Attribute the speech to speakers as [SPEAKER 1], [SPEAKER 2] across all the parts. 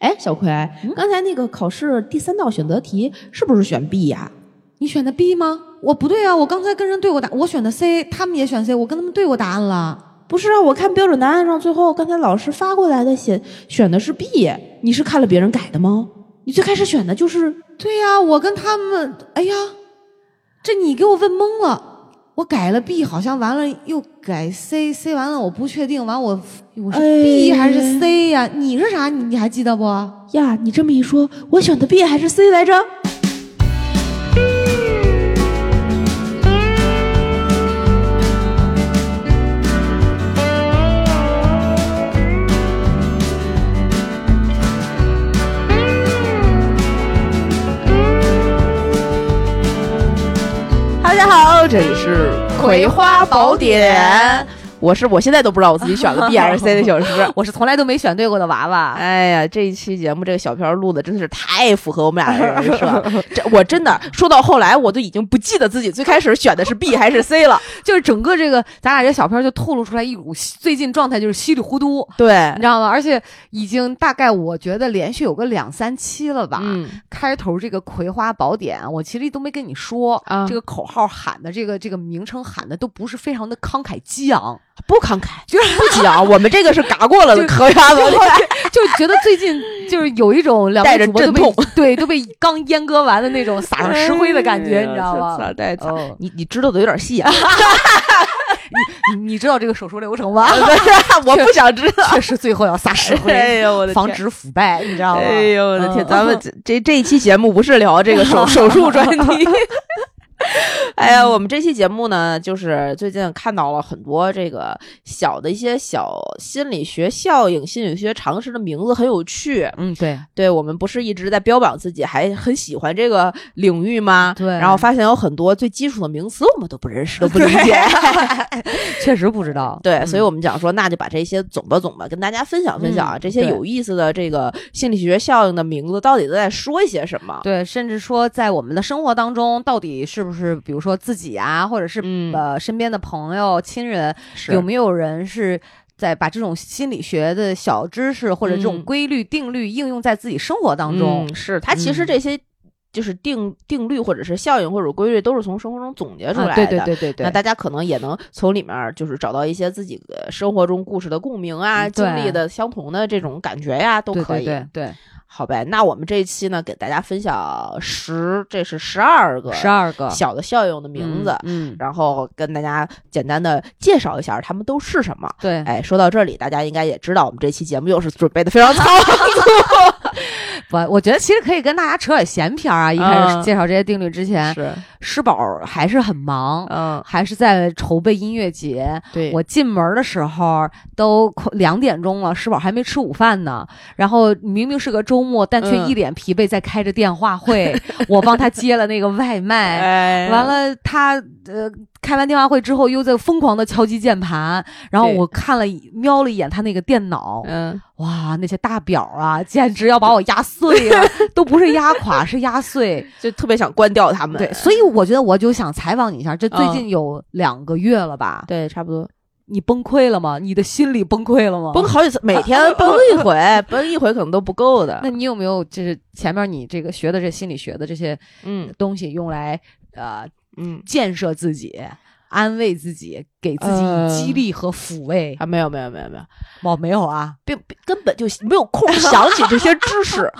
[SPEAKER 1] 哎，小葵，刚才那个考试第三道选择题是不是选 B 呀、
[SPEAKER 2] 你选的 B 吗？我不对啊，我刚才跟人对过答，我选的 C，他们也选 C，我跟他们对过答案了。
[SPEAKER 1] 不是啊，我看标准答案上最后刚才老师发过来的写选的是 B，你是看了别人改的吗？你最开始选的就是
[SPEAKER 2] 对呀、我跟他们，哎呀，这你给我问懵了。我改了 B，好像完了又改 C，C 完了我不确定，完我我是 B
[SPEAKER 1] 哎
[SPEAKER 2] 还是 C 呀、你是啥？你你还记得不？
[SPEAKER 1] 呀，你这么一说，我选的 B 还是 C 来着？大家好，这里是《葵花宝典》，我是我现在都不知道我自己选了 B 还是 C 的小诗。
[SPEAKER 2] 我是从来都没选对过的娃娃。
[SPEAKER 1] 哎呀，这一期节目这个小片儿录的真的是太符合我们俩的人设了。这我真的说到后来，我都已经不记得自己最开始选的是 B 还是 C 了。
[SPEAKER 2] 就是整个这个，咱俩这小片儿就透露出来一股稀最近状态就是稀里糊涂，
[SPEAKER 1] 对
[SPEAKER 2] 你，知道吗？而且已经大概我觉得连续有个两三期了吧。
[SPEAKER 1] 嗯，
[SPEAKER 2] 开头这个《葵花宝典》，我其实都没跟你说，
[SPEAKER 1] 啊
[SPEAKER 2] 这个口号喊的，这个这个名称喊的都不是非常的慷慨激昂，
[SPEAKER 1] 不慷慨，不讲，我们这个是嘎过了的
[SPEAKER 2] 就
[SPEAKER 1] 嗑牙子，
[SPEAKER 2] 就觉得最近就是有一种两
[SPEAKER 1] 带
[SPEAKER 2] 位
[SPEAKER 1] 着
[SPEAKER 2] 主播都被
[SPEAKER 1] 阵
[SPEAKER 2] 对都被刚阉割完的那种撒上石灰的感觉，
[SPEAKER 1] 哎呀
[SPEAKER 2] 你知道吗？
[SPEAKER 1] 操太惨
[SPEAKER 2] 哦
[SPEAKER 1] 你你知道的有点细啊，
[SPEAKER 2] 你你知道这个手术流程吗？
[SPEAKER 1] 我不想知道。
[SPEAKER 2] 确实最后要撒石
[SPEAKER 1] 哎
[SPEAKER 2] 灰，
[SPEAKER 1] 呦我的
[SPEAKER 2] 防
[SPEAKER 1] 天！
[SPEAKER 2] 止腐败，你知道吗？
[SPEAKER 1] 哎呦我的天！
[SPEAKER 2] 嗯
[SPEAKER 1] 咱 们这这这一期节目不是聊这个手手术专 题。哎呀，我们这期节目呢，就是最近看到了很多这个小的一些小心理学效应、心理学常识的名字很有趣。
[SPEAKER 2] 嗯，对，
[SPEAKER 1] 对我们不是一直在标榜自己还很喜欢这个领域吗？
[SPEAKER 2] 对
[SPEAKER 1] 然后发现有很多最基础的名词我们都不认识，都不理解。
[SPEAKER 2] 确实不知道。
[SPEAKER 1] 对，
[SPEAKER 2] 嗯
[SPEAKER 1] 所以我们讲说，那就把这些总吧总吧跟大家分享分享啊，
[SPEAKER 2] 嗯
[SPEAKER 1] 这些
[SPEAKER 2] 对
[SPEAKER 1] 有意思的这个心理学效应的名字到底都在说一些什么？
[SPEAKER 2] 对，甚至说在我们的生活当中，到底是不是比如说自己啊，或者是、
[SPEAKER 1] 嗯
[SPEAKER 2] 呃身边的朋友、亲人，
[SPEAKER 1] 是
[SPEAKER 2] 有没有人是在把这种心理学的小知识或者这种
[SPEAKER 1] 嗯
[SPEAKER 2] 规律、定律应用在自己生活当中？
[SPEAKER 1] 嗯是它其实
[SPEAKER 2] 嗯
[SPEAKER 1] 这些就是定定律或者是效应或者规律，都是从生活中总结出来的。
[SPEAKER 2] 啊对对对对对，
[SPEAKER 1] 那大家可能也能从里面儿就是找到一些自己呃生活中故事的共鸣啊，
[SPEAKER 2] 嗯
[SPEAKER 1] 经
[SPEAKER 2] 对
[SPEAKER 1] 历的相同的这种感觉呀、都
[SPEAKER 2] 对
[SPEAKER 1] 可以。
[SPEAKER 2] 对对对，
[SPEAKER 1] 好呗，那我们这一期呢，给大家分享十，这是十二个
[SPEAKER 2] 十二个
[SPEAKER 1] 小的效应的名字。
[SPEAKER 2] 嗯，嗯
[SPEAKER 1] 然后跟大家简单的介绍一下他们都是什么。
[SPEAKER 2] 对，
[SPEAKER 1] 哎，说到这里，大家应该也知道，我们这期节目又是准备的 非常仓促。
[SPEAKER 2] 我我觉得其实可以跟大家扯点闲篇儿啊。一开始
[SPEAKER 1] 嗯
[SPEAKER 2] 介绍这些定律之前，
[SPEAKER 1] 是，
[SPEAKER 2] 诗宝儿还是很忙，
[SPEAKER 1] 嗯，
[SPEAKER 2] 还是在筹备音乐节，
[SPEAKER 1] 对
[SPEAKER 2] 我进门的时候都快两点钟了，石宝还没吃午饭呢。然后明明是个周末，但却
[SPEAKER 1] 嗯
[SPEAKER 2] 一脸疲惫，在开着电话会。我帮他接了那个外卖，
[SPEAKER 1] 哎
[SPEAKER 2] 完，了他呃开完电话会之后，又在疯狂的敲击键盘。然后
[SPEAKER 1] 对
[SPEAKER 2] 我看了一瞄了一眼他那个电脑，
[SPEAKER 1] 嗯，
[SPEAKER 2] 哇，那些大表啊，简直要把我压碎了， 都不是压垮，是 压碎。
[SPEAKER 1] 就特别想关掉他们。
[SPEAKER 2] 对，所以我觉得我就想采访你一下，这最
[SPEAKER 1] 嗯
[SPEAKER 2] 近有两个月了吧？
[SPEAKER 1] 对，差不多
[SPEAKER 2] 你崩溃了吗？你的心理崩溃了吗？
[SPEAKER 1] 崩。好几 次，每天崩一 回，崩一回可能都不够的
[SPEAKER 2] 那。你有没有就是前面你这个学的这心理学的这些
[SPEAKER 1] 嗯
[SPEAKER 2] 东西用来呃
[SPEAKER 1] 嗯
[SPEAKER 2] 建设自己、安慰自己、给自
[SPEAKER 1] 呃
[SPEAKER 2] 己激励和抚慰？
[SPEAKER 1] 啊，没有没有没有没有，
[SPEAKER 2] 哦，没 有啊，
[SPEAKER 1] 并并根本就没有空想起这些知识，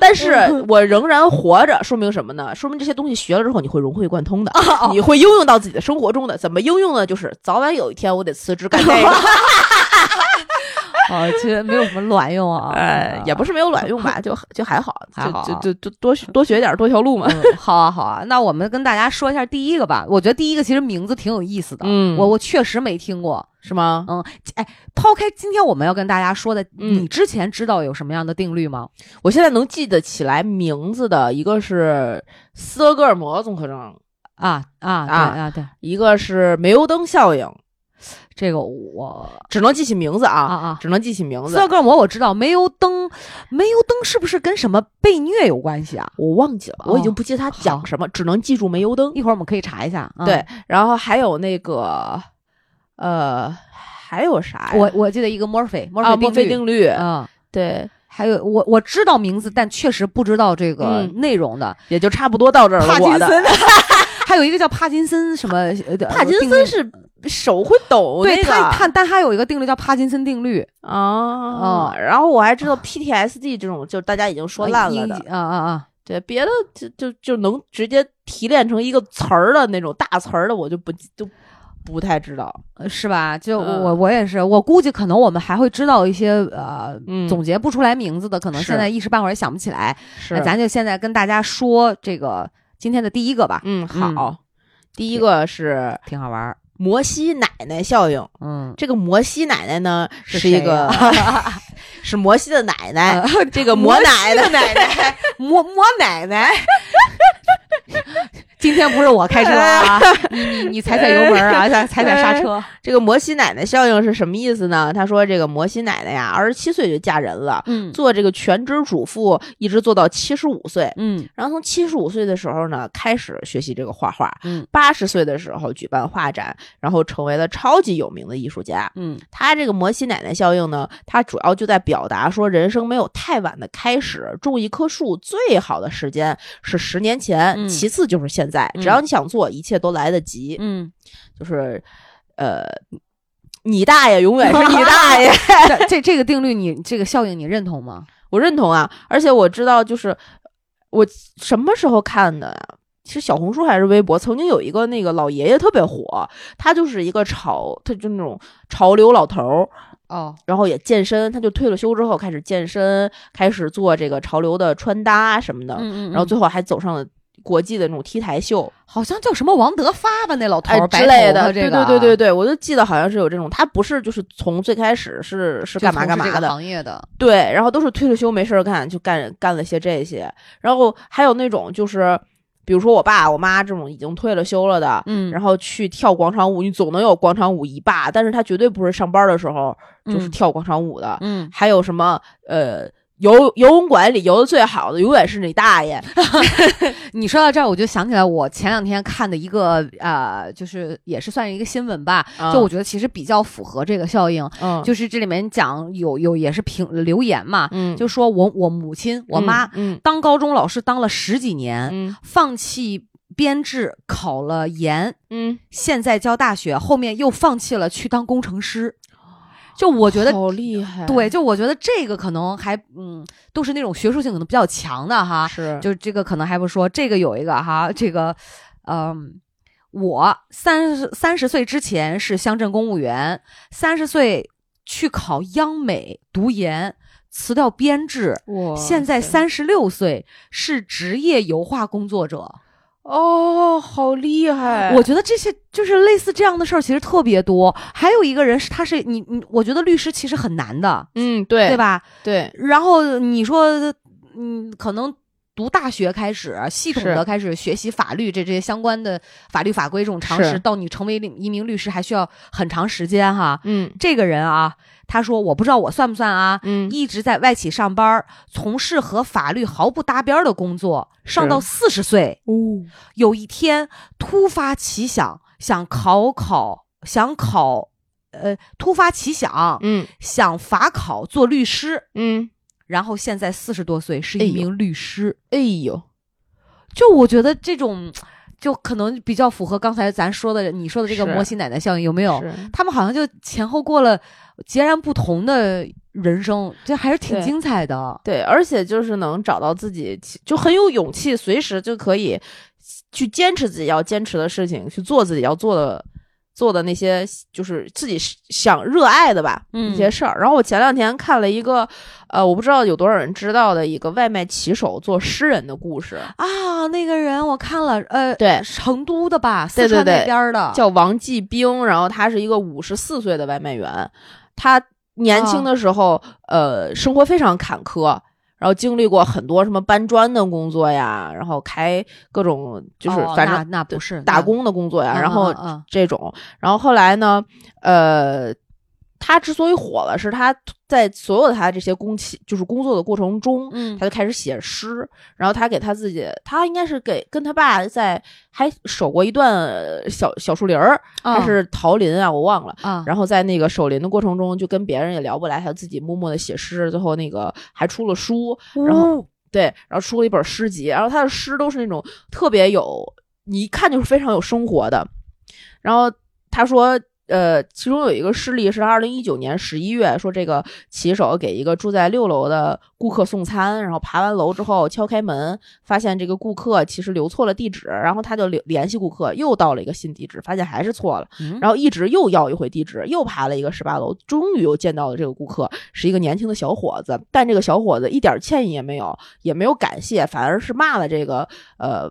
[SPEAKER 1] 但是
[SPEAKER 2] 嗯
[SPEAKER 1] 我仍然活着，说明什么呢？说明这些东西学了之后你会融会贯通的，
[SPEAKER 2] 哦
[SPEAKER 1] 你会应用到自己的生活中的。怎么应用呢？就是早晚有一天我得辞职干这 个。
[SPEAKER 2] 哦，其实没有什么卵 用啊。
[SPEAKER 1] 呃，也不是没有卵用吧，就就还好，
[SPEAKER 2] 还好啊
[SPEAKER 1] 就就就就多学多学点儿多条路嘛。
[SPEAKER 2] 嗯好啊，好啊，那我们跟大家说一下第一个吧。我觉得第一个其实名字挺有意思的，
[SPEAKER 1] 嗯
[SPEAKER 2] 我我确实没听过。
[SPEAKER 1] 是吗？
[SPEAKER 2] 嗯，哎，抛开今天我们要跟大家说的，
[SPEAKER 1] 嗯
[SPEAKER 2] 你之前知道有什么样的定律吗？
[SPEAKER 1] 我现在能记得起来名字的一个是斯德哥尔摩综合症，
[SPEAKER 2] 啊啊对
[SPEAKER 1] 啊
[SPEAKER 2] 啊对，
[SPEAKER 1] 一个是煤油灯效应，
[SPEAKER 2] 这个我
[SPEAKER 1] 只能记起名字
[SPEAKER 2] 啊
[SPEAKER 1] 啊，
[SPEAKER 2] 啊。
[SPEAKER 1] 只能记起名
[SPEAKER 2] 斯
[SPEAKER 1] 字
[SPEAKER 2] 德，哥尔摩我知道，煤油灯，煤油灯是不是跟什么被虐有关系啊？
[SPEAKER 1] 我忘记了，我已经
[SPEAKER 2] 哦
[SPEAKER 1] 不记得他
[SPEAKER 2] 好
[SPEAKER 1] 讲什么，只能记住煤油灯。
[SPEAKER 2] 一会儿我们可以查一下。啊
[SPEAKER 1] 对，，然后还有那个，呃，还有啥呀？
[SPEAKER 2] 我我记得一个墨菲，墨
[SPEAKER 1] 啊，
[SPEAKER 2] 菲
[SPEAKER 1] 墨菲定律，
[SPEAKER 2] 啊，
[SPEAKER 1] 对，
[SPEAKER 2] 还有我我知道名字，但确实不知道这个
[SPEAKER 1] 嗯
[SPEAKER 2] 内容的。
[SPEAKER 1] 也就差不多到这儿了。
[SPEAKER 2] 帕
[SPEAKER 1] 我
[SPEAKER 2] 金
[SPEAKER 1] 的
[SPEAKER 2] 森， 还有一个叫帕金森什么？呃
[SPEAKER 1] 帕金
[SPEAKER 2] 定律
[SPEAKER 1] 森是手会抖那
[SPEAKER 2] 对
[SPEAKER 1] 个
[SPEAKER 2] 他他，但他有一个定律叫帕金森定律，
[SPEAKER 1] 啊，然后我还知道 PTSD 这种，就是大家已经说烂了
[SPEAKER 2] 英
[SPEAKER 1] 的，
[SPEAKER 2] 啊啊啊！
[SPEAKER 1] 哎对别的就就就能直接提炼成一个词儿的那种大词儿的，我就不就不太知道。
[SPEAKER 2] 呃是吧？就
[SPEAKER 1] 嗯
[SPEAKER 2] 我、我也是，我估计可能我们还会知道一些呃、
[SPEAKER 1] 嗯
[SPEAKER 2] 总结不出来名字的，可能
[SPEAKER 1] 是
[SPEAKER 2] 现在一时半会儿也想不起来。
[SPEAKER 1] 是
[SPEAKER 2] 那咱就现在跟大家说这个今天的第一个吧，
[SPEAKER 1] 嗯
[SPEAKER 2] 嗯
[SPEAKER 1] 好，第一个是
[SPEAKER 2] 挺好玩儿。
[SPEAKER 1] 摩西奶奶效应。
[SPEAKER 2] 嗯，
[SPEAKER 1] 这个摩西奶奶呢
[SPEAKER 2] 是
[SPEAKER 1] 一
[SPEAKER 2] 谁
[SPEAKER 1] 个 是摩西的奶奶，
[SPEAKER 2] 啊
[SPEAKER 1] 这个摩 奶奶
[SPEAKER 2] 奶奶，魔魔奶 奶。今天不是我开车 啊，你你你踩踩油门 啊，踩踩踩刹车。
[SPEAKER 1] 这个摩西奶奶效应是什么意思呢？她说这个摩西奶奶呀，二十七岁就嫁人了，
[SPEAKER 2] 嗯
[SPEAKER 1] 做这个全职主妇一直做到七十五岁。
[SPEAKER 2] 嗯
[SPEAKER 1] 然后从七十五岁的时候呢，开始学习这个画画。
[SPEAKER 2] 嗯
[SPEAKER 1] 八十岁的时候举办画展，然后成为了超级有名的艺术家。
[SPEAKER 2] 嗯
[SPEAKER 1] 她这个摩西奶奶效应呢，它主要就在表达说，人生没有太晚的开始，种一棵树最好的时间是十年前，
[SPEAKER 2] 嗯
[SPEAKER 1] 其次就是现在。
[SPEAKER 2] 嗯
[SPEAKER 1] 只要你想做，一切都来得及。
[SPEAKER 2] 嗯，
[SPEAKER 1] 就是，呃，你大爷永远是你大 爷，
[SPEAKER 2] 这这这个定律你这个效应你认同吗？
[SPEAKER 1] 我认同啊。而且我知道，就是我什么时候看的啊？是小红书还是微博？曾经有一个那个老爷爷特别火，他就是一个潮，他就那种潮流老头儿，
[SPEAKER 2] 哦，
[SPEAKER 1] 然后也健身。他就退了休之后开始健身，开始做这个潮流的穿搭什么的，
[SPEAKER 2] 嗯嗯，
[SPEAKER 1] 然后最后还走上了国际的那种 T 台秀。
[SPEAKER 2] 好像叫什么王德发吧，那老头
[SPEAKER 1] 哎
[SPEAKER 2] 儿、白
[SPEAKER 1] 之类
[SPEAKER 2] 头发
[SPEAKER 1] 的，
[SPEAKER 2] 这个啊
[SPEAKER 1] 对对对对对，我就记得好像是有这种，他不是就是从最开始是是
[SPEAKER 2] 就
[SPEAKER 1] 干嘛
[SPEAKER 2] 从事
[SPEAKER 1] 干嘛
[SPEAKER 2] 这个
[SPEAKER 1] 的，
[SPEAKER 2] 行业的，
[SPEAKER 1] 对，然后都是退了休没事儿干就干干了些这些，然后还有那种就是，比如说我爸我妈这种已经退了休了的。
[SPEAKER 2] 嗯
[SPEAKER 1] 然后去跳广场舞，你总能有广场舞一霸，但是他绝对不是上班的时候就是跳广场舞的。
[SPEAKER 2] 嗯，
[SPEAKER 1] 还有什么呃游游泳馆里游的最好的，永远是你大爷。
[SPEAKER 2] 你说到这儿，我就想起来我前两天看的一个呃，就是也是算是一个新闻吧，就我觉得其实比较符合这个效应，
[SPEAKER 1] 嗯
[SPEAKER 2] 就是这里面讲有有也是评留言嘛，
[SPEAKER 1] 嗯
[SPEAKER 2] 就说我我母亲我妈、
[SPEAKER 1] 嗯
[SPEAKER 2] 当高中老师当了十几年，
[SPEAKER 1] 嗯
[SPEAKER 2] 放弃编制考了研，
[SPEAKER 1] 嗯，
[SPEAKER 2] 现在教大学，后面又放弃了去当工程师，
[SPEAKER 1] 哦
[SPEAKER 2] 就 我觉得
[SPEAKER 1] 好厉害，
[SPEAKER 2] 对，就我觉得这个可能还嗯，都是那种学术性可能比较强的哈。
[SPEAKER 1] 啊是
[SPEAKER 2] 就这个可能还不说，这个有一个哈，这个，嗯，我三十三十岁之前是乡镇公务员，三十岁去考央美读研，辞掉编制。
[SPEAKER 1] 哇
[SPEAKER 2] 现在
[SPEAKER 1] 塞
[SPEAKER 2] 三十六岁是职业油画工作者，
[SPEAKER 1] 哦，好厉害！
[SPEAKER 2] 我觉得这些就是类似这样的事儿，其实特别多。还有一个人是，他是你你，我觉得律师其实很难的，
[SPEAKER 1] 嗯，对
[SPEAKER 2] 对？吧？
[SPEAKER 1] 对，
[SPEAKER 2] 然后你说，嗯，可能读大学开始，系统
[SPEAKER 1] 是
[SPEAKER 2] 的开始学习法律这这些相关的法律法规这种常
[SPEAKER 1] 是
[SPEAKER 2] 识，到你成为一名律师还需要很长时间哈。
[SPEAKER 1] 嗯
[SPEAKER 2] 这个人啊，他说我不知道我算不算啊，
[SPEAKER 1] 嗯，
[SPEAKER 2] 一直在外企上班，从事和法律毫不搭边的工作，上
[SPEAKER 1] 是
[SPEAKER 2] 到四十岁，
[SPEAKER 1] 哦，
[SPEAKER 2] 有一天突发奇想，想考考，想考，呃，突发奇想，
[SPEAKER 1] 嗯
[SPEAKER 2] 想法考做律师。
[SPEAKER 1] 嗯，
[SPEAKER 2] 然后现在四十多岁，是
[SPEAKER 1] 哎
[SPEAKER 2] 一
[SPEAKER 1] 呦
[SPEAKER 2] 名律师。
[SPEAKER 1] 哎呦，
[SPEAKER 2] 就我觉得这种，就可能比较符合刚才咱说的你说的这个
[SPEAKER 1] 是
[SPEAKER 2] 摩西奶奶效应，有没有？
[SPEAKER 1] 是
[SPEAKER 2] 他们好像就前后过了截然不同的人生，这还是挺
[SPEAKER 1] 对
[SPEAKER 2] 精彩的。
[SPEAKER 1] 对，而且就是能找到自己，就很有勇气，随时就可以去坚持自己要坚持的事情，去做自己要做的。做的那些就是自己想热爱的吧，
[SPEAKER 2] 嗯
[SPEAKER 1] 一些事儿。然后我前两天看了一个，呃，我不知道有多少人知道的一个外卖骑手做诗人的故事，
[SPEAKER 2] 啊，那个人我看了，呃，
[SPEAKER 1] 对
[SPEAKER 2] 成都的吧，
[SPEAKER 1] 对
[SPEAKER 2] 四川
[SPEAKER 1] 对
[SPEAKER 2] 那边的，
[SPEAKER 1] 叫王继兵，然后他是一个五十四岁的外卖员，他年轻的时
[SPEAKER 2] 啊
[SPEAKER 1] 候、呃生活非常坎坷，然后经历过很多什么搬砖的工作呀，然后开各种就是
[SPEAKER 2] 哦
[SPEAKER 1] 反
[SPEAKER 2] 那
[SPEAKER 1] 正
[SPEAKER 2] 那不是
[SPEAKER 1] 打啊
[SPEAKER 2] 那
[SPEAKER 1] 工的工作呀，
[SPEAKER 2] 嗯
[SPEAKER 1] 然后
[SPEAKER 2] 嗯嗯嗯
[SPEAKER 1] 这种，然后后来呢，呃。他之所以火了，是他在所有他这些工期就是工作的过程中，
[SPEAKER 2] 嗯
[SPEAKER 1] 他就开始写诗，然后他给他自己，他应该是给跟他爸在还守过一段呃小小树林儿，还
[SPEAKER 2] 啊
[SPEAKER 1] 是桃林啊，我忘了。
[SPEAKER 2] 啊，
[SPEAKER 1] 然后在那个守林的过程中，就跟别人也聊不来，他自己默默的写诗，最后那个还出了书，然后
[SPEAKER 2] 哦
[SPEAKER 1] 对，然后出了一本诗集，然后他的诗都是那种特别有，你一看就是非常有生活的。然后他说，呃，其中有一个事例是二零一九年十一月，说这个骑手给一个住在六楼的顾客送餐，然后爬完楼之后敲开门，发现这个顾客其实留错了地址，然后他就联联系顾客，又到了一个新地址，发现还是错了，
[SPEAKER 2] 嗯
[SPEAKER 1] 然后一直又要一回地址，又爬了一个十八楼，终于又见到了这个顾客，是一个年轻的小伙子，但这个小伙子一点歉意也没有，也没有感谢，反而是骂了这个呃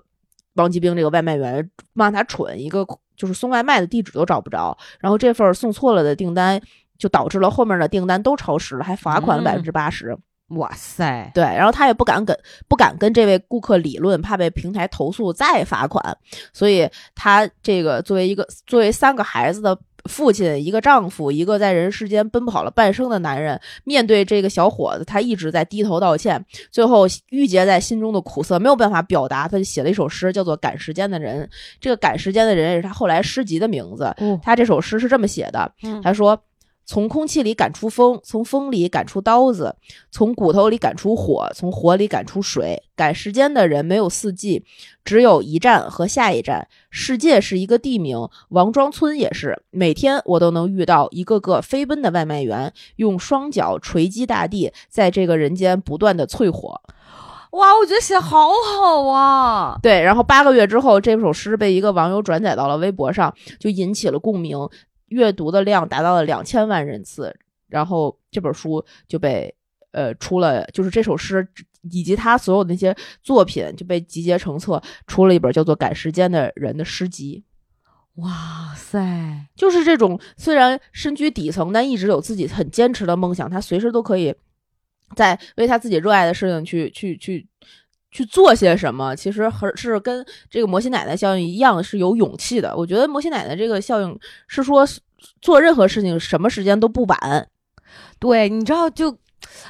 [SPEAKER 1] 王吉兵这个外卖员，骂他蠢，一个就是送外卖的地址都找不着，然后这份儿送错了的订单。就导致了后面的订单都超时了，还罚款百分之八十。
[SPEAKER 2] 哇塞，
[SPEAKER 1] 对，然后他也不敢跟不敢跟这位顾客理论，怕被平台投诉再罚款，所以他这个作为一个作为三个孩子的父亲，一个丈夫，一个在人世间奔跑了半生的男人，面对这个小伙子，他一直在低头道歉，最后郁结在心中的苦涩没有办法表达，他就写了一首诗，叫做《赶时间的人》。这个赶时间的人也是他后来诗集的名字。
[SPEAKER 2] 哦
[SPEAKER 1] 他这首诗是这么写的，
[SPEAKER 2] 嗯
[SPEAKER 1] 他说：“从空气里赶出风，从风里赶出刀子，从骨头里赶出火，从火里赶出水。赶时间的人没有四季，只有一站和下一站。世界是一个地名，王庄村也是。每天我都能遇到一个个飞奔的外卖员，用双脚锤击大地，在这个人间不断的淬火。”
[SPEAKER 2] 哇，我觉得写得好好啊，
[SPEAKER 1] 对，然后八个月之后，这首诗被一个网友转载到了微博上，就引起了共鸣，阅读的量达到了两千万人次，然后这本书就被呃出了，就是这首诗以及他所有的那些作品就被集结成册，出了一本叫做《赶时间的人》的诗集。
[SPEAKER 2] 哇塞，
[SPEAKER 1] 就是这种虽然身居底层，但一直有自己很坚持的梦想，他随时都可以在为他自己热爱的事情去去去去做些什么。其实和是跟这个摩西奶奶效应一样，是有勇气的。我觉得摩西奶奶这个效应是说做任何事情什么时间都不晚。
[SPEAKER 2] 对，你知道就。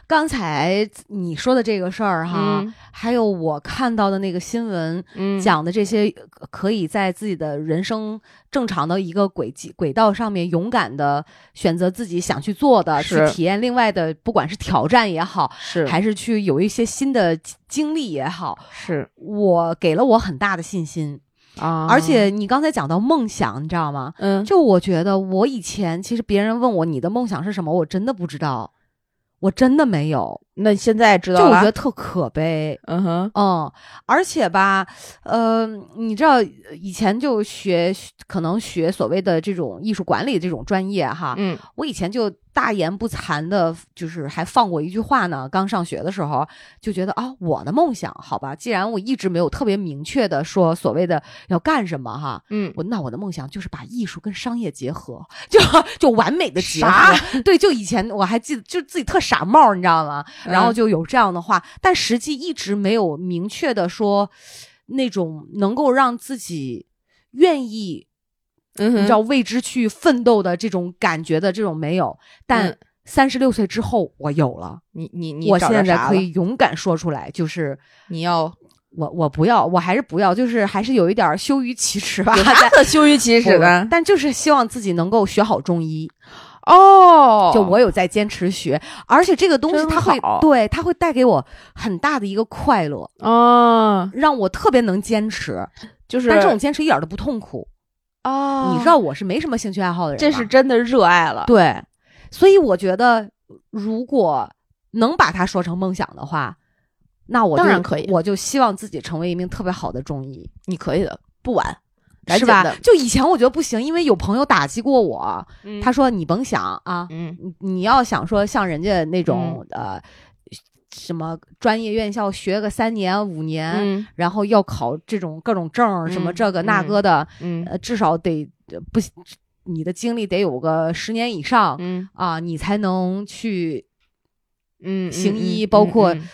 [SPEAKER 2] 刚才你说的这个事儿哈，还有我看到的那个新闻，
[SPEAKER 1] 嗯
[SPEAKER 2] 讲的这些呃可以在自己的人生正常的一个轨迹轨道上面勇敢的选择自己想去做的，去
[SPEAKER 1] 是
[SPEAKER 2] 体验另外的，不管是挑战也好，
[SPEAKER 1] 是
[SPEAKER 2] 还是去有一些新的经经历也好，
[SPEAKER 1] 是
[SPEAKER 2] 我给了我很大的信心。
[SPEAKER 1] 啊，
[SPEAKER 2] 而且你刚才讲到梦想，你知道吗？
[SPEAKER 1] 嗯，
[SPEAKER 2] 就我觉得我以前其实别人问我你的梦想是什么，我真的不知道，我真的没有，
[SPEAKER 1] 那你现在知
[SPEAKER 2] 就
[SPEAKER 1] 道
[SPEAKER 2] 我觉
[SPEAKER 1] 了
[SPEAKER 2] 得，特可悲。
[SPEAKER 1] 嗯哼，
[SPEAKER 2] 嗯，而且吧，呃，你知道以前就学，可能学所谓的这种艺术管理这种专业哈，
[SPEAKER 1] 嗯
[SPEAKER 2] 我以前就大言不惭的，就是还放过一句话呢。刚上学的时候就觉得啊，我的梦想，好吧，既然我一直没有特别明确的说所谓的要干什么哈，
[SPEAKER 1] 嗯，
[SPEAKER 2] 我那我的梦想就是把艺术跟商业结合，就就完美的结
[SPEAKER 1] 啥
[SPEAKER 2] 合。对，就以前我还记得，就自己特傻帽儿，你知道吗？
[SPEAKER 1] 嗯
[SPEAKER 2] 然后就有这样的话，但实际一直没有明确的说那种能够让自己愿意，
[SPEAKER 1] 嗯
[SPEAKER 2] 你
[SPEAKER 1] 哼
[SPEAKER 2] 知道为之去奋斗的这种感觉的这种没有。但
[SPEAKER 1] 嗯
[SPEAKER 2] 三十六岁之后，我有了，
[SPEAKER 1] 你你你
[SPEAKER 2] 我
[SPEAKER 1] 找
[SPEAKER 2] 现
[SPEAKER 1] 着
[SPEAKER 2] 在
[SPEAKER 1] 啥
[SPEAKER 2] 可
[SPEAKER 1] 了
[SPEAKER 2] 以勇敢说出来，就是
[SPEAKER 1] 你要
[SPEAKER 2] 我我不要，我还是不要，就是还是有一点儿羞于启齿吧。
[SPEAKER 1] 有啥可羞于启
[SPEAKER 2] 不
[SPEAKER 1] 齿的？
[SPEAKER 2] 但就是希望自己能够学好中医。
[SPEAKER 1] 哦，
[SPEAKER 2] 就我有在坚持学，而且这个东西
[SPEAKER 1] 真
[SPEAKER 2] 它会
[SPEAKER 1] 好
[SPEAKER 2] 对它会带给我很大的一个快乐，
[SPEAKER 1] 啊，
[SPEAKER 2] 让我特别能坚持。
[SPEAKER 1] 就是
[SPEAKER 2] 但这种坚持一点都不痛苦。
[SPEAKER 1] 啊，
[SPEAKER 2] 你知道我是没什么兴趣爱好的人吧，
[SPEAKER 1] 这是真的热爱了。
[SPEAKER 2] 对，所以我觉得如果能把它说成梦想的话，那我就
[SPEAKER 1] 当然可以
[SPEAKER 2] 我就希望自己成为一名特别好的中医。
[SPEAKER 1] 你可以的，不晚，赶
[SPEAKER 2] 是
[SPEAKER 1] 紧
[SPEAKER 2] 吧
[SPEAKER 1] 的？
[SPEAKER 2] 就以前我觉得不行，因为有朋友打击过我，他说你甭想啊，
[SPEAKER 1] 嗯
[SPEAKER 2] 你你要想说像人家那种、呃什么专业院校学个三年五年，
[SPEAKER 1] 嗯
[SPEAKER 2] 然后要考这种各种证儿，什么
[SPEAKER 1] 嗯
[SPEAKER 2] 这个那
[SPEAKER 1] 嗯
[SPEAKER 2] 个的，
[SPEAKER 1] 嗯
[SPEAKER 2] 呃，至少得、呃不行，你的经历得有个十年以上、
[SPEAKER 1] 嗯
[SPEAKER 2] 啊，你才能去。
[SPEAKER 1] 嗯，
[SPEAKER 2] 行
[SPEAKER 1] 嗯
[SPEAKER 2] 医
[SPEAKER 1] 嗯
[SPEAKER 2] 包
[SPEAKER 1] 嗯
[SPEAKER 2] 括
[SPEAKER 1] 嗯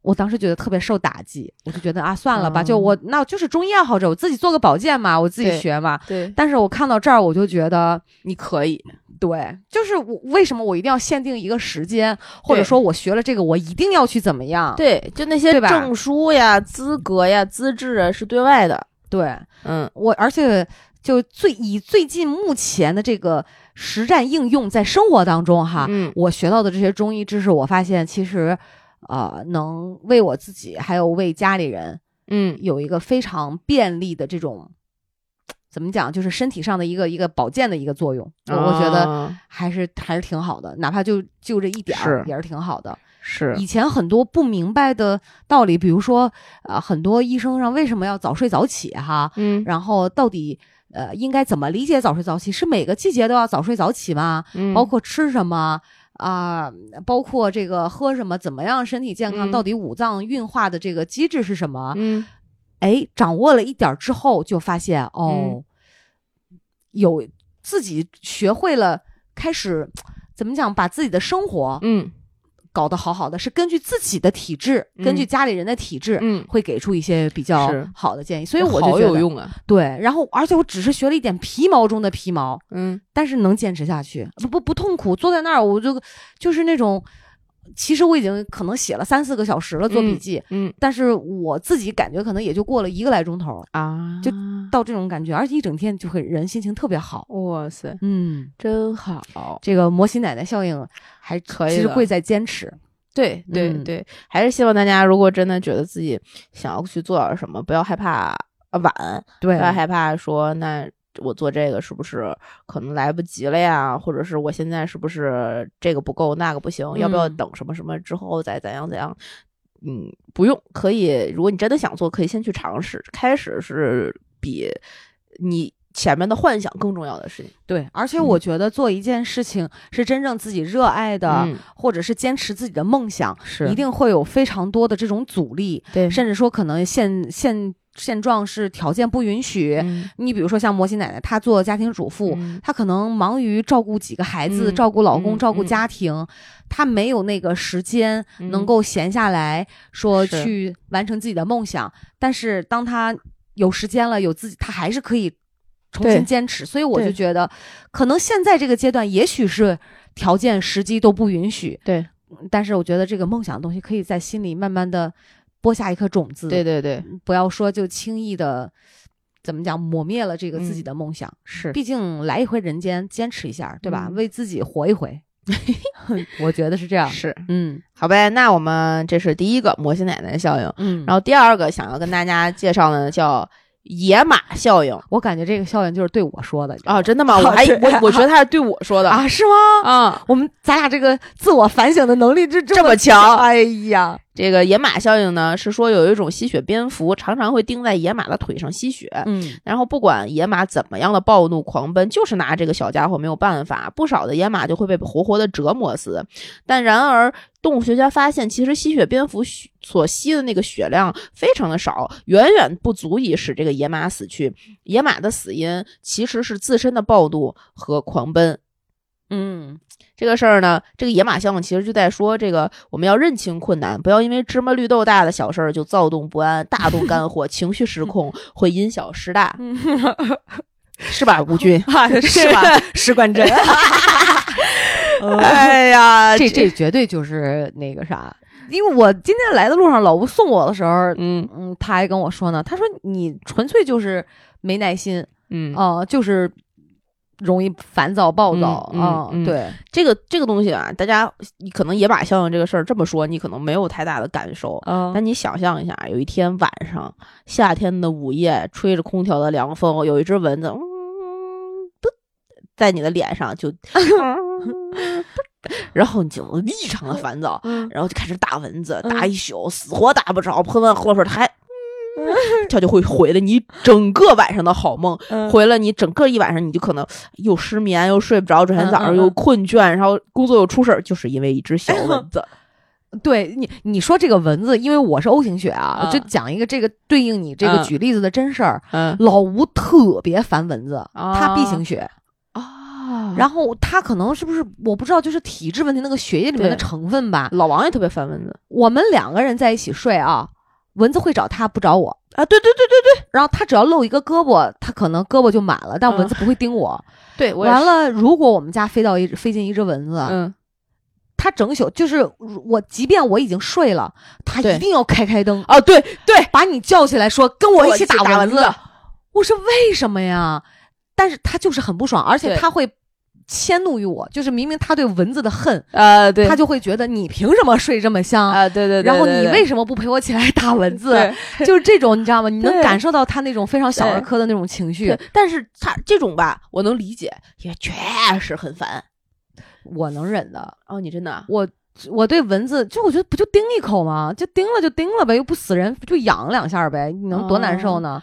[SPEAKER 2] 我当时觉得特别受打击，我就觉得啊，算了吧，
[SPEAKER 1] 嗯
[SPEAKER 2] 就我那就是中医爱好者，我自己做个保健嘛，我自己
[SPEAKER 1] 对
[SPEAKER 2] 学嘛。
[SPEAKER 1] 对，
[SPEAKER 2] 但是我看到这儿，我就觉得
[SPEAKER 1] 你可以，
[SPEAKER 2] 对，就是我为什么我一定要限定一个时间，或者说我学了这个，我一定要去怎么样？
[SPEAKER 1] 对，就那些
[SPEAKER 2] 对吧
[SPEAKER 1] 证书呀、资格呀、资质啊是对外的。
[SPEAKER 2] 对
[SPEAKER 1] 嗯，
[SPEAKER 2] 我，而且就最以最近目前的这个实战应用在生活当中哈，
[SPEAKER 1] 嗯，
[SPEAKER 2] 我学到的这些中医知识，我发现其实，呃，能为我自己还有为家里人
[SPEAKER 1] 嗯，
[SPEAKER 2] 有一个非常便利的这种，怎么讲，就是身体上的一个一个保健的一个作用。我我觉得
[SPEAKER 1] 啊
[SPEAKER 2] 还是还是挺好的，哪怕就就这一点儿
[SPEAKER 1] 是
[SPEAKER 2] 也是挺好的。
[SPEAKER 1] 是
[SPEAKER 2] 以前很多不明白的道理，比如说呃，很多医生上为什么要早睡早起哈，
[SPEAKER 1] 嗯
[SPEAKER 2] 然后到底呃应该怎么理解早睡早起？是每个季节都要早睡早起吗？
[SPEAKER 1] 嗯，
[SPEAKER 2] 包括吃什么啊、包括这个喝什么，怎么样身体健康，
[SPEAKER 1] 嗯
[SPEAKER 2] 到底五脏运化的这个机制是什么？
[SPEAKER 1] 嗯
[SPEAKER 2] 哎，掌握了一点儿之后，就发现哦，
[SPEAKER 1] 嗯
[SPEAKER 2] 有自己学会了，开始怎么讲，把自己的生活
[SPEAKER 1] 嗯
[SPEAKER 2] 搞得好好的，是根据自己的体质，根据
[SPEAKER 1] 嗯
[SPEAKER 2] 家里人的体质。
[SPEAKER 1] 嗯，
[SPEAKER 2] 会给出一些比较
[SPEAKER 1] 是
[SPEAKER 2] 好的建议，所以我就
[SPEAKER 1] 好
[SPEAKER 2] 觉
[SPEAKER 1] 有
[SPEAKER 2] 得
[SPEAKER 1] 用啊。
[SPEAKER 2] 对。然后，而且我只是学了一点皮毛中的皮毛，
[SPEAKER 1] 嗯
[SPEAKER 2] 但是能坚持下去，不不不痛苦，坐在那儿我就就是那种，其实我已经可能写了三四个小时了做笔记，
[SPEAKER 1] 嗯
[SPEAKER 2] 但是我自己感觉可能也就过了一个来钟头，
[SPEAKER 1] 啊，
[SPEAKER 2] 就到这种感觉，而且一整天就会人心情特别好，
[SPEAKER 1] 哇塞，
[SPEAKER 2] 嗯，
[SPEAKER 1] 真好。
[SPEAKER 2] 这个摩西奶奶效应还
[SPEAKER 1] 可以
[SPEAKER 2] 其实
[SPEAKER 1] 的
[SPEAKER 2] 会在坚持，
[SPEAKER 1] 对对
[SPEAKER 2] 嗯
[SPEAKER 1] 对，还是希望大家如果真的觉得自己想要去做点什么，不要害怕呃晚，
[SPEAKER 2] 对
[SPEAKER 1] 不要害怕说那我做这个是不是可能来不及了呀？或者是我现在是不是这个不够那个不行？要不要
[SPEAKER 2] 嗯
[SPEAKER 1] 等什么什么之后再怎样怎样？嗯，不用，可以。如果你真的想做，可以先去尝试。开始是比你前面的幻想更重要的事情。
[SPEAKER 2] 对，而
[SPEAKER 1] 嗯
[SPEAKER 2] 且我觉得做一件事情是真正自己热爱的，
[SPEAKER 1] 嗯，
[SPEAKER 2] 或者是坚持自己的梦想，
[SPEAKER 1] 是
[SPEAKER 2] 一定会有非常多的这种阻力，
[SPEAKER 1] 对，
[SPEAKER 2] 甚至说可能现现现状是条件不允许。
[SPEAKER 1] 嗯
[SPEAKER 2] 你比如说像摩西奶奶，她做家庭主妇，
[SPEAKER 1] 嗯
[SPEAKER 2] 她可能忙于照顾几个孩子、
[SPEAKER 1] 嗯
[SPEAKER 2] 照顾老公、
[SPEAKER 1] 嗯
[SPEAKER 2] 照顾
[SPEAKER 1] 嗯
[SPEAKER 2] 家庭，她没有那个时间
[SPEAKER 1] 嗯
[SPEAKER 2] 能够闲下来说
[SPEAKER 1] 是
[SPEAKER 2] 去完成自己的梦想。但是当她有时间了，有自己，她还是可以重
[SPEAKER 1] 对
[SPEAKER 2] 新坚持。所以我就
[SPEAKER 1] 对
[SPEAKER 2] 觉得，可能现在这个阶段，也许是条件、时机都不允许，
[SPEAKER 1] 对
[SPEAKER 2] 但是我觉得这个梦想的东西可以在心里慢慢的播下一颗种子，
[SPEAKER 1] 对对对，
[SPEAKER 2] 不要说就轻易的怎么讲抹灭了这个自
[SPEAKER 1] 嗯
[SPEAKER 2] 己的梦想。
[SPEAKER 1] 是
[SPEAKER 2] 毕竟来一回人间，坚持一下，对吧？
[SPEAKER 1] 嗯
[SPEAKER 2] 为自己活 一回，我觉得是这样。
[SPEAKER 1] 是。
[SPEAKER 2] 嗯
[SPEAKER 1] 好呗，那我们这是第一个魔性奶奶效应，
[SPEAKER 2] 嗯，
[SPEAKER 1] 然
[SPEAKER 2] 后
[SPEAKER 1] 后第二个想要跟大家介绍的叫野马效应
[SPEAKER 2] 我感觉这个效应就是对我说的
[SPEAKER 1] 啊，真的吗？我
[SPEAKER 2] 好
[SPEAKER 1] 还
[SPEAKER 2] 对
[SPEAKER 1] 我我觉得他是对我说的
[SPEAKER 2] 哦啊，是吗？
[SPEAKER 1] 啊，
[SPEAKER 2] 我们咱俩这个自我反省的能力就这
[SPEAKER 1] 这
[SPEAKER 2] 么
[SPEAKER 1] 么强。
[SPEAKER 2] 哎呀，
[SPEAKER 1] 这个野马效应呢，是说有一种吸血蝙蝠常常会钉在野马的腿上吸血，
[SPEAKER 2] 嗯
[SPEAKER 1] 然后不管野马怎么样的暴怒狂奔，就是拿这个小家伙没有办法。不少的野马就会被活活的折磨死。但然而，动物学家发现，其实吸血蝙蝠吸所吸的那个血量非常的少，远远不足以使这个野马死去。野马的死因其实是自身的暴怒和狂奔。
[SPEAKER 2] 嗯，
[SPEAKER 1] 这个事儿呢，这个野马效应其实就在说，这个我们要认清困难，不要因为芝麻绿豆大的小事儿就躁动不安、大动肝火、 情绪失控，会因小失大，是吧，吴军？
[SPEAKER 2] 啊是吧？石冠 真，
[SPEAKER 1] 哎呀，
[SPEAKER 2] 这这绝对就是那个啥，因为我今天来的路上，老吴送我的时候，
[SPEAKER 1] 嗯
[SPEAKER 2] 嗯，他还跟我说呢，他说你纯粹就是没耐心
[SPEAKER 1] 嗯，
[SPEAKER 2] 啊、呃就是容易烦躁暴躁
[SPEAKER 1] 嗯嗯
[SPEAKER 2] 啊、
[SPEAKER 1] 嗯
[SPEAKER 2] 对，
[SPEAKER 1] 这个这个东西啊，大家你可能野马效应这个事儿这么说，你可能没有太大的感受。
[SPEAKER 2] 嗯
[SPEAKER 1] 但你想象一下，有一天晚上，夏天的午夜，吹着空调的凉风，有一只蚊子，嗯，嘟在你的脸上 就嗯，然后你就异常的烦躁，
[SPEAKER 2] 嗯
[SPEAKER 1] 然后就开始打蚊子，
[SPEAKER 2] 嗯
[SPEAKER 1] 打一宿，死活打不着，喷完喝水它还，它就会毁了你整个晚上的好梦。
[SPEAKER 2] 嗯
[SPEAKER 1] 回了你整个一晚上，你就可能又失眠，又睡不着，转天早上
[SPEAKER 2] 嗯嗯嗯
[SPEAKER 1] 又困倦，然后工作又出事儿，就是因为一只小蚊 子。
[SPEAKER 2] 对你你说这个蚊子，因为我是 O 型血啊，
[SPEAKER 1] 嗯
[SPEAKER 2] 我就讲一个这个对应你这个
[SPEAKER 1] 嗯
[SPEAKER 2] 举例子的真事儿。
[SPEAKER 1] 嗯
[SPEAKER 2] 老吴特别烦蚊子，他
[SPEAKER 1] 啊
[SPEAKER 2] B 型血，
[SPEAKER 1] 啊然
[SPEAKER 2] 然后他可能是不是我不知道，就是体质问题，那个血液里面的
[SPEAKER 1] 对
[SPEAKER 2] 成分吧。
[SPEAKER 1] 后老王也特别烦蚊子，
[SPEAKER 2] 我们两个人在一起睡啊，蚊子会找他，不找我。
[SPEAKER 1] 啊，对对对对
[SPEAKER 2] 然后他只要露一个胳膊，他可能胳膊就满了，但
[SPEAKER 1] 嗯
[SPEAKER 2] 蚊子不会叮我。
[SPEAKER 1] 对，我也
[SPEAKER 2] 完
[SPEAKER 1] 是，
[SPEAKER 2] 了，如果我们家飞到一飞进一只蚊子，
[SPEAKER 1] 嗯，
[SPEAKER 2] 他整宿就是我，即便我已经睡了，他
[SPEAKER 1] 对
[SPEAKER 2] 一定要开开灯，
[SPEAKER 1] 哦，对对，
[SPEAKER 2] 把你叫起来说跟我一起打
[SPEAKER 1] 蚊
[SPEAKER 2] 子。我说为什么呀？但是他就是很不爽，而且
[SPEAKER 1] 对
[SPEAKER 2] 他会迁怒于我，就是明明他对蚊子的恨，
[SPEAKER 1] 呃，对，
[SPEAKER 2] 他就会觉得你凭什么睡这么香？
[SPEAKER 1] 啊，对对对，
[SPEAKER 2] 然后
[SPEAKER 1] 对
[SPEAKER 2] 你
[SPEAKER 1] 对
[SPEAKER 2] 为什么不陪我起来打蚊子？
[SPEAKER 1] 对
[SPEAKER 2] 就是这种，你知道吗？你能
[SPEAKER 1] 对
[SPEAKER 2] 感受到他那种非常小儿
[SPEAKER 1] 对
[SPEAKER 2] 科的那种情绪
[SPEAKER 1] 对。，但是他这种吧，我能理解，也确实很烦。
[SPEAKER 2] 我能忍的，
[SPEAKER 1] 哦，你真的啊
[SPEAKER 2] 我我对蚊子就我觉得不就叮一口吗？就叮了就叮了呗，又不死人，就痒两下呗，你能多难受
[SPEAKER 1] 哦
[SPEAKER 2] 呢？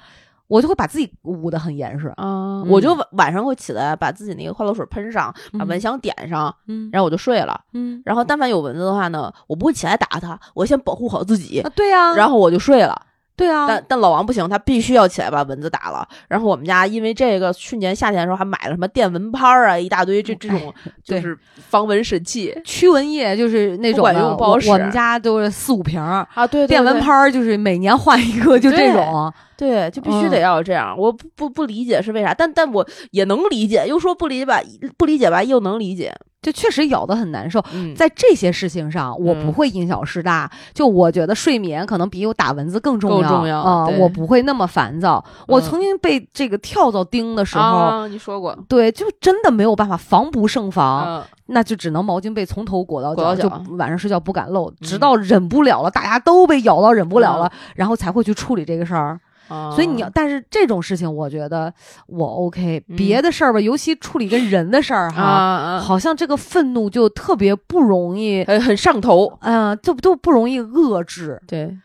[SPEAKER 2] 我就会把自己捂得很严实，
[SPEAKER 1] 啊
[SPEAKER 2] 嗯
[SPEAKER 1] 我就晚晚上会起来，把自己那个花露水喷上，把
[SPEAKER 2] 嗯
[SPEAKER 1] 蚊香点上，
[SPEAKER 2] 嗯
[SPEAKER 1] 然后我就睡了。
[SPEAKER 2] 嗯
[SPEAKER 1] 然后但凡有蚊子的话呢，我不会起来打它，我先保护好自己
[SPEAKER 2] 啊，，对呀、
[SPEAKER 1] 然
[SPEAKER 2] 后
[SPEAKER 1] 后我就睡了。
[SPEAKER 2] 对啊呀、
[SPEAKER 1] 但但老王不行，他必须要起来把蚊子打了。然后我们家因为这个，去年夏天的时候还买了什么电蚊拍儿啊，一大堆这这种就
[SPEAKER 2] 对
[SPEAKER 1] 是防蚊神器
[SPEAKER 2] 驱蚊液就是那
[SPEAKER 1] 不
[SPEAKER 2] 种
[SPEAKER 1] 管
[SPEAKER 2] 的，
[SPEAKER 1] 用不好
[SPEAKER 2] 我
[SPEAKER 1] 使
[SPEAKER 2] 我们家都是四五瓶儿，
[SPEAKER 1] 啊，对
[SPEAKER 2] 电蚊，拍儿就是每年换一个，就这种。
[SPEAKER 1] 对，嗯就必须得要这样。我不不不理解是为啥，但但我也能理解，又说不理解吧，不理解吧又能理解。
[SPEAKER 2] 就确实咬得很难受，
[SPEAKER 1] 嗯，
[SPEAKER 2] 在这些事情上，我
[SPEAKER 1] 嗯
[SPEAKER 2] 不会因小失大。就我觉得睡眠可能比我打蚊子更重要，
[SPEAKER 1] 更重要
[SPEAKER 2] 啊、
[SPEAKER 1] 对嗯
[SPEAKER 2] 我不会那么烦躁。我曾经被这个跳蚤叮的时候，
[SPEAKER 1] 啊，你说过，
[SPEAKER 2] 对，就真的没有办法，防不胜防，
[SPEAKER 1] 嗯，
[SPEAKER 2] 那就只能毛巾被从头裹到
[SPEAKER 1] 裹到脚嗯
[SPEAKER 2] 就晚上睡觉不敢露，直到忍不了了，大家都被咬到忍不了了，然后才会去处理这个事儿。
[SPEAKER 1] 嗯哦
[SPEAKER 2] 所以你要，但是这种事情，我觉得我 OK，、
[SPEAKER 1] 嗯
[SPEAKER 2] 别的事儿吧，尤其处理跟人的事儿
[SPEAKER 1] 啊
[SPEAKER 2] 哈，
[SPEAKER 1] 啊，
[SPEAKER 2] 好像这个愤怒就特别不容易，
[SPEAKER 1] 很很上头，
[SPEAKER 2] 嗯、就都不容易遏制。
[SPEAKER 1] 对，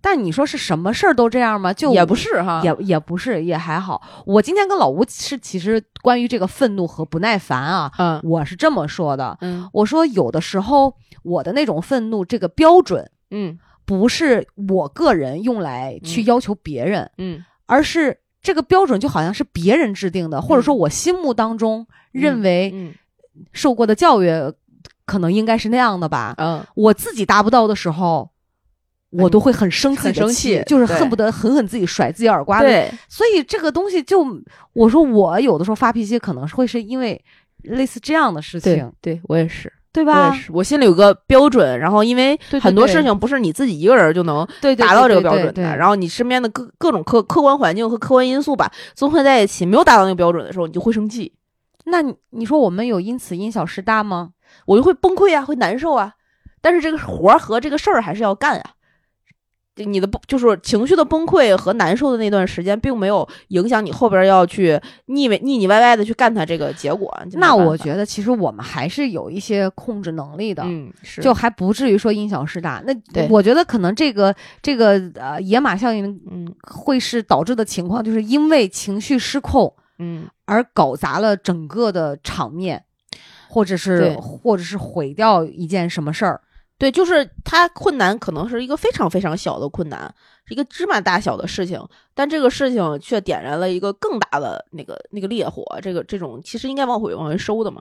[SPEAKER 2] 但你说是什么事儿都这样吗？就
[SPEAKER 1] 也不。是哈，
[SPEAKER 2] 也也不是，也还好。我今天跟老吴是其实关于这个愤怒和不耐烦啊，
[SPEAKER 1] 嗯
[SPEAKER 2] 我是这么说的。
[SPEAKER 1] 嗯
[SPEAKER 2] 我说有的时候我的那种愤怒这个标准，
[SPEAKER 1] 嗯
[SPEAKER 2] 不是我个人用来去
[SPEAKER 1] 嗯
[SPEAKER 2] 要求别人，
[SPEAKER 1] 嗯
[SPEAKER 2] 而是这个标准就好像是别人制定的，或者说我心目当中认为
[SPEAKER 1] 嗯
[SPEAKER 2] 受过的教育可能应该是那样的吧。
[SPEAKER 1] 嗯，
[SPEAKER 2] 我自己达不到的时候，我都会很生气的
[SPEAKER 1] 很生气
[SPEAKER 2] 就是
[SPEAKER 1] 对
[SPEAKER 2] 恨不得狠狠自己甩自己耳刮子。
[SPEAKER 1] 对，
[SPEAKER 2] 所以这个东西就，我说我有的时候发脾气，可能是会是因为类似这样的事情，
[SPEAKER 1] 对我也是。
[SPEAKER 2] 对
[SPEAKER 1] 我
[SPEAKER 2] 吧
[SPEAKER 1] 也？是，我心里有个标准，然后因为
[SPEAKER 2] 对对
[SPEAKER 1] 很多
[SPEAKER 2] 对
[SPEAKER 1] 事情不是你自己一个人就能
[SPEAKER 2] 对对
[SPEAKER 1] 达到这个标准的，
[SPEAKER 2] 对对对
[SPEAKER 1] 然后你身边的各各种客客观环境和客观因素吧，综合在一起，没有达到那个标准的时候，你就会生气，
[SPEAKER 2] 那你你说我们有因此因小失大吗？
[SPEAKER 1] 我就会崩溃啊，会难受啊。但是这个活儿和这个事儿还是要干啊。就你的不就是情绪的崩溃和难受的那段时间，并没有影响你后边要去腻歪腻腻歪歪的去干它这个结果。就没
[SPEAKER 2] 那
[SPEAKER 1] 有办
[SPEAKER 2] 我
[SPEAKER 1] 法
[SPEAKER 2] 觉得其实我们还是有一些控制能力的。
[SPEAKER 1] 嗯是
[SPEAKER 2] 就还不至于说因小失大。那
[SPEAKER 1] 对
[SPEAKER 2] 我觉得可能这个这个呃野马效应
[SPEAKER 1] 嗯
[SPEAKER 2] 会是导致的情况，就是因为情绪失控
[SPEAKER 1] 嗯
[SPEAKER 2] 而搞砸了整个的场面，或者是
[SPEAKER 1] 对
[SPEAKER 2] 或者是毁掉一件什么事儿。
[SPEAKER 1] 对，就是它困难可能是一个非常非常小的困难，是一个芝麻大小的事情，但这个事情却点燃了一个更大的那个那个烈火。这个这种其实应该往回往回收的嘛。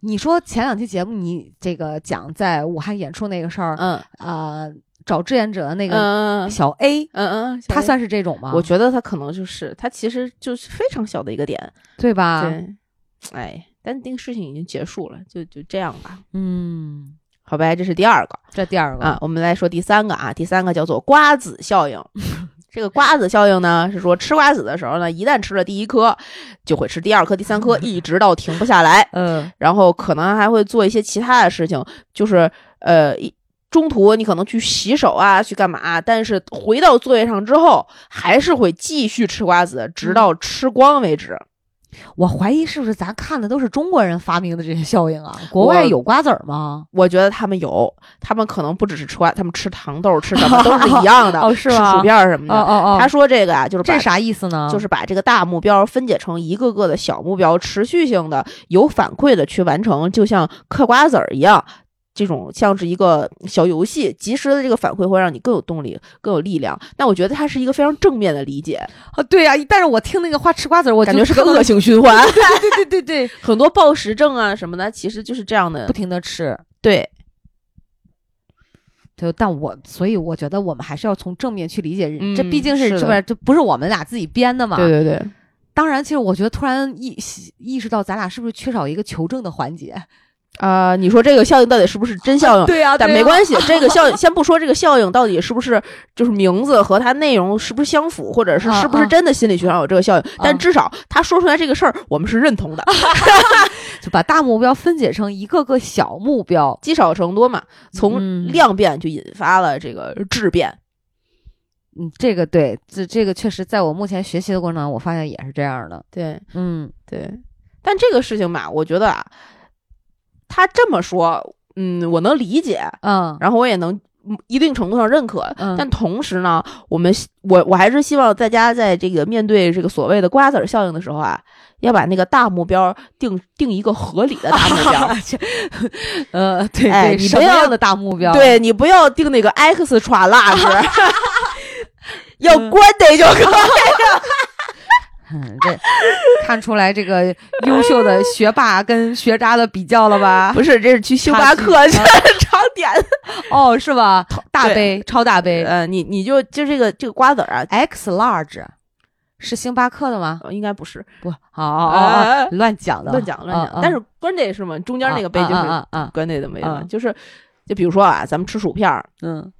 [SPEAKER 2] 你说前两期节目你这个讲在武汉演出那个事儿，
[SPEAKER 1] 嗯
[SPEAKER 2] 呃，找志愿者的
[SPEAKER 1] 嗯
[SPEAKER 2] 那个
[SPEAKER 1] 嗯
[SPEAKER 2] 小 A，、
[SPEAKER 1] 嗯嗯，
[SPEAKER 2] 他算是这种吗？
[SPEAKER 1] 我觉得他可能就是他其实就是非常小的一个点。
[SPEAKER 2] 对吧？
[SPEAKER 1] 对，哎，但那个事情已经结束了，就就这样吧。
[SPEAKER 2] 嗯，
[SPEAKER 1] 好呗，这是第二个
[SPEAKER 2] 这第二个，
[SPEAKER 1] 啊，我们来说第三个啊，第三个叫做瓜子效应。这个瓜子效应呢，是说吃瓜子的时候呢，一旦吃了第一颗，就会吃第二颗、第三 颗，一直到停不下来。
[SPEAKER 2] 嗯
[SPEAKER 1] 然后可能还会做一些其他的事情，就是呃，一中途你可能去洗手啊，去干嘛啊、但是回到座位上之后，还是会继续吃瓜子，
[SPEAKER 2] 嗯
[SPEAKER 1] 直到吃光为止。
[SPEAKER 2] 我怀疑是不是咱看的都是中国人发明的这些效应啊？国外
[SPEAKER 1] 我
[SPEAKER 2] 有瓜子儿吗？
[SPEAKER 1] 我觉得他们有，他们可能不只是吃瓜，他们吃糖豆、吃什么都是一样的，
[SPEAKER 2] 哦是
[SPEAKER 1] 吃
[SPEAKER 2] 吗
[SPEAKER 1] 薯片儿什么的。
[SPEAKER 2] 哦
[SPEAKER 1] 他说这个啊，就是把
[SPEAKER 2] 这啥意思呢？
[SPEAKER 1] 就是把这个大目标分解成一个个的小目标，持续性的有反馈的去完成，就像嗑瓜子儿一样。这种像是一个小游戏，及时的这个反馈会让你更有动力、更有力量。那我觉得它是一个非常正面的理解，
[SPEAKER 2] 啊，对呀、但是我听那个话吃瓜子儿，我就
[SPEAKER 1] 感觉是个
[SPEAKER 2] 特
[SPEAKER 1] 恶嗯性循环。
[SPEAKER 2] 对对对对，
[SPEAKER 1] 很多暴食症啊什么的，其实就是这样的
[SPEAKER 2] 不。停的吃，
[SPEAKER 1] 对，
[SPEAKER 2] 就但我所以我觉得我们还是要从正面去理解人，这
[SPEAKER 1] 嗯
[SPEAKER 2] 毕竟
[SPEAKER 1] 是
[SPEAKER 2] 是
[SPEAKER 1] 的
[SPEAKER 2] 这边这不是我们俩自己编的嘛。
[SPEAKER 1] 对对对，
[SPEAKER 2] 当然，其实我觉得突然意意识到咱俩是不是缺少一个求证的 环节？
[SPEAKER 1] 啊，你说这个效应到底是不是真效 应？
[SPEAKER 2] 对啊呀、
[SPEAKER 1] 但
[SPEAKER 2] 对
[SPEAKER 1] 没
[SPEAKER 2] 呀
[SPEAKER 1] 关系，这个效应先不说这个效应到底是不是就是名字和它内容是不是相符，或者是
[SPEAKER 2] 嗯
[SPEAKER 1] 是不是
[SPEAKER 2] 嗯
[SPEAKER 1] 真的心理学上有这个效应，但
[SPEAKER 2] 嗯
[SPEAKER 1] 至少他说出来这个事儿，我们是认同的，
[SPEAKER 2] 就把大目标分解成一个个小目标，
[SPEAKER 1] 积少成多嘛，从
[SPEAKER 2] 嗯
[SPEAKER 1] 量变就引发了这个质变。
[SPEAKER 2] 嗯，这个对，这这个确实在我目前学习的过程当中，我发现也是这样的，
[SPEAKER 1] 对
[SPEAKER 2] 嗯
[SPEAKER 1] 对，但这个事情嘛，我觉得啊，他这么说，嗯，我能理解，
[SPEAKER 2] 嗯
[SPEAKER 1] 然后我也能嗯一定程度上认可，
[SPEAKER 2] 嗯，
[SPEAKER 1] 但同时呢，我们希我我还是希望大家在这个面对这个所谓的瓜子儿效应的时候啊，要把那个大目标定定一个合理的大目 标。
[SPEAKER 2] 这呃，对
[SPEAKER 1] 哎
[SPEAKER 2] 对，
[SPEAKER 1] 你
[SPEAKER 2] 什
[SPEAKER 1] 不
[SPEAKER 2] 么
[SPEAKER 1] 要
[SPEAKER 2] 样的大目标？，
[SPEAKER 1] 对你不要定那个 X 传蜡 是，要
[SPEAKER 2] 嗯
[SPEAKER 1] 关得就可 以。
[SPEAKER 2] 嗯，这看出来这个优秀的学霸跟学渣的比较了吧？
[SPEAKER 1] 不是，这是去星巴克
[SPEAKER 2] 啊
[SPEAKER 1] 去尝点。
[SPEAKER 2] 哦，是吧？大
[SPEAKER 1] 对
[SPEAKER 2] 杯，超大杯
[SPEAKER 1] 呃，你你就就这个这个瓜子儿啊，呃
[SPEAKER 2] ，X large 是星巴克的吗？
[SPEAKER 1] 应该不是
[SPEAKER 2] 不，哦哦哦哦，乱讲的，
[SPEAKER 1] 啊乱讲乱
[SPEAKER 2] 嗯
[SPEAKER 1] 讲，但是关得是吗？中间那个杯就
[SPEAKER 2] 嗯
[SPEAKER 1] 是
[SPEAKER 2] 嗯嗯
[SPEAKER 1] 关得的没了，
[SPEAKER 2] 嗯
[SPEAKER 1] 就是就比如说啊，咱们吃薯片儿，
[SPEAKER 2] 嗯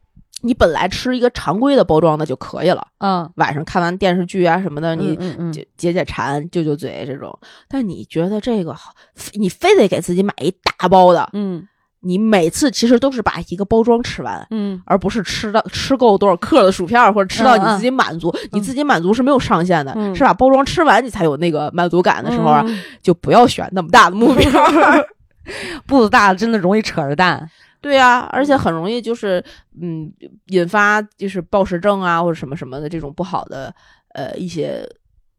[SPEAKER 1] 你本来吃一个常规的包装的就可以了。
[SPEAKER 2] 嗯
[SPEAKER 1] 晚上看完电视剧啊什么的，
[SPEAKER 2] 嗯，
[SPEAKER 1] 你
[SPEAKER 2] 嗯嗯
[SPEAKER 1] 解解解馋、救救嘴这种。但你觉得这个好，你非得给自己买一大包的，
[SPEAKER 2] 嗯
[SPEAKER 1] 你每次其实都是把一个包装吃完。
[SPEAKER 2] 嗯
[SPEAKER 1] 而不是吃到吃够多少克的薯片儿，或者吃到你
[SPEAKER 2] 嗯嗯
[SPEAKER 1] 自己满足，你自己满足是没有上限的，
[SPEAKER 2] 嗯
[SPEAKER 1] 是把包装吃完你才有那个满足感的时候啊，
[SPEAKER 2] 嗯
[SPEAKER 1] 就不要选那么大的目标。
[SPEAKER 2] 步子大了真的容易扯着蛋。
[SPEAKER 1] 对啊，而且很容易就是嗯，引发就是暴食症啊或者什么什么的这种不好的呃一些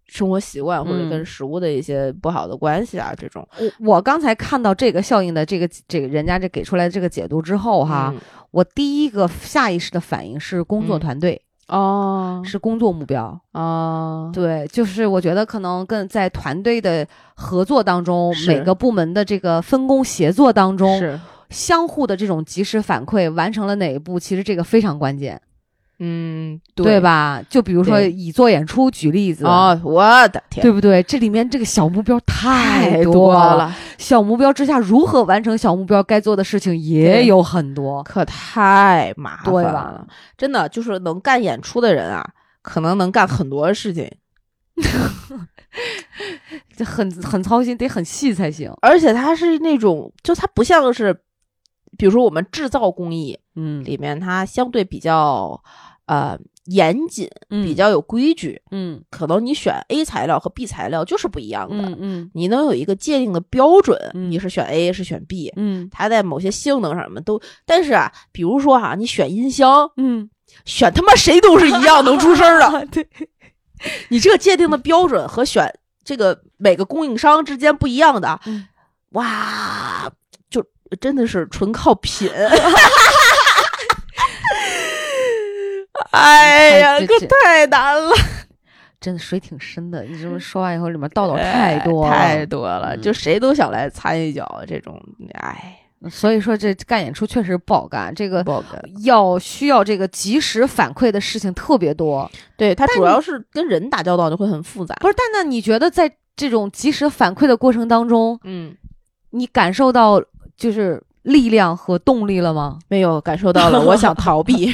[SPEAKER 1] 生活习惯或者
[SPEAKER 2] 嗯
[SPEAKER 1] 跟食物的一些不好的关系啊、这种
[SPEAKER 2] 我我刚才看到这个效应的这个这个人家这给出来的这个解读之后哈，
[SPEAKER 1] 嗯
[SPEAKER 2] 我第一个下意识的反应是工作
[SPEAKER 1] 嗯
[SPEAKER 2] 团队，
[SPEAKER 1] 哦
[SPEAKER 2] 是工作目标。
[SPEAKER 1] 哦，
[SPEAKER 2] 对，就是我觉得可能更在团队的合作当中，
[SPEAKER 1] 是
[SPEAKER 2] 每个部门的这个分工协作当中，
[SPEAKER 1] 是
[SPEAKER 2] 相互的这种及时反馈，完成了哪一步，其实这个非常关键，
[SPEAKER 1] 嗯
[SPEAKER 2] 对？吧？就比如说
[SPEAKER 1] 对
[SPEAKER 2] 以做演出举例子。
[SPEAKER 1] 哦，我的天，
[SPEAKER 2] 对不对？这里面这个小目标太
[SPEAKER 1] 太
[SPEAKER 2] 多了，
[SPEAKER 1] 了，
[SPEAKER 2] 小目标之下，如何完成小目标该做的事情也有很多。
[SPEAKER 1] 可太麻烦
[SPEAKER 2] 对吧
[SPEAKER 1] 了，真的就是能干演出的人啊，可能能干很多事情，
[SPEAKER 2] 这很很操心，得很细才行。
[SPEAKER 1] 而且它是那种就它不像是。比如说，我们制造工艺，
[SPEAKER 2] 嗯，
[SPEAKER 1] 里面它相对比较呃严谨，比
[SPEAKER 2] 比
[SPEAKER 1] 较有规矩。
[SPEAKER 2] 嗯
[SPEAKER 1] 可能你选 A 材料和 B 材料就是不一样的，
[SPEAKER 2] 嗯嗯
[SPEAKER 1] 你能有一个界定的标准，
[SPEAKER 2] 嗯
[SPEAKER 1] 你是选 A 是选 B。
[SPEAKER 2] 嗯
[SPEAKER 1] 它在某些性能上什么都，但是啊，比如说哈、你选音箱，
[SPEAKER 2] 嗯
[SPEAKER 1] 选他妈谁都是一样能出声的。
[SPEAKER 2] 啊， 对，
[SPEAKER 1] 你这个界定的标准和选这个每个供应商之间不一样的，
[SPEAKER 2] 嗯
[SPEAKER 1] 哇，就真的是纯靠 品。哎呀，
[SPEAKER 2] 太
[SPEAKER 1] 这
[SPEAKER 2] 这
[SPEAKER 1] 太难了，
[SPEAKER 2] 真的水挺深的。你这么说完以后，里面道道嗯哎太多了，
[SPEAKER 1] 哎太多了，
[SPEAKER 2] 嗯
[SPEAKER 1] 就谁都想来参一脚，这种哎，
[SPEAKER 2] 嗯所以说这干演出确实不好干，这个
[SPEAKER 1] 不好干。
[SPEAKER 2] 要需要这个及时反馈的事情特别多。
[SPEAKER 1] 对他
[SPEAKER 2] 但
[SPEAKER 1] 主要是跟人打交道就会很复杂。
[SPEAKER 2] 不是，蛋蛋，你觉得在这种及时反馈的过程当中，
[SPEAKER 1] 嗯，
[SPEAKER 2] 你感受到就是力量和动力了吗？
[SPEAKER 1] 没有感受 到了，我想逃避。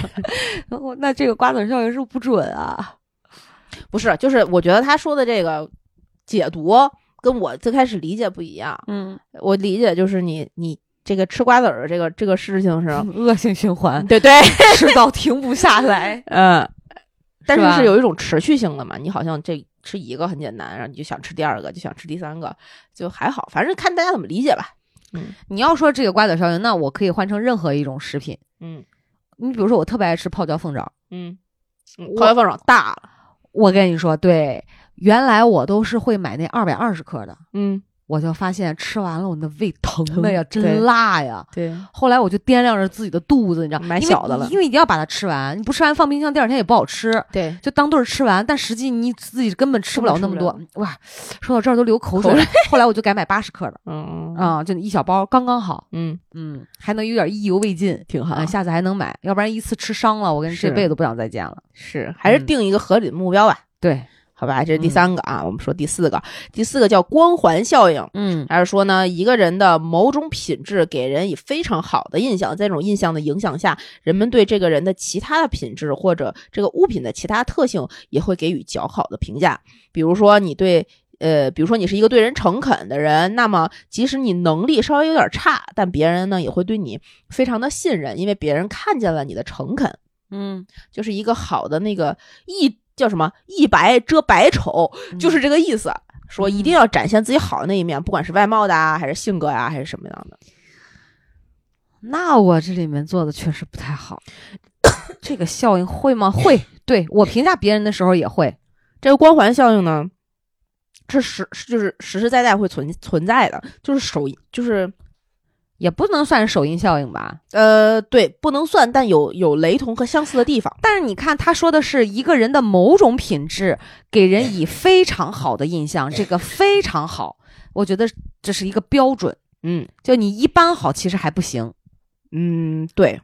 [SPEAKER 2] 哦， 那这个瓜子效应是不是不准啊？
[SPEAKER 1] 不是，就是我觉得他说的这个解读跟我最开始理解不一样。
[SPEAKER 2] 嗯，
[SPEAKER 1] 我理解就是你你这个吃瓜子儿这个这个事情是，
[SPEAKER 2] 恶性循环，
[SPEAKER 1] 嗯对对，。
[SPEAKER 2] 吃到停不下来
[SPEAKER 1] 嗯，但
[SPEAKER 2] 是
[SPEAKER 1] 是
[SPEAKER 2] 吧
[SPEAKER 1] 是有一种持续性的嘛，你好像这吃一个很简单，然后你就想吃第二个，就想吃第三个，就还好，反正看大家怎么理解吧。
[SPEAKER 2] 你要说这个瓜子效应，那我可以换成任何一种食品。
[SPEAKER 1] 嗯
[SPEAKER 2] 你比如说，我特别爱吃泡椒凤爪，
[SPEAKER 1] 嗯，
[SPEAKER 2] 我
[SPEAKER 1] 泡椒凤爪大了，
[SPEAKER 2] 我跟你说，对，原来我都是会买那二百二十克的，
[SPEAKER 1] 嗯，
[SPEAKER 2] 我就发现吃完了我那胃疼的呀，
[SPEAKER 1] 疼对
[SPEAKER 2] 真辣呀。
[SPEAKER 1] 对，
[SPEAKER 2] 后来我就掂量着自己的肚子，你知道，
[SPEAKER 1] 买
[SPEAKER 2] 因为
[SPEAKER 1] 小的了
[SPEAKER 2] 因为你要把它吃完，你不吃完放冰箱，第二天也不好吃。
[SPEAKER 1] 对，
[SPEAKER 2] 就当顿儿吃完，但实际你自己根本吃不了那么多
[SPEAKER 1] 根。
[SPEAKER 2] 哇，说到这儿都流口水了。后来我就改买八十克的，
[SPEAKER 1] 嗯
[SPEAKER 2] 啊、就一小包，刚刚好，
[SPEAKER 1] 嗯，
[SPEAKER 2] 嗯，还能有点意犹未尽。
[SPEAKER 1] 挺好
[SPEAKER 2] 啊，，下次还能买，要不然一次吃伤了，我跟你
[SPEAKER 1] 是
[SPEAKER 2] 这辈子不想再见了。
[SPEAKER 1] 是还是
[SPEAKER 2] 嗯
[SPEAKER 1] 定一个合理的目标吧，
[SPEAKER 2] 对，
[SPEAKER 1] 好吧，这是第
[SPEAKER 2] 嗯
[SPEAKER 1] 三个啊，我们说第四个，第四个叫光环效应。
[SPEAKER 2] 嗯
[SPEAKER 1] 还是说呢，一个人的某种品质给人以非常好的印象，在这种印象的影响下，人们对这个人的其他的品质或者这个物品的其他特性也会给予较好的评价。比如说，你对。呃，比如说你是一个对人诚恳的人，那么即使你能力稍微有点差，但别人呢也会对你非常的信任，因为别人看见了你的诚恳，
[SPEAKER 2] 嗯，
[SPEAKER 1] 就是一个好的那个一叫什么一白遮百丑，
[SPEAKER 2] 嗯
[SPEAKER 1] 就是这个意思。说一定要展现自己好的那一面，不管是外貌的啊，还是性格呀、还是什么样的。
[SPEAKER 2] 那我这里面做的确实不太好。 这个效应会吗？ 会，对我评价别人的时候也会。
[SPEAKER 1] 这个光环效应呢，是实是就是实实在在会存存在的，就是手就是
[SPEAKER 2] 也不能算是首因效应吧，
[SPEAKER 1] 呃对，不能算，但有有雷同和相似的地方。
[SPEAKER 2] 但是你看，他说的是一个人的某种品质给人以非常好的印象，这个非常好，我觉得这是一个标准。
[SPEAKER 1] 嗯
[SPEAKER 2] 就你一般好，其实还不行，
[SPEAKER 1] 嗯，对，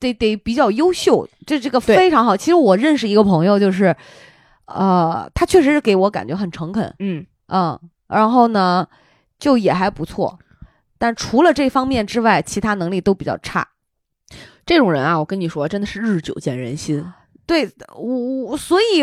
[SPEAKER 2] 得得比较优秀，就这个
[SPEAKER 1] 对
[SPEAKER 2] 非常好。其实我认识一个朋友，就是，呃，他确实是给我感觉很诚恳，
[SPEAKER 1] 嗯
[SPEAKER 2] 嗯，然后呢，就也还不错，但除了这方面之外，其他能力都比较差。
[SPEAKER 1] 这种人啊，我跟你说，真的是日久见人心。
[SPEAKER 2] 对我我，所以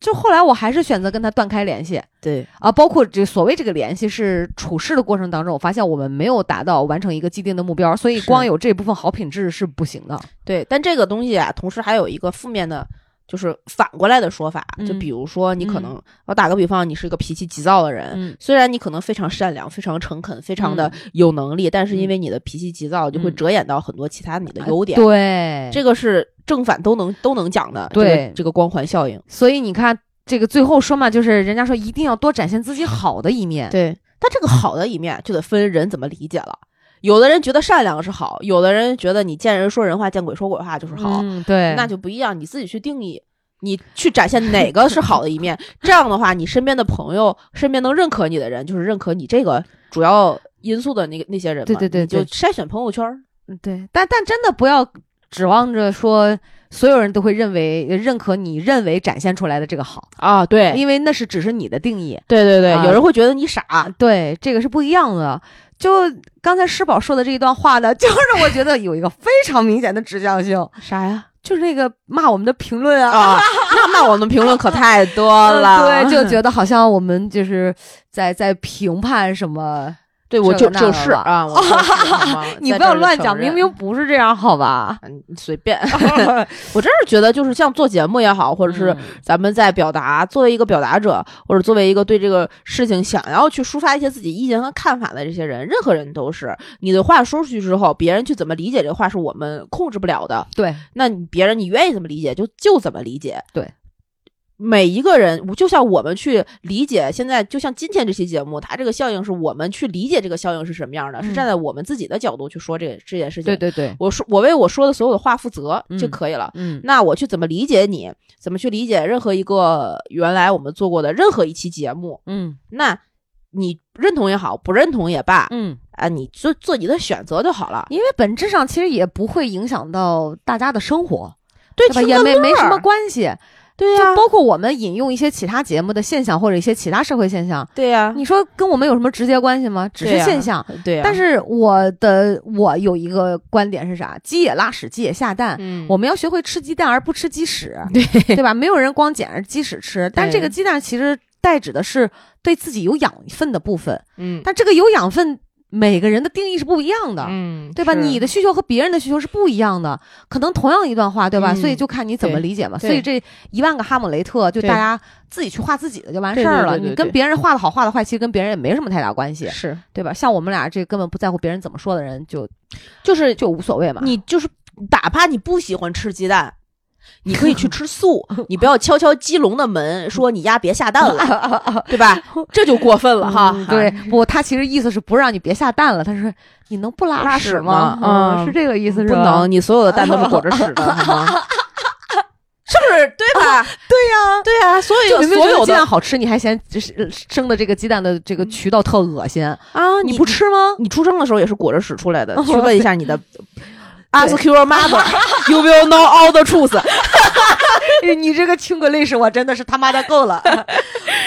[SPEAKER 2] 就后来我还是选择跟他断开联系
[SPEAKER 1] 对，
[SPEAKER 2] 啊，包括这所谓这个联系是处事的过程当中，我发现我们没有达到完成一个既定的目标，所以
[SPEAKER 1] 是
[SPEAKER 2] 光有这部分好品质是不行的。
[SPEAKER 1] 对，但这个东西啊，同时还有一个负面的，就是反过来的说法。就
[SPEAKER 2] 嗯
[SPEAKER 1] 比如说，你可
[SPEAKER 2] 嗯
[SPEAKER 1] 能、我打个比方，你是一个脾气急躁的人，
[SPEAKER 2] 嗯，
[SPEAKER 1] 虽然你可能非常善良、非常诚恳、呃非常的有能力，但是因为你的脾气急躁，就会遮掩到很多其他你的优点。
[SPEAKER 2] 嗯哎呃对，
[SPEAKER 1] 这个是正反都能都能讲的，这
[SPEAKER 2] 对
[SPEAKER 1] 个、这个光环效应。
[SPEAKER 2] 所以你看这个最后说嘛，就是人家说一定要多展现自己好的一面。
[SPEAKER 1] 对，但这个好的一面就得分人怎么理解了。有的人觉得善良是好，有的人觉得你见人说人话，见鬼说鬼话就是好，
[SPEAKER 2] 嗯，对，
[SPEAKER 1] 那就不一样，你自己去定义。你去展现哪个是好的一面，这样的话，你身边的朋友、身边能认可你的人，就是认可你这个主要因素的那个那些人嘛。
[SPEAKER 2] 对对对
[SPEAKER 1] 你就
[SPEAKER 2] 对
[SPEAKER 1] 筛选朋友圈儿，
[SPEAKER 2] 嗯对，但但真的不要指望着说所有人都会认为认可你认为展现出来的这个好，
[SPEAKER 1] 啊，对
[SPEAKER 2] 因为那是只是你的定义。
[SPEAKER 1] 对对对，
[SPEAKER 2] 哎啊
[SPEAKER 1] 有人会觉得你傻，
[SPEAKER 2] 对，这个是不一样的。就刚才施宝说的这一段话呢，就是我觉得有一个非常明显的指向性，
[SPEAKER 1] 啥 呀？
[SPEAKER 2] 就是那个骂我们的评论啊，
[SPEAKER 1] 啊，那那我们评论可太多了，
[SPEAKER 2] 嗯 对，就觉得好像我们就是在在评判什么，
[SPEAKER 1] 对我就
[SPEAKER 2] 这个那个
[SPEAKER 1] 就是
[SPEAKER 2] 吧
[SPEAKER 1] 啊， 我就是好吗
[SPEAKER 2] 你
[SPEAKER 1] 在
[SPEAKER 2] 不
[SPEAKER 1] 这
[SPEAKER 2] 要
[SPEAKER 1] 儿
[SPEAKER 2] 乱
[SPEAKER 1] 承
[SPEAKER 2] 讲，
[SPEAKER 1] 认
[SPEAKER 2] 明明不是这样，好 吧？
[SPEAKER 1] 嗯你随便。我真是觉得，就是像做节目也好，或者是
[SPEAKER 2] 嗯
[SPEAKER 1] 咱们在表达，作为一个表达者，或者作为一个对这个事情想要去抒发一些自己意见和看法的这些人，任何人都是，你的话说出去之后，别人去怎么理解这个话是我们控制不了的，
[SPEAKER 2] 对，
[SPEAKER 1] 那你别人你愿意怎么理解就就怎么理解。
[SPEAKER 2] 对，
[SPEAKER 1] 每一个人，就像我们去理解，现在就像今天这期节目，它这个效应是我们去理解这个效应是什么样的，是
[SPEAKER 2] 嗯
[SPEAKER 1] 站在我们自己的角度去说这个这件事情。
[SPEAKER 2] 对对对，
[SPEAKER 1] 我说我为我说的所有的话负责
[SPEAKER 2] 嗯
[SPEAKER 1] 就可以了。
[SPEAKER 2] 嗯
[SPEAKER 1] 那我去怎么理解你？怎么去理解任何一个原来我们做过的任何一期节目？
[SPEAKER 2] 嗯
[SPEAKER 1] 那你认同也好，不认同也罢，
[SPEAKER 2] 嗯，
[SPEAKER 1] 啊，你做做你的选择就好了。
[SPEAKER 2] 因为本质上其实也不会影响到大家的生活，
[SPEAKER 1] 对
[SPEAKER 2] 对吧？
[SPEAKER 1] 听
[SPEAKER 2] 也
[SPEAKER 1] 个
[SPEAKER 2] 没没什么
[SPEAKER 1] 乐儿啊
[SPEAKER 2] 关系。
[SPEAKER 1] 对呀、
[SPEAKER 2] 就包括我们引用一些其他节目的现象或者一些其他社会现象，
[SPEAKER 1] 对呀、
[SPEAKER 2] 你说跟我们有什么直接关系吗？只
[SPEAKER 1] 啊
[SPEAKER 2] 是
[SPEAKER 1] 对呀
[SPEAKER 2] 现象。
[SPEAKER 1] 对呀、
[SPEAKER 2] 但是我的我有一个观点是啥？鸡也拉屎，鸡也下蛋。
[SPEAKER 1] 嗯，
[SPEAKER 2] 我们要学会吃鸡蛋而不吃 鸡屎，对吧？没有人光捡着鸡屎吃，但这个鸡蛋其实代指的是对自己有养分的部分。
[SPEAKER 1] 嗯
[SPEAKER 2] 但这个有养分，每个人的定义是不一样的。
[SPEAKER 1] 嗯，
[SPEAKER 2] 对吧？
[SPEAKER 1] 是
[SPEAKER 2] 你的需求和别人的需求是不一样的，可能同样一段话，对吧？
[SPEAKER 1] 嗯
[SPEAKER 2] 所以就看你怎么理解嘛。
[SPEAKER 1] 对
[SPEAKER 2] 所以这一万个哈姆雷特，就
[SPEAKER 1] 对
[SPEAKER 2] 大家自己去画自己的就完事儿
[SPEAKER 1] 对对
[SPEAKER 2] 了。
[SPEAKER 1] 对对
[SPEAKER 2] 你跟
[SPEAKER 1] 对
[SPEAKER 2] 别人画的好，画的坏，其实跟别人也没什么太大关系，
[SPEAKER 1] 是
[SPEAKER 2] 对吧？像我们俩这根本不在乎别人怎么说的人，就
[SPEAKER 1] 就是
[SPEAKER 2] 就无所谓嘛。
[SPEAKER 1] 你就是哪怕你不喜欢吃鸡蛋，你可以去吃 素，你不要敲敲鸡笼的门，说你丫别下蛋 了，对吧？这就过分了哈。啊
[SPEAKER 2] 嗯对，不，他其实意思是不让你别下蛋了。他说你能不
[SPEAKER 1] 拉
[SPEAKER 2] 屎
[SPEAKER 1] 屎
[SPEAKER 2] 吗？
[SPEAKER 1] 吗
[SPEAKER 2] 嗯，
[SPEAKER 1] 嗯
[SPEAKER 2] 是这个意思是
[SPEAKER 1] 不
[SPEAKER 2] 吧？
[SPEAKER 1] 能，你所有的蛋都是裹着屎的，好 吗？是不是对吧？
[SPEAKER 2] 对呀、
[SPEAKER 1] 对啊，所以
[SPEAKER 2] 就明明
[SPEAKER 1] 所
[SPEAKER 2] 觉得
[SPEAKER 1] 有
[SPEAKER 2] 鸡
[SPEAKER 1] 的嗯
[SPEAKER 2] 蛋好吃，你还嫌是生的这个鸡蛋的这个渠道特恶心，
[SPEAKER 1] 啊，
[SPEAKER 2] 你
[SPEAKER 1] 你
[SPEAKER 2] 不吃吗？
[SPEAKER 1] 你出生的时候也是裹着屎出来的
[SPEAKER 2] 哦，
[SPEAKER 1] 去问一下你的。Ask your mother, you will know all the truth。
[SPEAKER 2] 哎你这个 English 我真的是他妈的够 了，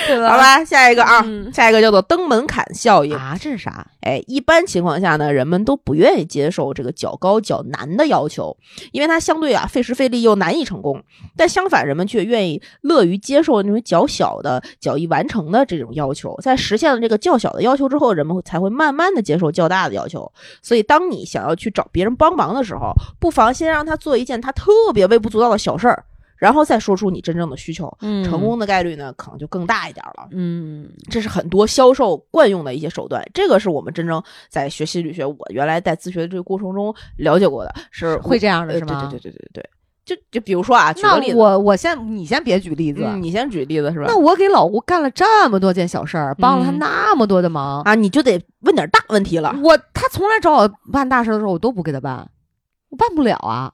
[SPEAKER 2] 对吧？
[SPEAKER 1] 好吧，下一个啊，
[SPEAKER 2] 嗯
[SPEAKER 1] 下一个叫做登门槛效应。
[SPEAKER 2] 啊，这是啥？
[SPEAKER 1] 哎，一般情况下呢，人们都不愿意接受这个较高较难的要求，因为它相对啊费时费力又难以成功。但相反，人们却愿意乐于接受那种较小的、较易完成的这种要求。在实现了这个较小的要求之后，人们会才会慢慢的接受较大的要求。所以，当你想要去找别人帮忙的时候，不妨先让他做一件他特别微不足道的小事儿，然后再说出你真正的需求。
[SPEAKER 2] 嗯
[SPEAKER 1] 成功的概率呢，可能就更大一点了。
[SPEAKER 2] 嗯
[SPEAKER 1] 这是很多销售惯用的一些手段，这个是我们真正在学心理学，我原来在自学的这个过程中了解过的，是
[SPEAKER 2] 会这样的
[SPEAKER 1] 呃
[SPEAKER 2] 是吗？
[SPEAKER 1] 对对对对对对，就就比如说啊，举个例
[SPEAKER 2] 那
[SPEAKER 1] 子，
[SPEAKER 2] 我我先你先别举例子，
[SPEAKER 1] 嗯，你先举例子是吧
[SPEAKER 2] 那？我给老吴干了这么多件小事儿，帮了
[SPEAKER 1] 嗯
[SPEAKER 2] 他那么多的忙，
[SPEAKER 1] 啊，你就得问点大问题了，
[SPEAKER 2] 我他从来找我办大事的时候，我都不给他办，我办不了啊。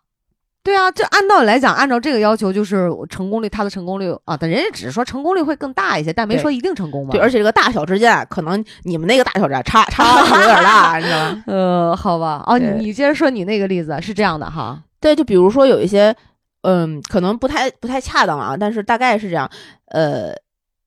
[SPEAKER 2] 对啊，就按道理来讲，按照这个要求，就是我成功率，他的成功率啊，但人家只是说成功率会更大一些，但没
[SPEAKER 1] 对
[SPEAKER 2] 说一定成功嘛。
[SPEAKER 1] 对，而且这个大小之间啊，可能你们那个大小之间啊差差 距有点大，你知道吗？
[SPEAKER 2] 呃，好吧，哦，你
[SPEAKER 1] 对
[SPEAKER 2] 你接着说你那个例子是这样的哈，
[SPEAKER 1] 对，就比如说有一些，嗯，可能不太不太恰当啊，但是大概是这样，呃，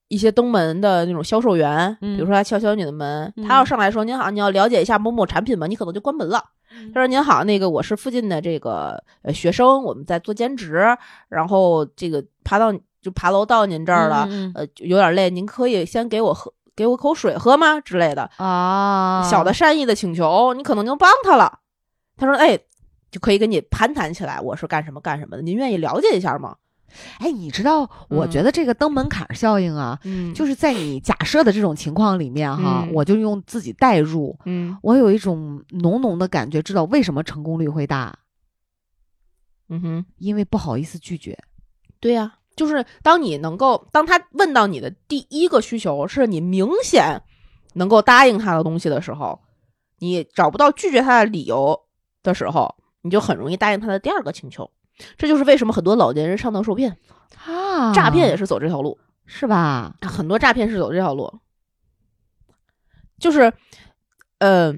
[SPEAKER 1] 一些登门的那种销售员，
[SPEAKER 2] 嗯
[SPEAKER 1] 比如说他敲敲你的门，
[SPEAKER 2] 嗯
[SPEAKER 1] 他要上来说：“您好，你要了解一下某某产品吗？”你可能就关门了。
[SPEAKER 2] 嗯
[SPEAKER 1] 他说：“您好，那个我是附近的这个呃学生，我们在做兼职，然后这个爬到就爬楼到您这儿了，
[SPEAKER 2] 嗯嗯
[SPEAKER 1] 呃，有点累，您可以先给我喝给我口水喝吗之类的。”
[SPEAKER 2] 嗯啊，
[SPEAKER 1] 小的善意的请求，哦你可能就帮他了。他说：“哎，就可以跟你攀谈起来，我是干什么干什么的，您愿意了解一下吗
[SPEAKER 2] 哎，你知道，我
[SPEAKER 1] 嗯
[SPEAKER 2] 觉得这个登门槛效应啊，？”
[SPEAKER 1] 嗯
[SPEAKER 2] 就是是在你假设的这种情况里面哈，
[SPEAKER 1] 嗯
[SPEAKER 2] 我就用自己代入，
[SPEAKER 1] 嗯
[SPEAKER 2] 我有一种浓浓的感觉，知道为什么成功率会大，
[SPEAKER 1] 嗯哼，
[SPEAKER 2] 因为不好意思拒绝。
[SPEAKER 1] 对呀、就是当你能够当他问到你的第一个需求是你明显能够答应他的东西的时候，你找不到拒绝他的理由的时候，你就很容易答应他的第二个请求。这就是为什么很多老年人上当受骗，
[SPEAKER 2] 啊，
[SPEAKER 1] 诈骗也是走这条路。
[SPEAKER 2] 是吧？
[SPEAKER 1] 很多诈骗是走这条路，就是，呃，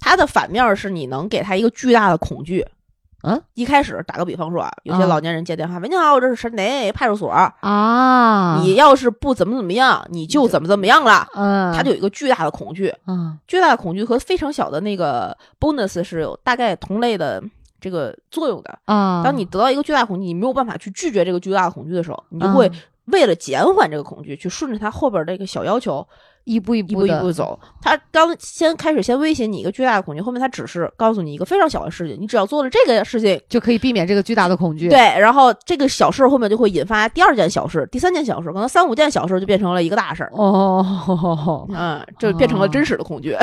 [SPEAKER 1] 它的反面是你能给他一个巨大的恐惧。
[SPEAKER 2] 嗯，
[SPEAKER 1] 一开始打个比方说啊，有些
[SPEAKER 2] 啊
[SPEAKER 1] 老年人接电话，喂、你好，这是谁哪派出所？
[SPEAKER 2] 啊，
[SPEAKER 1] 你要是不怎么怎么样，你就怎么怎么样了。
[SPEAKER 2] 嗯，
[SPEAKER 1] 他就有一个巨大的恐惧，
[SPEAKER 2] 嗯
[SPEAKER 1] 巨大的恐惧和非常小的那个 bonus 是有大概同类的这个作用的。
[SPEAKER 2] 啊，
[SPEAKER 1] 当你得到一个巨大恐惧，你没有办法去拒绝这个巨大的恐惧的时候，你就会
[SPEAKER 2] 嗯
[SPEAKER 1] 为了减缓这个恐惧，去顺着他后边这个小要求，
[SPEAKER 2] 一步一
[SPEAKER 1] 一步一
[SPEAKER 2] 的
[SPEAKER 1] 步走。他刚先开始先威胁你一个巨大的恐惧，后面他只是告诉你一个非常小的事情，你只要做了这个事情，
[SPEAKER 2] 就可以避免这个巨大的恐惧。
[SPEAKER 1] 对，，然后这个小事后面就会引发第二件小事、第三件小事，可能三五件小事就变成了一个大事儿。
[SPEAKER 2] 哦，
[SPEAKER 1] 嗯，就变成了真实的恐惧，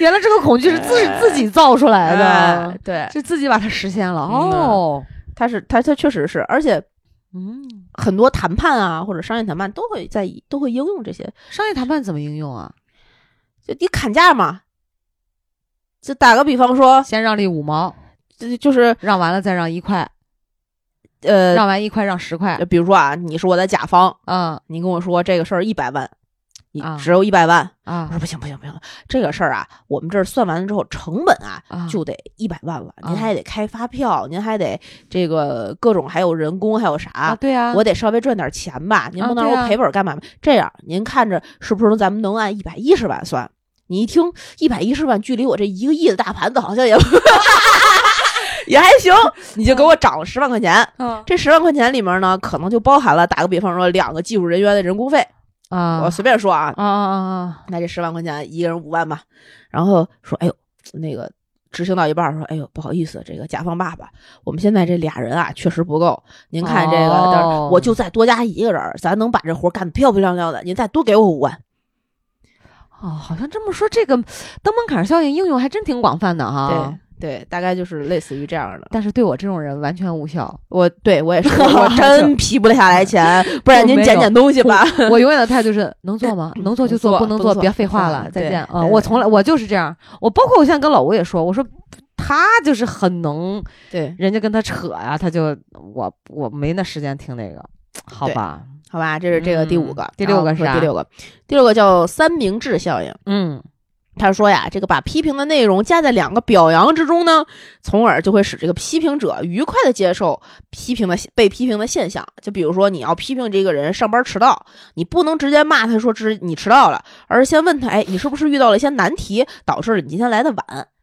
[SPEAKER 2] 原来这个恐惧是自自己造出来的
[SPEAKER 1] 哎，对，
[SPEAKER 2] 是自己把它实现了。
[SPEAKER 1] 嗯呐
[SPEAKER 2] 哦，
[SPEAKER 1] 他是他他确实是，而且
[SPEAKER 2] 嗯，
[SPEAKER 1] 很多谈判啊或者商业谈判都会在都会应用这些，
[SPEAKER 2] 商业谈判怎么应用啊？
[SPEAKER 1] 就你砍价嘛，就打个比方说，
[SPEAKER 2] 先让利五毛，
[SPEAKER 1] 就就是
[SPEAKER 2] 让完了再让一块，
[SPEAKER 1] 呃，
[SPEAKER 2] 让完一块让十块。
[SPEAKER 1] 比如说啊，你是我的甲方，
[SPEAKER 2] 嗯
[SPEAKER 1] 你跟我说这个事儿一百万，你
[SPEAKER 2] 啊
[SPEAKER 1] 只有一百万，我
[SPEAKER 2] 啊
[SPEAKER 1] 说不行不行不行，这个事儿啊，我们这儿算完了之后，成本啊
[SPEAKER 2] 啊，
[SPEAKER 1] 就得一百万了，
[SPEAKER 2] 啊
[SPEAKER 1] 您还得开发票，您还得这个各种还有人工还有
[SPEAKER 2] 啊，
[SPEAKER 1] 啥。
[SPEAKER 2] 对啊，
[SPEAKER 1] 我得稍微赚点钱吧，您
[SPEAKER 2] 啊
[SPEAKER 1] 不能
[SPEAKER 2] 对
[SPEAKER 1] 让
[SPEAKER 2] 啊
[SPEAKER 1] 我赔本干嘛？这样您看着是不是咱们能按一百一十万算？你一听一百一十万，距离我这一个亿的大盘子好像也 也还行，你就给我涨十万块钱。
[SPEAKER 2] 嗯
[SPEAKER 1] 这十万块钱里面呢，可能就包含了打个比方说两个技术人员的人工费，
[SPEAKER 2] 啊
[SPEAKER 1] 我随便说啊，
[SPEAKER 2] 啊啊
[SPEAKER 1] 那这十万块钱一个人五万吧。然后说，哎呦，那个执行到一半儿说，哎呦，不好意思，这个甲方爸爸，我们现在这俩人啊确实不够。您看这个，
[SPEAKER 2] 哦
[SPEAKER 1] 但是我就再多加一个人儿，咱能把这活儿干得漂漂亮亮的。您再多给我五万，
[SPEAKER 2] 啊！哦，好像这么说，这个登门槛效应应用还真挺广泛的哈。
[SPEAKER 1] 对，对，大概就是类似于这样的。
[SPEAKER 2] 但是对我这种人完全无效。
[SPEAKER 1] 我对我也是，我 真批不下来钱，不然您捡捡东西吧。
[SPEAKER 2] 我永远的态度是能 做吗？能做就
[SPEAKER 1] 能做
[SPEAKER 2] 不能
[SPEAKER 1] 不做
[SPEAKER 2] 别废话了，
[SPEAKER 1] 嗯
[SPEAKER 2] 再见
[SPEAKER 1] 对
[SPEAKER 2] 啊！
[SPEAKER 1] 对
[SPEAKER 2] 我从来我就是这样，我包括我现在跟老吴也说，我说他就是很能，
[SPEAKER 1] 对，
[SPEAKER 2] 人家跟他扯呀、他就我我没那时间听那个，好吧？
[SPEAKER 1] 好吧，这是这个第五个
[SPEAKER 2] 嗯，第六个
[SPEAKER 1] 然后
[SPEAKER 2] 是啥
[SPEAKER 1] 第六个，第六个叫三明治效应。
[SPEAKER 2] 嗯，
[SPEAKER 1] 他说呀，这个把批评的内容加在两个表扬之中呢，从而就会使这个批评者愉快的接受批评的被批评的现象。就比如说，你要批评这个人上班迟到，你不能直接骂他说这你迟到了，而是先问他，哎，你是不是遇到了一些难题，导致了你今天来的晚？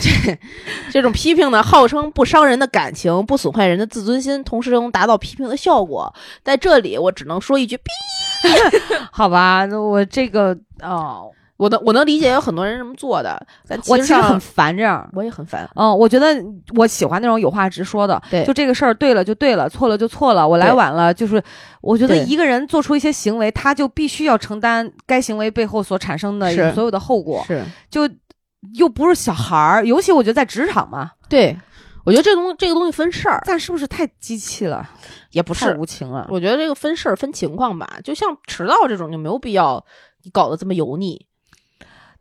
[SPEAKER 1] 这这种批评呢，号称不伤人的感情，不损坏人的自尊心，同时又能达到批评的效果。在这里，我只能说一句，哔
[SPEAKER 2] 好吧，那我这个哦，
[SPEAKER 1] 我能我能理解有很多人是这么做的，但
[SPEAKER 2] 我其实
[SPEAKER 1] 上
[SPEAKER 2] 很烦这样。
[SPEAKER 1] 我也很烦。
[SPEAKER 2] 嗯，我觉得我喜欢那种有话直说的，
[SPEAKER 1] 对
[SPEAKER 2] 就这个事儿对了就对了，错了就错了，我来
[SPEAKER 1] 对
[SPEAKER 2] 晚了就是，我觉得
[SPEAKER 1] 对
[SPEAKER 2] 一个人做出一些行为，他就必须要承担该行为背后所产生的
[SPEAKER 1] 是
[SPEAKER 2] 所有的后果，
[SPEAKER 1] 是，
[SPEAKER 2] 就又不是小孩儿，尤其我觉得在职场嘛，
[SPEAKER 1] 对，我觉得这东这个东西分事儿，
[SPEAKER 2] 咱是不是太机器了，
[SPEAKER 1] 也不
[SPEAKER 2] 太
[SPEAKER 1] 是。
[SPEAKER 2] 无情了？
[SPEAKER 1] 我觉得这个分事儿分情况吧，就像迟到这种就没有必要你搞得这么油腻。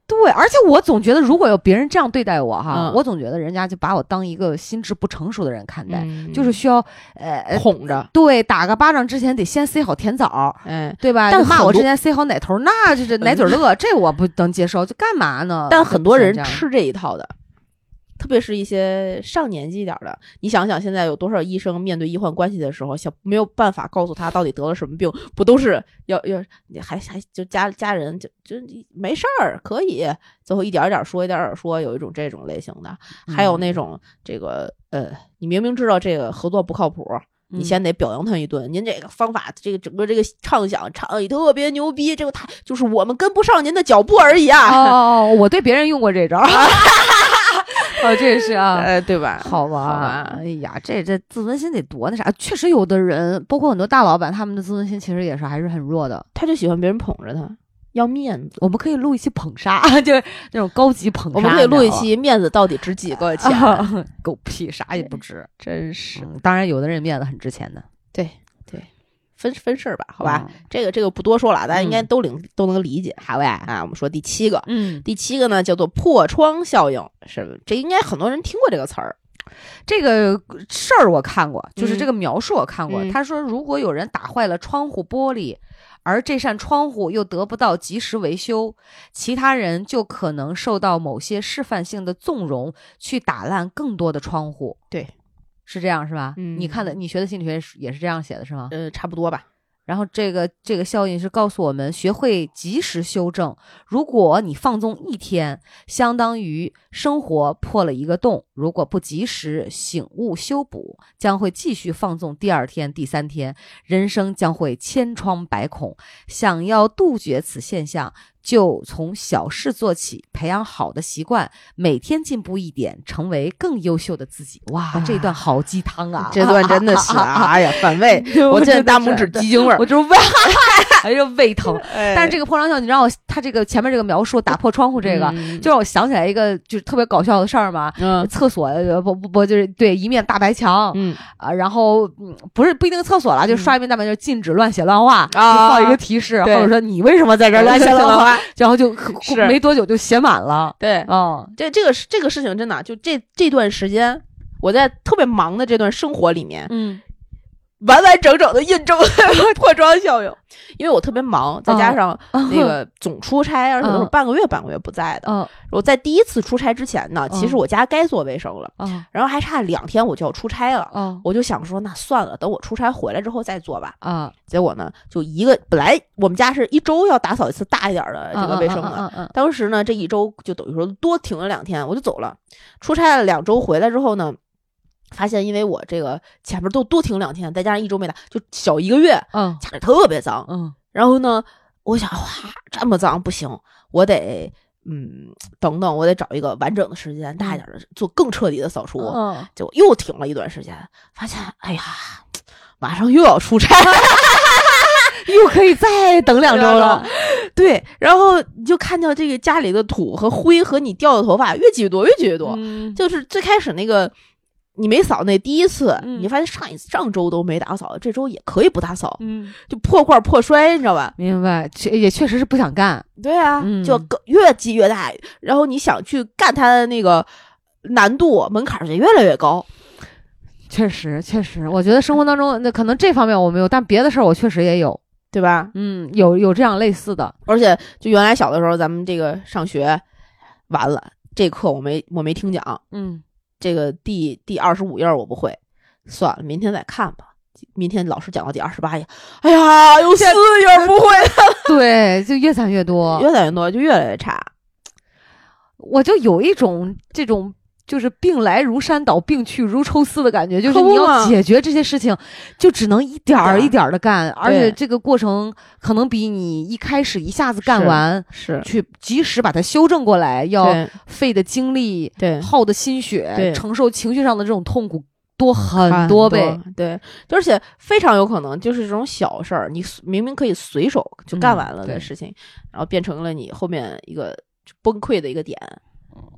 [SPEAKER 2] 对，而且我总觉得如果有别人这样对待我哈，
[SPEAKER 1] 嗯
[SPEAKER 2] 我总觉得人家就把我当一个心智不成熟的人看待，
[SPEAKER 1] 嗯
[SPEAKER 2] 就是需要呃
[SPEAKER 1] 哄着，
[SPEAKER 2] 对打个巴掌之前得先塞好甜枣儿。
[SPEAKER 1] 哎，
[SPEAKER 2] 对吧？
[SPEAKER 1] 但
[SPEAKER 2] 就骂
[SPEAKER 1] 很
[SPEAKER 2] 我之
[SPEAKER 1] 多嗯
[SPEAKER 2] 前塞好奶头儿，那这这奶嘴儿乐，这我不能接受，就干嘛呢？
[SPEAKER 1] 但很多人
[SPEAKER 2] 这样
[SPEAKER 1] 吃这一套的，特别是一些上年纪一点儿的。你想想，现在有多少医生面对医患关系的时候，想没有办法告诉他到底得了什么病，不都是要要你还还就家家人就就你没事儿，可以，最后一点儿一点儿说，一点儿一点儿说，有一种这种类型的，还有
[SPEAKER 2] 嗯
[SPEAKER 1] 那种这个呃，你明明知道这个合作不靠谱，
[SPEAKER 2] 嗯
[SPEAKER 1] 你先得表扬他一顿。您这个方法，这个整个这个畅想倡议特别牛逼，这个他就是我们跟不上您的脚步而已
[SPEAKER 2] 哦
[SPEAKER 1] 啊。
[SPEAKER 2] 哦哦，我对别人用过这招儿，哦，这也是 啊。
[SPEAKER 1] 呃，对吧？
[SPEAKER 2] 好吧，
[SPEAKER 1] 好吧
[SPEAKER 2] 哎呀，这这自尊心得多那啥？确实，有的人，包括很多大老板，他们的自尊心其实也是还是很弱的。
[SPEAKER 1] 他就喜欢别人捧着他，要面子。
[SPEAKER 2] 我们可以录一期捧杀， 就是那种高级捧杀。
[SPEAKER 1] 我们可以
[SPEAKER 2] 你知道
[SPEAKER 1] 录一
[SPEAKER 2] 吗
[SPEAKER 1] 期面子到底值几个钱？
[SPEAKER 2] 啊， 狗屁，啥也不值。
[SPEAKER 1] 真是
[SPEAKER 2] 嗯当然，有的人面子很值钱的，
[SPEAKER 1] 分分事儿吧，好吧，
[SPEAKER 2] 嗯？
[SPEAKER 1] 这个这个不多说了，大家应该
[SPEAKER 2] 嗯
[SPEAKER 1] 都领都能理解
[SPEAKER 2] 好呗，
[SPEAKER 1] 啊。我们说第七个，
[SPEAKER 2] 嗯，
[SPEAKER 1] 第七个呢叫做破窗效应，是这应该很多人听过这个词儿。
[SPEAKER 2] 这个事儿我看过，就
[SPEAKER 1] 嗯
[SPEAKER 2] 是这个描述我看过。
[SPEAKER 1] 嗯
[SPEAKER 2] 他说，如果有人打坏了窗户玻璃，而这扇窗户又得不到及时维修，其他人就可能受到某些示范性的纵容，去打烂更多的窗户。
[SPEAKER 1] 对，
[SPEAKER 2] 是这样是吧？
[SPEAKER 1] 嗯
[SPEAKER 2] 你看的，你学的心理学是也是这样写的是吗？
[SPEAKER 1] 呃，差不多吧。
[SPEAKER 2] 然后这个这个效应是告诉我们，学会及时修正。如果你放纵一天，相当于生活破了一个洞；如果不及时醒悟修补，将会继续放纵第二天、第三天，人生将会千疮百孔。想要杜绝此现象，就从小事做起，培养好的习惯，每天进步一点，成为更优秀的自己。哇，这一段好鸡汤啊！
[SPEAKER 1] 这段真的是，哎呀，反胃，
[SPEAKER 2] 我
[SPEAKER 1] 我
[SPEAKER 2] 真
[SPEAKER 1] 现在
[SPEAKER 2] 的
[SPEAKER 1] 大拇
[SPEAKER 2] 是
[SPEAKER 1] 指鸡精味儿
[SPEAKER 2] 我。就是胃， 哎呦胃疼。但
[SPEAKER 1] 但
[SPEAKER 2] 是这个破窗效应，你让我他这个前面这个描述打破窗户这个，就让我想起来一个就是特别搞笑的事儿嘛。
[SPEAKER 1] 嗯
[SPEAKER 2] 厕所呃不不不就是对一面大白墙
[SPEAKER 1] 嗯
[SPEAKER 2] 啊，然后嗯不是不一定厕所了，就
[SPEAKER 1] 嗯
[SPEAKER 2] 刷一面大白墙，禁止乱写乱画，就
[SPEAKER 1] 啊
[SPEAKER 2] 放一个提示，或
[SPEAKER 1] 对
[SPEAKER 2] 者说你为什么在这儿乱写乱画，然 后就很
[SPEAKER 1] 是嗯
[SPEAKER 2] 没多久就写满了。
[SPEAKER 1] 对，
[SPEAKER 2] 哦，
[SPEAKER 1] 这这个是这个事情真的，就这这段时间，我在特别忙的这段生活里面，
[SPEAKER 2] 嗯，
[SPEAKER 1] 完完整整的印证了 破窗效应。嗯因为我特别忙，再加上那个总出差，而且都是
[SPEAKER 2] 嗯
[SPEAKER 1] 半个月半个月不在的。
[SPEAKER 2] 哦
[SPEAKER 1] 我在第一次出差之前呢，其实
[SPEAKER 2] 嗯
[SPEAKER 1] 我家该做卫生了，
[SPEAKER 2] 哦
[SPEAKER 1] 然后还差两天我就要出差了。
[SPEAKER 2] 哦
[SPEAKER 1] 我就想说，那算了，等我出差回来之后再做吧。
[SPEAKER 2] 啊，
[SPEAKER 1] 结果呢，就一个本来我们家是一周要打扫一次大一点儿的这个卫生的，
[SPEAKER 2] 嗯嗯嗯
[SPEAKER 1] 当时呢，这一周就等于说多停了两天，我就走了。出差了两周，回来之后呢，发现因为我这个前面都多停两天，再加上一周没打，就小一个月，
[SPEAKER 2] 嗯
[SPEAKER 1] 家里特别脏。
[SPEAKER 2] 嗯
[SPEAKER 1] 然后呢，我想，哇，这么脏不行，我得嗯等等，我得找一个完整的时间，大一点的做更彻底的扫除。
[SPEAKER 2] 嗯，
[SPEAKER 1] 结果又停了一段时间，发现哎呀，马上又要出差，
[SPEAKER 2] 又可以再哎 等两周了。
[SPEAKER 1] 对，然后你就看到这个家里的土和灰和你掉的头发越挤越多，越挤越多。
[SPEAKER 2] 嗯
[SPEAKER 1] 就是最开始那个你没扫那第一次，
[SPEAKER 2] 嗯
[SPEAKER 1] 你发现上一次上周都没打扫，这周也可以不打扫，
[SPEAKER 2] 嗯，
[SPEAKER 1] 就破罐破摔，你知道吧？
[SPEAKER 2] 明白，确也确实是不想干。
[SPEAKER 1] 对啊，
[SPEAKER 2] 嗯
[SPEAKER 1] 就更越积越大，然后你想去干它的那个难度门槛就越来越高。
[SPEAKER 2] 确实，确实，我觉得生活当中那可能这方面我没有，但别的事儿我确实也有。
[SPEAKER 1] 对吧？
[SPEAKER 2] 嗯，有有这样类似的，
[SPEAKER 1] 而且就原来小的时候，咱们这个上学完了，这课我没我没听讲，
[SPEAKER 2] 嗯，
[SPEAKER 1] 这个第第二十五页我不会，算了，明天再看吧。明天老师讲到第二十八页，哎呀，有四页不会，
[SPEAKER 2] 对，就越攒越多。
[SPEAKER 1] 越来越多，就越来越差。
[SPEAKER 2] 我就有一种这种就是病来如山倒，病去如抽丝的感觉，就是
[SPEAKER 1] 可不
[SPEAKER 2] 你要
[SPEAKER 1] 嘛
[SPEAKER 2] 解决这些事情，就只能一点儿
[SPEAKER 1] 一
[SPEAKER 2] 一
[SPEAKER 1] 点
[SPEAKER 2] 点儿的干，而且这个过程可能比你一开始一下子干
[SPEAKER 1] 是
[SPEAKER 2] 完
[SPEAKER 1] 是，
[SPEAKER 2] 去及时把它修正过来，要
[SPEAKER 1] 对
[SPEAKER 2] 费的精力、
[SPEAKER 1] 对，
[SPEAKER 2] 耗的心血、
[SPEAKER 1] 对
[SPEAKER 2] 承受情绪上的这种痛苦多很多倍。，
[SPEAKER 1] 对，而且非常有可能就是这种小事儿，你明明可以随手就干完了
[SPEAKER 2] 嗯对
[SPEAKER 1] 的事情，然后变成了你后面一个崩溃的一个点。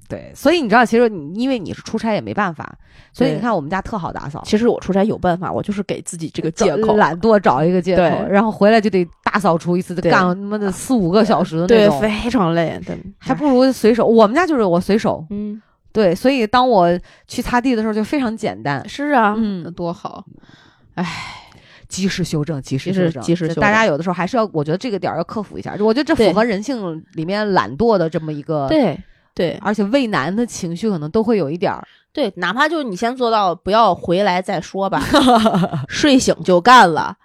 [SPEAKER 2] 对，所以你知道，其实你因为你是出差也没办法，所以
[SPEAKER 1] 对
[SPEAKER 2] 你看我们家特好打扫，
[SPEAKER 1] 其实我出差有办法，我就是给自己这个借
[SPEAKER 2] 找
[SPEAKER 1] 口。
[SPEAKER 2] 哦懒惰找一个借口，
[SPEAKER 1] 对
[SPEAKER 2] 然后回来就得大扫除一次，就
[SPEAKER 1] 对
[SPEAKER 2] 干他妈的四五个小时的那
[SPEAKER 1] 对，
[SPEAKER 2] 种，哎
[SPEAKER 1] 非常累，对，
[SPEAKER 2] 还不如随手。我们家就是我随手，
[SPEAKER 1] 嗯，
[SPEAKER 2] 对，所以当我去擦地的时候就非常简单，
[SPEAKER 1] 是啊，
[SPEAKER 2] 嗯
[SPEAKER 1] 那多好，
[SPEAKER 2] 及时修正，及时
[SPEAKER 1] 及时
[SPEAKER 2] 修正，
[SPEAKER 1] 及时
[SPEAKER 2] 就
[SPEAKER 1] 修
[SPEAKER 2] 大家
[SPEAKER 1] 正
[SPEAKER 2] 有的时候还是要，我觉得这个点儿要克服一下，就我觉得这
[SPEAKER 1] 对
[SPEAKER 2] 符合人性里面懒惰的这么一个，
[SPEAKER 1] 对对
[SPEAKER 2] 而且畏难的情绪可能都会有一点儿，
[SPEAKER 1] 对，哪怕就是你先做到，不要回来再说 吧，睡醒就干了，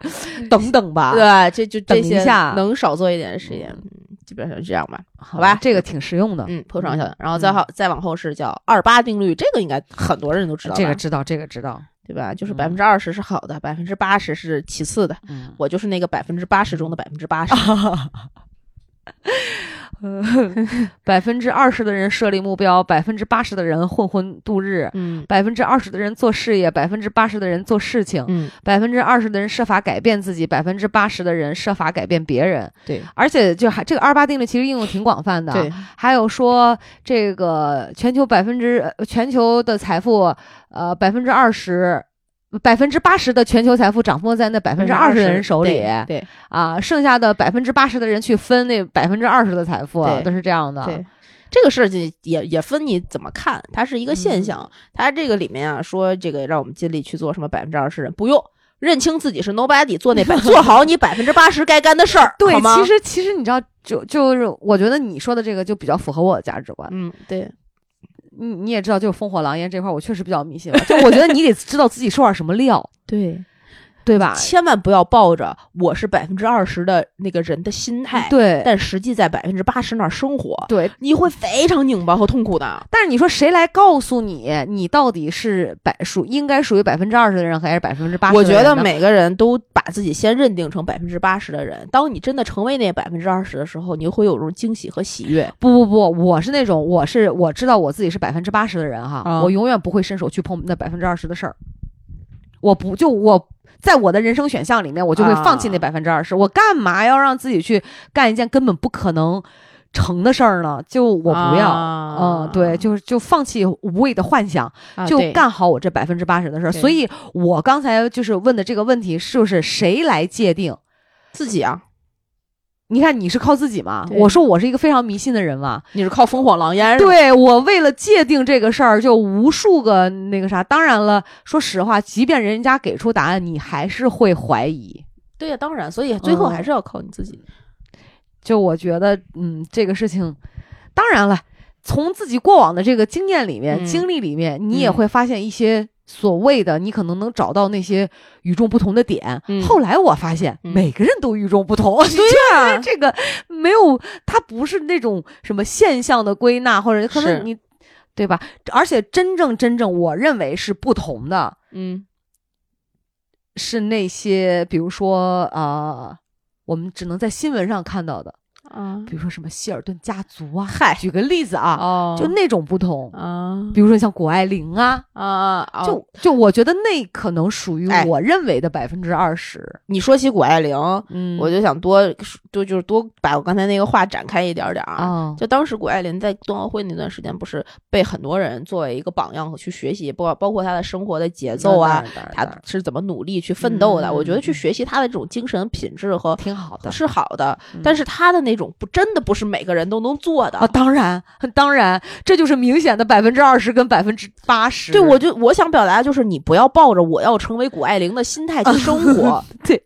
[SPEAKER 2] 等等吧，
[SPEAKER 1] 嗯对，这就这
[SPEAKER 2] 啊等一
[SPEAKER 1] 些
[SPEAKER 2] 下
[SPEAKER 1] 能少做一点是也，嗯基本上就这样吧。
[SPEAKER 2] 好
[SPEAKER 1] 吧
[SPEAKER 2] 这个挺实用的，
[SPEAKER 1] 嗯，破窗效应，然后再好、再往后是叫二八定律，这个应该很多人都知道吧，
[SPEAKER 2] 这个知道，这个知道，
[SPEAKER 1] 对吧？就是
[SPEAKER 2] 嗯
[SPEAKER 1] 百分之二十是好的，百分之八十是其次的。
[SPEAKER 2] 嗯。
[SPEAKER 1] 我就是那个百分之八十中的百分之八十，
[SPEAKER 2] 啊百分之二十的人设立目标，百分之八十的人混混度日，
[SPEAKER 1] 嗯
[SPEAKER 2] 百分之二十的人做事业，百分之八十的人做事情，
[SPEAKER 1] 嗯，
[SPEAKER 2] 百分之二十的人设法改变自己，百分之八十的人设法改变别人。
[SPEAKER 1] 对
[SPEAKER 2] 而且就还这个二八定律其实应用挺广泛的，
[SPEAKER 1] 对，
[SPEAKER 2] 还有说这个全球百分之呃全球的财富，呃百分之二十。百分之八十的全球财富掌握在那百分之二十的人手里
[SPEAKER 1] 对对
[SPEAKER 2] 啊，剩下的百分之八十的人去分那百分之二十的财富，啊
[SPEAKER 1] 对
[SPEAKER 2] 都是这样的。
[SPEAKER 1] 对，这个事儿就也也分你怎么看，它是一个
[SPEAKER 2] 嗯
[SPEAKER 1] 现象。它这个里面啊，说这个让我们尽力去做什么百分之二十人，不用认清自己是 nobody，做那 百做好你百分之八十该干的事儿，
[SPEAKER 2] 对
[SPEAKER 1] 好，吗
[SPEAKER 2] 其实其实你知道，就就是我觉得你说的这个就比较符合我的价值观。
[SPEAKER 1] 嗯，对，
[SPEAKER 2] 你
[SPEAKER 1] 嗯
[SPEAKER 2] 你也知道，就是烽火狼烟这块，我确实比较迷信了。就我觉得你得知道自己受点什么料，
[SPEAKER 1] 对，
[SPEAKER 2] 对吧？
[SPEAKER 1] 千万不要抱着我是百分之二十的那个人的心态，
[SPEAKER 2] 对
[SPEAKER 1] 但实际在百分之八十那儿生活，
[SPEAKER 2] 对。
[SPEAKER 1] 你会非常拧巴和痛苦的。
[SPEAKER 2] 但是你说谁来告诉你，你到底是百属应该属于百分之二十的人，还是百分之八十？
[SPEAKER 1] 我觉得每个人都把自己先认定成百分之八十的人，当你真的成为那百分之二十的时候，你会有种惊喜和喜悦。
[SPEAKER 2] 不不不，我是那种我是我知道我自己是百分之八十的人哈，
[SPEAKER 1] 啊
[SPEAKER 2] 我永远不会伸手去碰那百分之二十的事儿。我不就我在我的人生选项里面，我就会
[SPEAKER 1] 啊
[SPEAKER 2] 放弃那百分之二十。我干嘛要让自己去干一件根本不可能成的事儿呢？就我不要。
[SPEAKER 1] 啊
[SPEAKER 2] 嗯，对，就是就放弃无谓的幻想，
[SPEAKER 1] 啊
[SPEAKER 2] 就
[SPEAKER 1] 对
[SPEAKER 2] 干好我这百分之八十的事儿。
[SPEAKER 1] 对
[SPEAKER 2] 所以我刚才就是问的这个问题，就是谁来界定？
[SPEAKER 1] 自己啊，
[SPEAKER 2] 你看你是靠自己嘛？
[SPEAKER 1] 对
[SPEAKER 2] 我说我是一个非常迷信的人嘛，
[SPEAKER 1] 你是靠烽火狼烟是吧
[SPEAKER 2] 对我为了界定这个事儿，就无数个那个啥。当然了，说实话，即便人家给出答案，你还是会怀疑。
[SPEAKER 1] 对呀、当然，所以最后
[SPEAKER 2] 嗯
[SPEAKER 1] 还是要靠你自己。
[SPEAKER 2] 就我觉得，嗯，这个事情，当然了，从自己过往的这个经验里
[SPEAKER 1] 嗯
[SPEAKER 2] 面、经历里面，你也
[SPEAKER 1] 嗯
[SPEAKER 2] 会发现一些所谓的，你可能能找到那些与众不同的点。
[SPEAKER 1] 嗯
[SPEAKER 2] 后来我发现，
[SPEAKER 1] 嗯
[SPEAKER 2] 每个人都与众不同。
[SPEAKER 1] 呀、
[SPEAKER 2] 这个没有，它不是那种什么现象的归纳，或者可
[SPEAKER 1] 是
[SPEAKER 2] 能你对吧？而且真正真正，我认为是不同的，
[SPEAKER 1] 嗯，
[SPEAKER 2] 是那些比如说呃，我们只能在新闻上看到的，
[SPEAKER 1] 啊
[SPEAKER 2] 比如说什么希尔顿家族啊，
[SPEAKER 1] 嗨
[SPEAKER 2] 举个例子啊，
[SPEAKER 1] 哦
[SPEAKER 2] 就那种不同，
[SPEAKER 1] 啊
[SPEAKER 2] 比如说像谷爱凌啊，
[SPEAKER 1] 啊啊！
[SPEAKER 2] 就就我觉得那可能属于
[SPEAKER 1] 哎
[SPEAKER 2] 我认为的百分之二十，
[SPEAKER 1] 你说起谷爱凌，
[SPEAKER 2] 嗯
[SPEAKER 1] 我就想多多就是多把我刚才那个话展开一点点儿啊。
[SPEAKER 2] 啊，
[SPEAKER 1] 就当时谷爱凌在冬奥会那段时间，不是被很多人作为一个榜样去学习，包包括她的生活的节奏啊，
[SPEAKER 2] 那当然，
[SPEAKER 1] 她
[SPEAKER 2] 那当然
[SPEAKER 1] 是怎么努力去奋斗的。
[SPEAKER 2] 嗯
[SPEAKER 1] 我觉得
[SPEAKER 2] 嗯
[SPEAKER 1] 去学习她的这种精神品质和
[SPEAKER 2] 挺好的
[SPEAKER 1] 是好的，
[SPEAKER 2] 嗯
[SPEAKER 1] 但是她的那种不真的不是每个人都能做的
[SPEAKER 2] 啊，。当然当然，这就是明显的百分之二十跟百分之八十，，
[SPEAKER 1] 对，我就我想表达的就是，你不要抱着我要成为谷爱凌的心态去生 活
[SPEAKER 2] 对，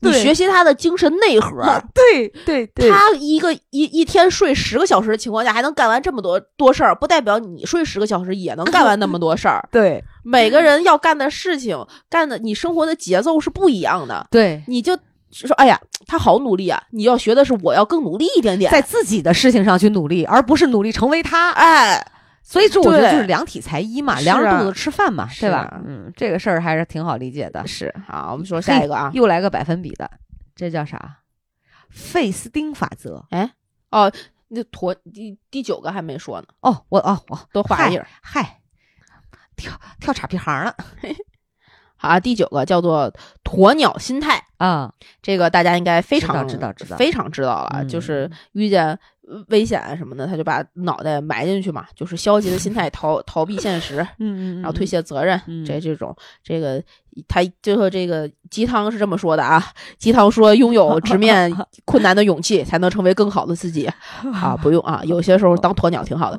[SPEAKER 1] 你
[SPEAKER 2] 对
[SPEAKER 1] 学习她的精神内核，
[SPEAKER 2] 啊对对对，。
[SPEAKER 1] 他一个一一天睡十个小时的情况下，还能干完这么多多事儿，不代表你睡十个小时也能干完那么多事 儿
[SPEAKER 2] 对
[SPEAKER 1] 每个人要干的事情，干的你生活的节奏是不一样的。
[SPEAKER 2] 对，
[SPEAKER 1] 你就说，哎呀，他好努力啊！你要学的是，我要更努力一点点。
[SPEAKER 2] 在自己的事情上去努力，而不是努力成为他。
[SPEAKER 1] 哎，
[SPEAKER 2] 所以这我觉得
[SPEAKER 1] 对
[SPEAKER 2] 就是量体裁衣嘛，
[SPEAKER 1] 是
[SPEAKER 2] 量着
[SPEAKER 1] 啊
[SPEAKER 2] 肚子吃饭嘛，
[SPEAKER 1] 是
[SPEAKER 2] 对吧
[SPEAKER 1] 啊？
[SPEAKER 2] 嗯，这个事儿还是挺好理解的。
[SPEAKER 1] 是好，我们说下一个啊。
[SPEAKER 2] 又来个百分比的，这叫啥？费斯汀法则。
[SPEAKER 1] 哦，那驼第第九个还没说呢，
[SPEAKER 2] 哦，我哦我
[SPEAKER 1] 多画一页儿。
[SPEAKER 2] 嗨，跳跳岔皮行了
[SPEAKER 1] 好啊，第九个叫做鸵鸟心态。
[SPEAKER 2] 啊！
[SPEAKER 1] 这个大家应该非常
[SPEAKER 2] 知道知道知道
[SPEAKER 1] 非常知道了，
[SPEAKER 2] 嗯
[SPEAKER 1] 就是遇见危险啊什么的，他就把脑袋埋进去嘛，就是消极的心态逃逃避现实，
[SPEAKER 2] 嗯
[SPEAKER 1] 然后推卸责任，
[SPEAKER 2] 嗯
[SPEAKER 1] 这这种这个他最后这个鸡汤是这么说的啊，鸡汤说拥有直 面困难的勇气，才能成为更好的自己啊，不用啊，有些时候当鸵鸟挺好的，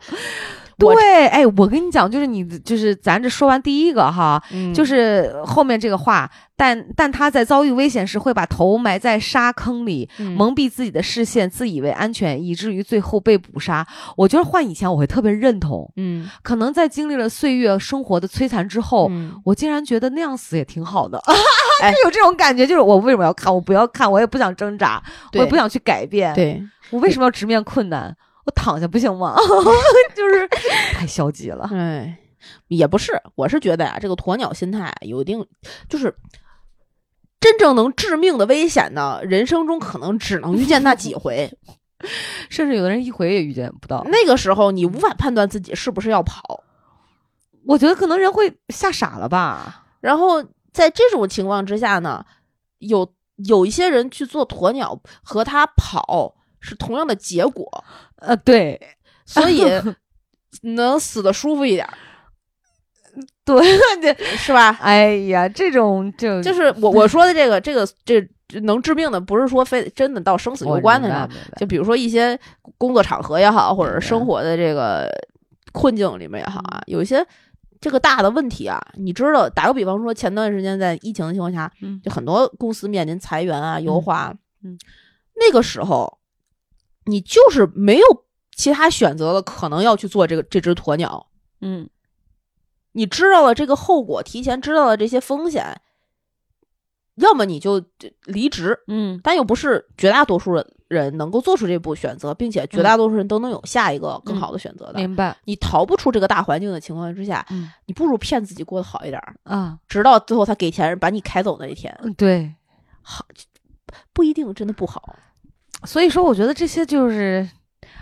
[SPEAKER 1] 我
[SPEAKER 2] 对，哎，我跟你讲，就是你就是咱这说完第一个哈，
[SPEAKER 1] 嗯
[SPEAKER 2] 就是是后面这个话，但但他在遭遇危险时会把头埋在沙坑里，
[SPEAKER 1] 嗯
[SPEAKER 2] 蒙蔽自己的视线，自以为安全，以至于最后被捕杀。我觉得换以前我会特别认同，
[SPEAKER 1] 嗯
[SPEAKER 2] 可能在经历了岁月生活的摧残之后，
[SPEAKER 1] 嗯
[SPEAKER 2] 我竟然觉得那样死也挺好的，
[SPEAKER 1] 哎
[SPEAKER 2] 就有这种感觉，就是我为什么要看？我不要看，我也不想挣扎，我
[SPEAKER 1] 对
[SPEAKER 2] 也不想去改变，
[SPEAKER 1] 对。
[SPEAKER 2] 我为什么要直面困难？我躺下不行吗？ 就是太消极了。
[SPEAKER 1] 哎，也不是，我是觉得呀、这个鸵鸟心态有一定，就是真正能致命的危险呢，人生中可能只能遇见那 几回。
[SPEAKER 2] 甚至有的人一回也遇见不到。
[SPEAKER 1] 那个时候，你无法判断自己是不是要跑。
[SPEAKER 2] 我觉得可能人会吓傻了吧？
[SPEAKER 1] 然后在这种情况之下呢，有有一些人去做鸵鸟，和他跑是同样的结果，
[SPEAKER 2] 呃，对，
[SPEAKER 1] 所以能死的舒服一点儿，
[SPEAKER 2] 对，
[SPEAKER 1] 是吧？
[SPEAKER 2] 哎呀，这种就
[SPEAKER 1] 就是我我说的这个这个这这能致命的，不是说非真的到生死攸关的
[SPEAKER 2] 我
[SPEAKER 1] 呀
[SPEAKER 2] 明。白明白
[SPEAKER 1] 就比如说一些工作场合也好，或者
[SPEAKER 2] 对
[SPEAKER 1] 是生活的这个困境里面也好
[SPEAKER 2] 嗯
[SPEAKER 1] 啊，有一些这个大的问题啊，你知道，打个比方说，前段时间在疫情的情况下，
[SPEAKER 2] 嗯
[SPEAKER 1] 就很多公司面临裁员啊、优化啊，
[SPEAKER 2] 嗯
[SPEAKER 1] 那个时候你就是没有其他选择了，可能要去做这个这只鸵鸟。
[SPEAKER 2] 嗯，
[SPEAKER 1] 你知道了这个后果，提前知道了这些风险，要么你就呃离职，
[SPEAKER 2] 嗯
[SPEAKER 1] 但又不是绝大多数人能够做出这步选择，并且绝大多数人都能有下一个更好的选择的。
[SPEAKER 2] 嗯明白，
[SPEAKER 1] 你逃不出这个大环境的情况之下，
[SPEAKER 2] 嗯
[SPEAKER 1] 你不如骗自己过得好一点儿，
[SPEAKER 2] 啊，
[SPEAKER 1] 直到最后他给钱把你开走那一天，
[SPEAKER 2] 嗯对，
[SPEAKER 1] 不一定真的不好。
[SPEAKER 2] 所以说我觉得这些就是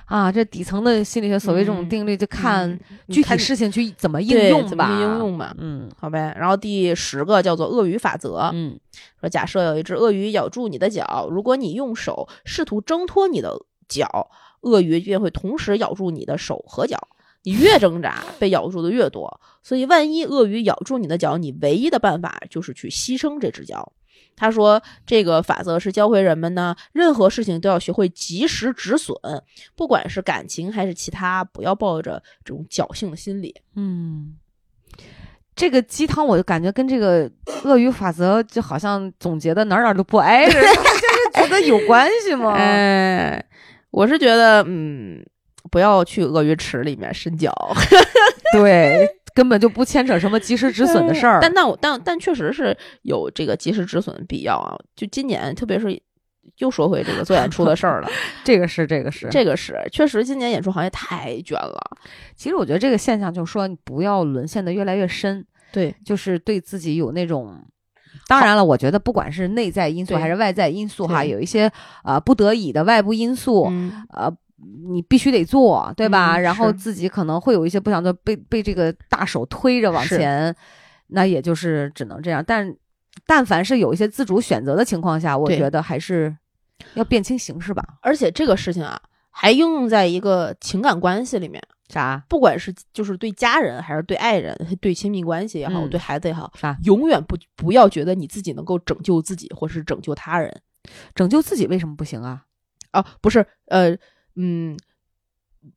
[SPEAKER 2] 啊，这底层的心理学所谓这种
[SPEAKER 1] 嗯
[SPEAKER 2] 定律，就看
[SPEAKER 1] 嗯
[SPEAKER 2] 具
[SPEAKER 1] 你
[SPEAKER 2] 体
[SPEAKER 1] 看
[SPEAKER 2] 事情去怎么应
[SPEAKER 1] 对
[SPEAKER 2] 用
[SPEAKER 1] 怎么
[SPEAKER 2] 吧，
[SPEAKER 1] 去应用吧，
[SPEAKER 2] 嗯
[SPEAKER 1] 好呗。然后第十个叫做鳄鱼法则，
[SPEAKER 2] 嗯
[SPEAKER 1] 说假设有一只鳄鱼咬住你的脚，如果你用手试图挣脱你的脚，鳄鱼便会同时咬住你的手和脚。你越挣扎，被咬住的越多。所以，万一鳄鱼咬住你的脚，你唯一的办法就是去牺牲这只脚。他说，这个法则是教会人们呢，任何事情都要学会及时止损，不管是感情还是其他，不要抱着这种侥幸的心理。
[SPEAKER 2] 嗯。这个鸡汤，我就感觉跟这个鳄鱼法则就好像总结的哪儿哪儿都不挨着，就是觉得有关系吗？
[SPEAKER 1] 哎，我是觉得，嗯，不要去鳄鱼池里面伸脚。
[SPEAKER 2] 对，根本就不牵扯什么及时止损的事儿。
[SPEAKER 1] 嗯但但我但但确实是有这个及时止损的必要啊！就今年，特别是又说回这个做演出的事 儿了，
[SPEAKER 2] 这个是这个是，
[SPEAKER 1] 这个是确实今年演出行业太卷了。
[SPEAKER 2] 其实我觉得这个现象就是说，你不要沦陷的越来越深，
[SPEAKER 1] 对，
[SPEAKER 2] 就是对自己有那种当然了，我觉得不管是内在因素
[SPEAKER 1] 对
[SPEAKER 2] 还是外在因素哈，
[SPEAKER 1] 对
[SPEAKER 2] 有一些呃不得已的外部因素，
[SPEAKER 1] 嗯
[SPEAKER 2] 呃，你必须得做，对吧？
[SPEAKER 1] 嗯
[SPEAKER 2] 然后
[SPEAKER 1] 是
[SPEAKER 2] 自己可能会有一些不想做，被被这个大手推着往
[SPEAKER 1] 是
[SPEAKER 2] 前，那也就是只能这样。但但凡是有一些自主选择的情况下，我
[SPEAKER 1] 对
[SPEAKER 2] 觉得还是要辨清形势吧。
[SPEAKER 1] 而且这个事情啊，还应用在一个情感关系里面，
[SPEAKER 2] 啥
[SPEAKER 1] 不管是就是对家人，还是对爱人，对亲密关系也好，
[SPEAKER 2] 嗯
[SPEAKER 1] 对孩子也好，
[SPEAKER 2] 啥
[SPEAKER 1] 永远不不要觉得你自己能够拯救自己，或是拯救他人
[SPEAKER 2] 拯救自己为什么不行啊？
[SPEAKER 1] 啊，不是，呃，嗯。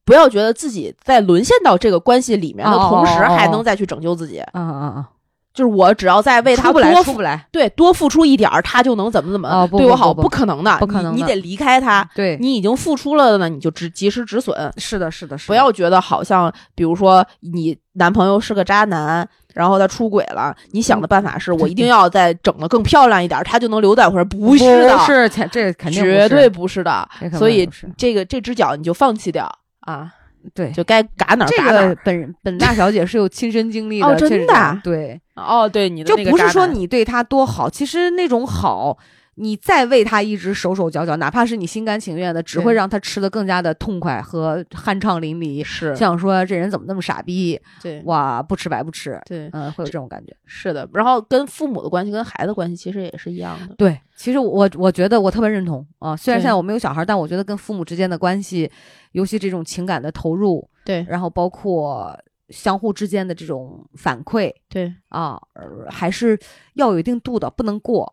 [SPEAKER 1] 不要觉得自己在沦陷到这个关系里面的
[SPEAKER 2] 哦哦
[SPEAKER 1] 同时，
[SPEAKER 2] 哦哦
[SPEAKER 1] 还能再去拯救自己。
[SPEAKER 2] 啊啊啊！
[SPEAKER 1] 就是我只要再为他
[SPEAKER 2] 出不来，
[SPEAKER 1] 多
[SPEAKER 2] 出不来。
[SPEAKER 1] 对多付出一点儿，他就能怎么怎么、
[SPEAKER 2] 哦不
[SPEAKER 1] 对我
[SPEAKER 2] 不不
[SPEAKER 1] 好，
[SPEAKER 2] 不
[SPEAKER 1] 可能的，
[SPEAKER 2] 不可能
[SPEAKER 1] 你，你
[SPEAKER 2] 的嗯
[SPEAKER 1] 得离开他。啊
[SPEAKER 2] 对，
[SPEAKER 1] 你已经付出了的呢，你就止及时止损，
[SPEAKER 2] 是的，是的，是的
[SPEAKER 1] 不要觉得好像，比如说你男朋友是个渣男，然后他出轨了，你
[SPEAKER 2] 嗯
[SPEAKER 1] 想的办法是我一定要再整的更漂亮一点儿，他就能留在我这儿，不是的，
[SPEAKER 2] 不是，前这肯定不
[SPEAKER 1] 绝
[SPEAKER 2] 是
[SPEAKER 1] 对，不是的。
[SPEAKER 2] 这肯定
[SPEAKER 1] 所以
[SPEAKER 2] 不是
[SPEAKER 1] 这个这只脚你就放弃掉啊，
[SPEAKER 2] 对
[SPEAKER 1] 就该嘎哪儿
[SPEAKER 2] 这
[SPEAKER 1] 嘎哪
[SPEAKER 2] 个
[SPEAKER 1] 儿。
[SPEAKER 2] 本本大小姐是有亲身经历
[SPEAKER 1] 哦
[SPEAKER 2] 的，
[SPEAKER 1] 真
[SPEAKER 2] 确
[SPEAKER 1] 的
[SPEAKER 2] 实这
[SPEAKER 1] 啊
[SPEAKER 2] 样对，
[SPEAKER 1] 哦，对，你的
[SPEAKER 2] 就
[SPEAKER 1] 那个
[SPEAKER 2] 不
[SPEAKER 1] 渣
[SPEAKER 2] 是说
[SPEAKER 1] 男
[SPEAKER 2] 你对他多好，其实那种好，你再为他一直手手脚脚，哪怕是你心甘情愿的，只
[SPEAKER 1] 对
[SPEAKER 2] 会让他吃的更加的痛快和酣畅淋漓。
[SPEAKER 1] 是
[SPEAKER 2] 想说这人怎么那么傻逼，
[SPEAKER 1] 对
[SPEAKER 2] 哇，不吃白不吃，
[SPEAKER 1] 对
[SPEAKER 2] 嗯，会有这种感觉。
[SPEAKER 1] 是的，然后跟父母的关系跟孩子的关系其实也是一样的。
[SPEAKER 2] 对，其实我我觉得我特别认同啊，虽然
[SPEAKER 1] 对
[SPEAKER 2] 现在我没有小孩，但我觉得跟父母之间的关系，尤其这种情感的投入，
[SPEAKER 1] 对
[SPEAKER 2] 然后包括相互之间的这种反馈
[SPEAKER 1] 对
[SPEAKER 2] 啊，呃还是要有一定度的，不能过。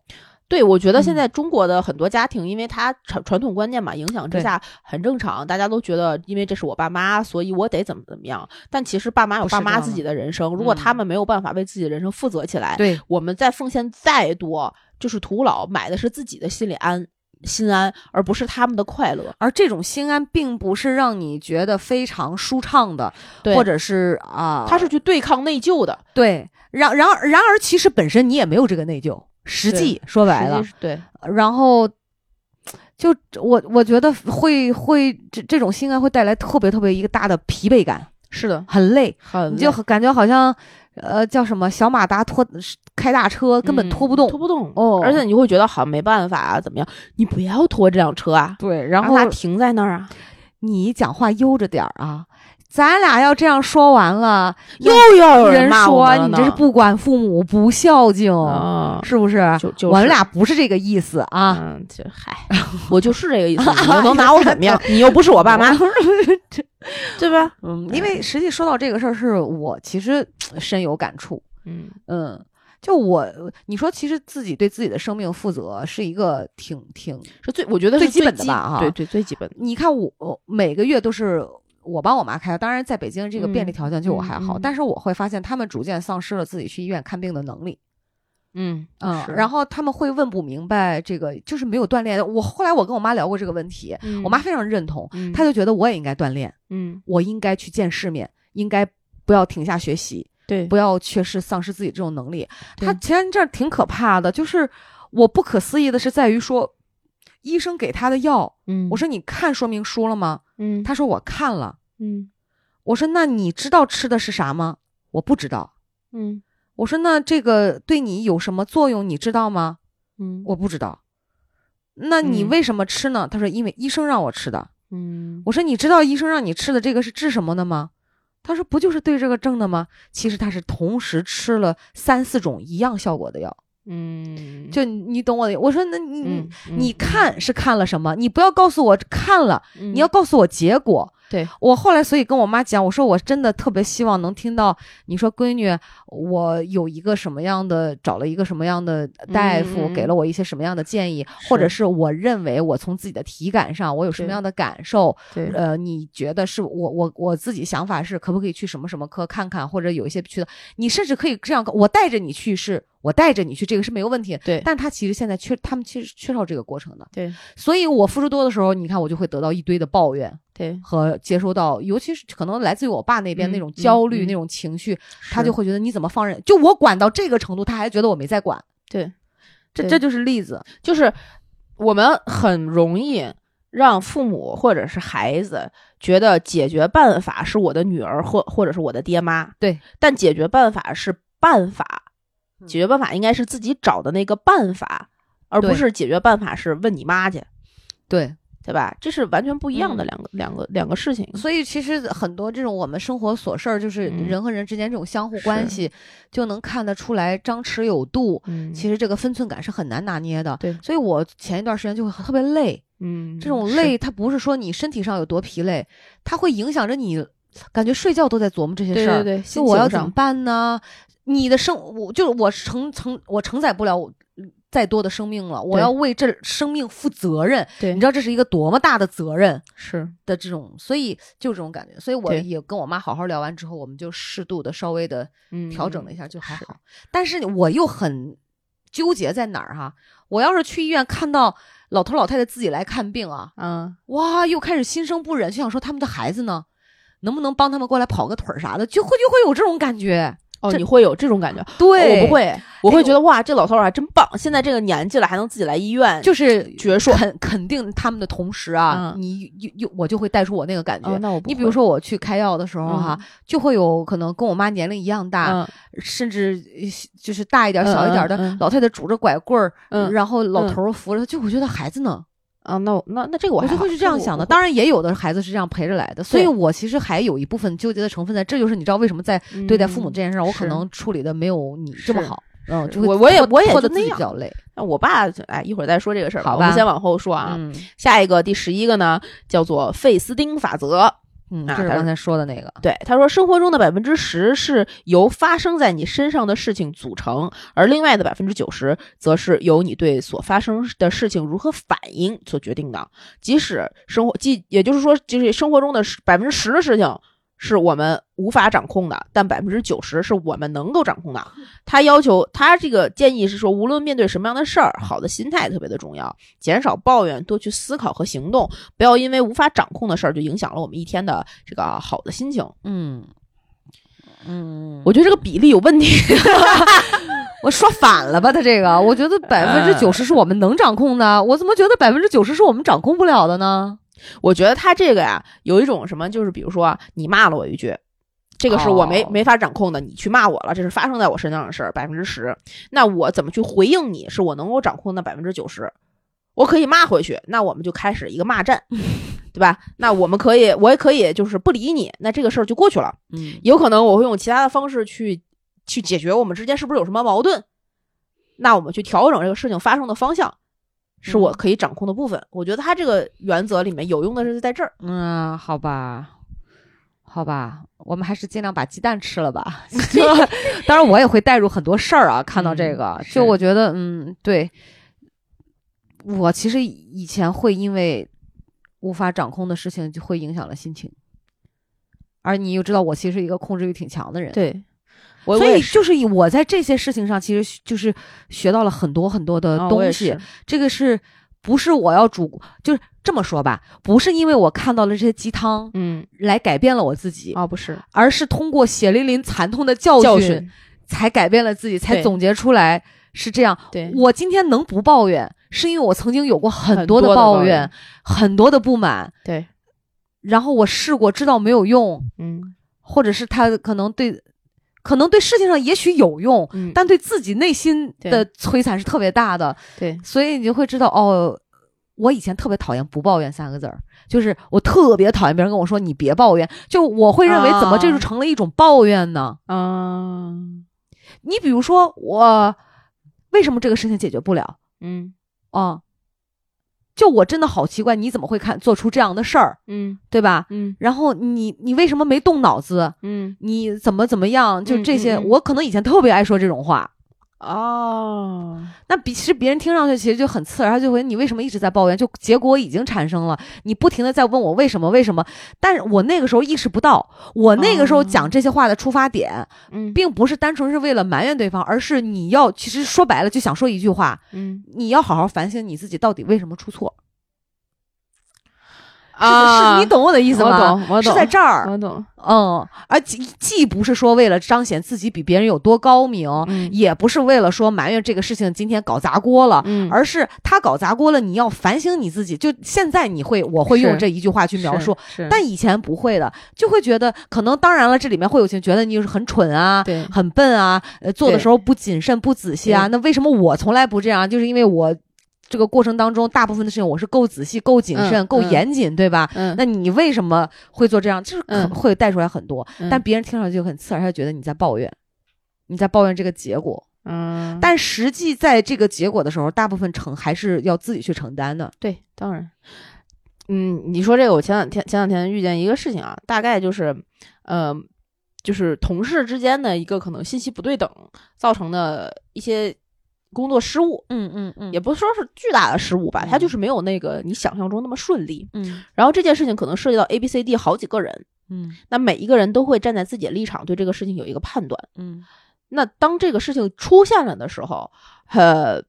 [SPEAKER 1] 对，我觉得现
[SPEAKER 2] 嗯
[SPEAKER 1] 在中国的很多家庭，因为它传传统观念嘛影响之
[SPEAKER 2] 对
[SPEAKER 1] 下，很正常，大家都觉得因为这是我爸妈，所以我得怎么怎么样。但其实爸妈有
[SPEAKER 2] 不是
[SPEAKER 1] 爸
[SPEAKER 2] 这
[SPEAKER 1] 妈
[SPEAKER 2] 样
[SPEAKER 1] 自己
[SPEAKER 2] 的
[SPEAKER 1] 的人生，如果他
[SPEAKER 2] 嗯
[SPEAKER 1] 们没有办法为自己的人生负责起来，
[SPEAKER 2] 对，
[SPEAKER 1] 我们再奉献再多，就是徒劳，买的是自己的心理安心安，而不是他们的快乐。
[SPEAKER 2] 而这种心安并不是让你觉得非常舒畅的，
[SPEAKER 1] 对
[SPEAKER 2] 或者是啊，
[SPEAKER 1] 他是去对抗内疚的，
[SPEAKER 2] 对。然然而然而，其实本身你也没有这个内疚，实
[SPEAKER 1] 对
[SPEAKER 2] 际说白
[SPEAKER 1] 实际
[SPEAKER 2] 了，
[SPEAKER 1] 是对
[SPEAKER 2] 然后就我我觉得会会这这种心安会带来特别特别一个大的疲惫感，
[SPEAKER 1] 是的，
[SPEAKER 2] 很累，
[SPEAKER 1] 很
[SPEAKER 2] 你就
[SPEAKER 1] 累
[SPEAKER 2] 很感觉好像呃叫什么小马达拖是开大车根本
[SPEAKER 1] 嗯
[SPEAKER 2] 拖不动，
[SPEAKER 1] 拖不动
[SPEAKER 2] 哦
[SPEAKER 1] 而且你会觉得好像没办法啊，怎么样？你不要拖这辆车啊，
[SPEAKER 2] 对，然
[SPEAKER 1] 让它停在那儿啊。
[SPEAKER 2] 你讲话悠着点儿啊。咱俩要这样说完了，
[SPEAKER 1] 又
[SPEAKER 2] 又
[SPEAKER 1] 要有
[SPEAKER 2] 人
[SPEAKER 1] 骂我
[SPEAKER 2] 说
[SPEAKER 1] 们了
[SPEAKER 2] 你
[SPEAKER 1] 呢
[SPEAKER 2] 这是不管父母、不孝敬，
[SPEAKER 1] 啊，
[SPEAKER 2] 嗯是不是？
[SPEAKER 1] 就就是
[SPEAKER 2] 我们俩不是这个意思啊！
[SPEAKER 1] 嗯，这嗨，我就是这个意 思，你又能拿我怎么样？你又不是我
[SPEAKER 2] 我
[SPEAKER 1] 爸 妈，对吧？
[SPEAKER 2] 嗯，因为实际说到这个事儿，是我其实深有感触。
[SPEAKER 1] 嗯，
[SPEAKER 2] 嗯，就我你说，其实自己对自己的生命负责是一个挺挺，
[SPEAKER 1] 是最我觉得是
[SPEAKER 2] 最基本的吧啊
[SPEAKER 1] 对对，最基本的。
[SPEAKER 2] 你看我我每个月都是。我帮我妈开，当然在北京这个便利
[SPEAKER 1] 嗯
[SPEAKER 2] 条件就我还好，
[SPEAKER 1] 嗯嗯
[SPEAKER 2] 但是我会发现他们逐渐丧失了自己去医院看病的能力，
[SPEAKER 1] 嗯
[SPEAKER 2] 嗯，
[SPEAKER 1] 是
[SPEAKER 2] 然后他们会问不明白这个，就是没有锻炼。我后来我跟我妈聊过这个问题，
[SPEAKER 1] 嗯
[SPEAKER 2] 我妈非常认同，
[SPEAKER 1] 嗯
[SPEAKER 2] 她就觉得我也应该锻炼，
[SPEAKER 1] 嗯，
[SPEAKER 2] 我应该去见世面，应该不要停下学习，
[SPEAKER 1] 对，
[SPEAKER 2] 不要缺失丧失自己这种能力。
[SPEAKER 1] 对
[SPEAKER 2] 他前一阵儿挺可怕的，就是我不可思议的是在于说，医生给他的药，
[SPEAKER 1] 嗯，
[SPEAKER 2] 我说你看说明书了吗？
[SPEAKER 1] 嗯，
[SPEAKER 2] 他说我看了。
[SPEAKER 1] 嗯
[SPEAKER 2] 我说那你知道吃的是啥吗？我不知道。
[SPEAKER 1] 嗯
[SPEAKER 2] 我说那这个对你有什么作用？你知道吗？
[SPEAKER 1] 嗯
[SPEAKER 2] 我不知道。那你
[SPEAKER 1] 嗯
[SPEAKER 2] 为什么吃呢？他说因为医生让我吃的。
[SPEAKER 1] 嗯，
[SPEAKER 2] 我说你知道医生让你吃的这个是治什么的吗？他说不就是对这个症的吗？其实他是同时吃了三四种一样效果的药，
[SPEAKER 1] 嗯，
[SPEAKER 2] 就你你懂我的。我说那你、
[SPEAKER 1] 嗯，
[SPEAKER 2] 你看是看了什么？你不要告诉我看了，
[SPEAKER 1] 嗯，
[SPEAKER 2] 你要告诉我结果。
[SPEAKER 1] 对
[SPEAKER 2] 我后来所以跟我妈讲，我说我真的特别希望能听到你说闺女，我有一个什么样的找了一个什么样的大夫，
[SPEAKER 1] 嗯嗯嗯
[SPEAKER 2] 给了我一些什么样的建议，或者是我认为我从自己的体感上我有什么
[SPEAKER 1] 对
[SPEAKER 2] 样的感受，
[SPEAKER 1] 对
[SPEAKER 2] 呃，你觉得是我我我自己想法是可不可以去什么什么科看看，或者有一些去的，你甚至可以这样，我带着你去是，我带着你去，这个是没有问题的。
[SPEAKER 1] 对
[SPEAKER 2] 但他其实现在缺，他们其实缺少这个过程的，
[SPEAKER 1] 对
[SPEAKER 2] 所以我付出多的时候，你看我就会得到一堆的抱怨
[SPEAKER 1] 对，
[SPEAKER 2] 和接收到，尤其是可能来自于我爸那边
[SPEAKER 1] 嗯
[SPEAKER 2] 那种焦
[SPEAKER 1] 嗯
[SPEAKER 2] 虑、
[SPEAKER 1] 嗯
[SPEAKER 2] 那种情绪，他
[SPEAKER 1] 是
[SPEAKER 2] 就会觉得你怎么放任？就我管到这个程度，他还觉得我没在管，
[SPEAKER 1] 对，
[SPEAKER 2] 这
[SPEAKER 1] 对
[SPEAKER 2] 这就是例子。
[SPEAKER 1] 就是我们很容易让父母或者是孩子觉得解决办法是我的女儿或或者是我的爹妈，
[SPEAKER 2] 对，
[SPEAKER 1] 但解决办法是办法，解决办法应该是自己找的那个办法，而不
[SPEAKER 2] 对
[SPEAKER 1] 是解决办法是问你妈去，
[SPEAKER 2] 对，
[SPEAKER 1] 对吧？这是完全不一样的
[SPEAKER 2] 嗯
[SPEAKER 1] 两个、两个两个事情。
[SPEAKER 2] 所以其实很多这种我们生活琐事儿，就是
[SPEAKER 1] 嗯
[SPEAKER 2] 人和人之间这种相互关
[SPEAKER 1] 是
[SPEAKER 2] 系，就能看得出来张弛有度。
[SPEAKER 1] 嗯，
[SPEAKER 2] 其实这个分寸感是很难拿捏的，
[SPEAKER 1] 对
[SPEAKER 2] 所以我前一段时间就会特别累，
[SPEAKER 1] 嗯，
[SPEAKER 2] 这种
[SPEAKER 1] 是
[SPEAKER 2] 累它不是说你身体上有多疲累，它会影响着你，感觉睡觉都在琢磨这些
[SPEAKER 1] 对
[SPEAKER 2] 事儿
[SPEAKER 1] 对，对，
[SPEAKER 2] 就
[SPEAKER 1] 心
[SPEAKER 2] 我
[SPEAKER 1] 情
[SPEAKER 2] 要怎
[SPEAKER 1] 上
[SPEAKER 2] 么办呢？你的生，我就是我承承我承载不了我再多的生命了，我
[SPEAKER 1] 对
[SPEAKER 2] 要为这生命负责任。
[SPEAKER 1] 对，
[SPEAKER 2] 你知道这是一个多么大的责任
[SPEAKER 1] 是
[SPEAKER 2] 的这种，所以就这种感觉。所以我
[SPEAKER 1] 对
[SPEAKER 2] 也跟我妈好好聊完之后，我们就适度的稍微的
[SPEAKER 1] 嗯
[SPEAKER 2] 调整了一下，就还
[SPEAKER 1] 是
[SPEAKER 2] 好。但是我又很纠结在哪儿哈、我要是去医院看到老头老太太自己来看病啊，
[SPEAKER 1] 嗯，
[SPEAKER 2] 哇，又开始心生不忍，就想说他们的孩子呢，能不能帮他们过来跑个腿儿啥的，就会就会有这种感觉。
[SPEAKER 1] 哦，
[SPEAKER 2] 这
[SPEAKER 1] 你会有这种感觉，
[SPEAKER 2] 对，
[SPEAKER 1] 哦我不，会，我会
[SPEAKER 2] 哎
[SPEAKER 1] 觉得哇，这老头儿还真棒，现在这个年纪了还能自己来医院，
[SPEAKER 2] 就是
[SPEAKER 1] 矍铄
[SPEAKER 2] 肯肯定他们的同时啊，
[SPEAKER 1] 嗯
[SPEAKER 2] 你有有我就会带出我那个感觉。
[SPEAKER 1] 哦，那我不
[SPEAKER 2] 你比
[SPEAKER 1] 会
[SPEAKER 2] 如说我去开药的时候哈、
[SPEAKER 1] 嗯
[SPEAKER 2] 就会有可能跟我妈年龄一样大，
[SPEAKER 1] 嗯
[SPEAKER 2] 甚至呃就是大一点、小一点的、
[SPEAKER 1] 嗯嗯嗯
[SPEAKER 2] 老太太拄着拐棍儿、
[SPEAKER 1] 嗯
[SPEAKER 2] 然后老头儿扶着，就我觉得孩子呢，
[SPEAKER 1] 啊，那我那那这个我
[SPEAKER 2] 我
[SPEAKER 1] 还
[SPEAKER 2] 就
[SPEAKER 1] 好
[SPEAKER 2] 会是这样
[SPEAKER 1] 个
[SPEAKER 2] 想的。
[SPEAKER 1] 我
[SPEAKER 2] 当然也有的孩子是这样陪着来的，所以
[SPEAKER 1] 对
[SPEAKER 2] 我其实还有一部分纠结的成分在，这就是你知道为什么在对待父母这件事上，我可
[SPEAKER 1] 嗯是
[SPEAKER 2] 能处理的没有你这么
[SPEAKER 1] 是
[SPEAKER 2] 好，嗯，
[SPEAKER 1] 是
[SPEAKER 2] 就会
[SPEAKER 1] 我我也
[SPEAKER 2] 拖
[SPEAKER 1] 我也
[SPEAKER 2] 拖
[SPEAKER 1] 就
[SPEAKER 2] 得自
[SPEAKER 1] 那
[SPEAKER 2] 己
[SPEAKER 1] 样
[SPEAKER 2] 比较累，
[SPEAKER 1] 那我爸就，哎，一会儿再说这个事儿
[SPEAKER 2] 好
[SPEAKER 1] 我们
[SPEAKER 2] 吧
[SPEAKER 1] 先往后说啊。
[SPEAKER 2] 嗯
[SPEAKER 1] 下一个第十一个呢，叫做费斯汀法则。
[SPEAKER 2] 嗯，
[SPEAKER 1] 啊
[SPEAKER 2] 就是
[SPEAKER 1] 他
[SPEAKER 2] 刚才说的那个，
[SPEAKER 1] 对，他说，生活中的百分之十是由发生在你身上的事情组成，而另外的百分之九十则是由你对所发生的事情如何反应所决定的。即使生活，即也就是说，就是生活中的百分之十的事情是我们无法掌控的，但百分之九十是我们能够掌控的。他要求他这个建议是说，无论面对什么样的事儿，好的心态特别的重要，减少抱怨，多去思考和行动，不要因为无法掌控的事儿就影响了我们一天的这个好的心情。
[SPEAKER 2] 嗯嗯，
[SPEAKER 1] 我觉得这个比例有问题。
[SPEAKER 2] 我说反了吧？他这个，我觉得百分之
[SPEAKER 1] 嗯
[SPEAKER 2] 九十是我们能掌控的，我怎么觉得百分之九十是我们掌控不了的呢？
[SPEAKER 1] 我觉得他这个呀，有一种什么，就是比如说啊你骂了我一句，这个是我没、
[SPEAKER 2] 哦
[SPEAKER 1] 没法掌控的，你去骂我了，这是发生在我身上的事儿，百分之十。那我怎么去回应你，是我能够掌控的百分之九十。我可以骂回去，那我们就开始一个骂 战，对吧？那我们可以，我也可以就是不理你，那这个事儿就过去了。
[SPEAKER 2] 嗯，
[SPEAKER 1] 有可能我会用其他的方式去去解决我们之间是不是有什么矛盾，那我们去调整这个事情发生的方向，是我
[SPEAKER 2] 嗯
[SPEAKER 1] 可以掌控的部分。我觉得他这个原则里面有用的是在这儿，
[SPEAKER 2] 嗯，好吧，好吧，我们还是尽量把鸡蛋吃了吧。 当然，我也会带入很多事儿啊。看到这个，
[SPEAKER 1] 嗯
[SPEAKER 2] 就是我觉得，嗯，对，我其实以前会因为无法掌控的事情，就会影响了心情。而你又知道，我其实是一个控制欲挺强的人，
[SPEAKER 1] 对，我
[SPEAKER 2] 所以就是以我在这些事情上，其实学就是学到了很多很
[SPEAKER 1] 呃
[SPEAKER 2] 多的
[SPEAKER 1] 哦
[SPEAKER 2] 东西。这个哦是不是我要主就是这么说吧？不是因为我看到了这些鸡汤
[SPEAKER 1] 嗯，
[SPEAKER 2] 来改变了我自己，
[SPEAKER 1] 啊，不是
[SPEAKER 2] 而是通过血淋淋惨痛的教
[SPEAKER 1] 教训，
[SPEAKER 2] 才改变了自己，才
[SPEAKER 1] 对
[SPEAKER 2] 总结出来是这样。
[SPEAKER 1] 对，
[SPEAKER 2] 我今天能不抱怨，是因为我曾经有过很
[SPEAKER 1] 很
[SPEAKER 2] 多的
[SPEAKER 1] 多的
[SPEAKER 2] 抱
[SPEAKER 1] 抱
[SPEAKER 2] 怨
[SPEAKER 1] 怨，
[SPEAKER 2] 很多的不满，
[SPEAKER 1] 对，
[SPEAKER 2] 然后我试过，知道没有用，
[SPEAKER 1] 嗯
[SPEAKER 2] 或者是他可能对，可能对事情上也许有用，
[SPEAKER 1] 嗯，
[SPEAKER 2] 但对自己内心的摧残是特别大的，
[SPEAKER 1] 对，
[SPEAKER 2] 所以你就会知道哦。我以前特别讨厌“不抱怨”三个字儿，就是我特别讨厌别人跟我说“你别抱怨”，就我会认为
[SPEAKER 1] 啊
[SPEAKER 2] 怎么这就成了一种抱怨呢？
[SPEAKER 1] 啊，
[SPEAKER 2] 你比如说我为什么这个事情解决不了
[SPEAKER 1] 嗯
[SPEAKER 2] 啊？就我真的好奇怪，你怎么会看做出这样的事儿，
[SPEAKER 1] 嗯
[SPEAKER 2] 对吧？
[SPEAKER 1] 嗯
[SPEAKER 2] 然后你你为什么没动脑子？
[SPEAKER 1] 嗯，
[SPEAKER 2] 你怎么怎么样？就
[SPEAKER 1] 嗯
[SPEAKER 2] 这些，
[SPEAKER 1] 嗯嗯
[SPEAKER 2] 我可能以前特别爱说这种话，
[SPEAKER 1] 哦，
[SPEAKER 2] 那比其实别人听上去其实就很刺耳，他就会你为什么一直在抱怨？就结果已经产生了，你不停的在问我为什么为什么？但是我那个时候意识不到，我那个时候
[SPEAKER 1] 哦
[SPEAKER 2] 讲这些话的出发点，
[SPEAKER 1] 嗯
[SPEAKER 2] 并不是单纯是为了埋怨对方，而是你要其实说白了就想说一句话，
[SPEAKER 1] 嗯
[SPEAKER 2] 你要好好反省你自己到底为什么出错。是
[SPEAKER 1] 啊，
[SPEAKER 2] 你懂我的意思吗？
[SPEAKER 1] 我懂，我懂，
[SPEAKER 2] 是在这儿，
[SPEAKER 1] 我懂，
[SPEAKER 2] 嗯，而既既不是说为了彰显自己比别人有多高明，
[SPEAKER 1] 嗯
[SPEAKER 2] 也不是为了说埋怨这个事情今天搞砸锅了，
[SPEAKER 1] 嗯，
[SPEAKER 2] 而是他搞砸锅了，你要反省你自己。就现在你会，我会用
[SPEAKER 1] 是
[SPEAKER 2] 这一句话去描述，
[SPEAKER 1] 是，是
[SPEAKER 2] 但以前不会的，就会觉得可能当然了，这里面会有些觉得你很蠢啊。
[SPEAKER 1] 对
[SPEAKER 2] 很笨啊，呃，做的
[SPEAKER 1] 对
[SPEAKER 2] 时候不谨慎、不仔细啊。那为什么我从来不这样？就是因为我这个过程当中，大部分的事情我是够仔细、够谨慎、
[SPEAKER 1] 嗯
[SPEAKER 2] 够
[SPEAKER 1] 嗯
[SPEAKER 2] 严谨，对吧？
[SPEAKER 1] 嗯，
[SPEAKER 2] 那你为什么会做这样？就是可
[SPEAKER 1] 嗯
[SPEAKER 2] 会带出来很多，
[SPEAKER 1] 嗯
[SPEAKER 2] 但别人听上去就很刺耳，他就觉得你在抱怨，你在抱怨这个结果。
[SPEAKER 1] 嗯，
[SPEAKER 2] 但实际在这个结果的时候，大部分承还是要自己去承担的。
[SPEAKER 1] 对，当然，嗯，你说这个，我前两天前两天遇见一个事情啊，大概就是，呃，就是同事之间的一个可能信息不对等造成的一些工作失误，
[SPEAKER 2] 嗯嗯嗯
[SPEAKER 1] 也不说是巨大的失误吧，它就
[SPEAKER 2] 嗯
[SPEAKER 1] 是没有那个你想象中那么顺利。
[SPEAKER 2] 嗯
[SPEAKER 1] 然后这件事情可能涉及到 A、B、C、D 好几个人，
[SPEAKER 2] 嗯
[SPEAKER 1] 那每一个人都会站在自己的立场对这个事情有一个判断。
[SPEAKER 2] 嗯
[SPEAKER 1] 那当这个事情出现了的时候，呃，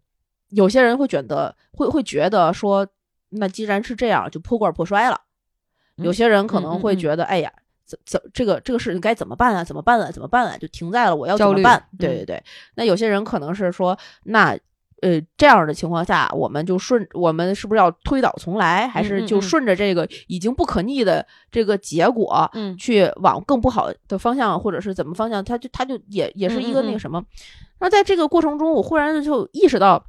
[SPEAKER 1] 有些人会觉得会会觉得说，那既然是这样，就破罐破摔了。
[SPEAKER 2] 嗯
[SPEAKER 1] 有些人可
[SPEAKER 2] 嗯嗯
[SPEAKER 1] 能会觉得，哎呀，怎怎这个这个事情该怎么办啊？怎么办啊？怎么办啊？就停在了我要怎
[SPEAKER 2] 焦
[SPEAKER 1] 么
[SPEAKER 2] 虑
[SPEAKER 1] 办
[SPEAKER 2] 嗯？
[SPEAKER 1] 对对对。那有些人可能是说，那呃这样的情况下，我们就顺我们是不是要推倒重来，还
[SPEAKER 2] 嗯嗯
[SPEAKER 1] 是就
[SPEAKER 2] 嗯
[SPEAKER 1] 顺着这个已经不可逆的这个结果，
[SPEAKER 2] 嗯
[SPEAKER 1] 去往更不好的方向，或者是怎么方向，他就他就也也是一个
[SPEAKER 2] 嗯嗯嗯
[SPEAKER 1] 那个什么。那在这个过程中，我忽然就意识到，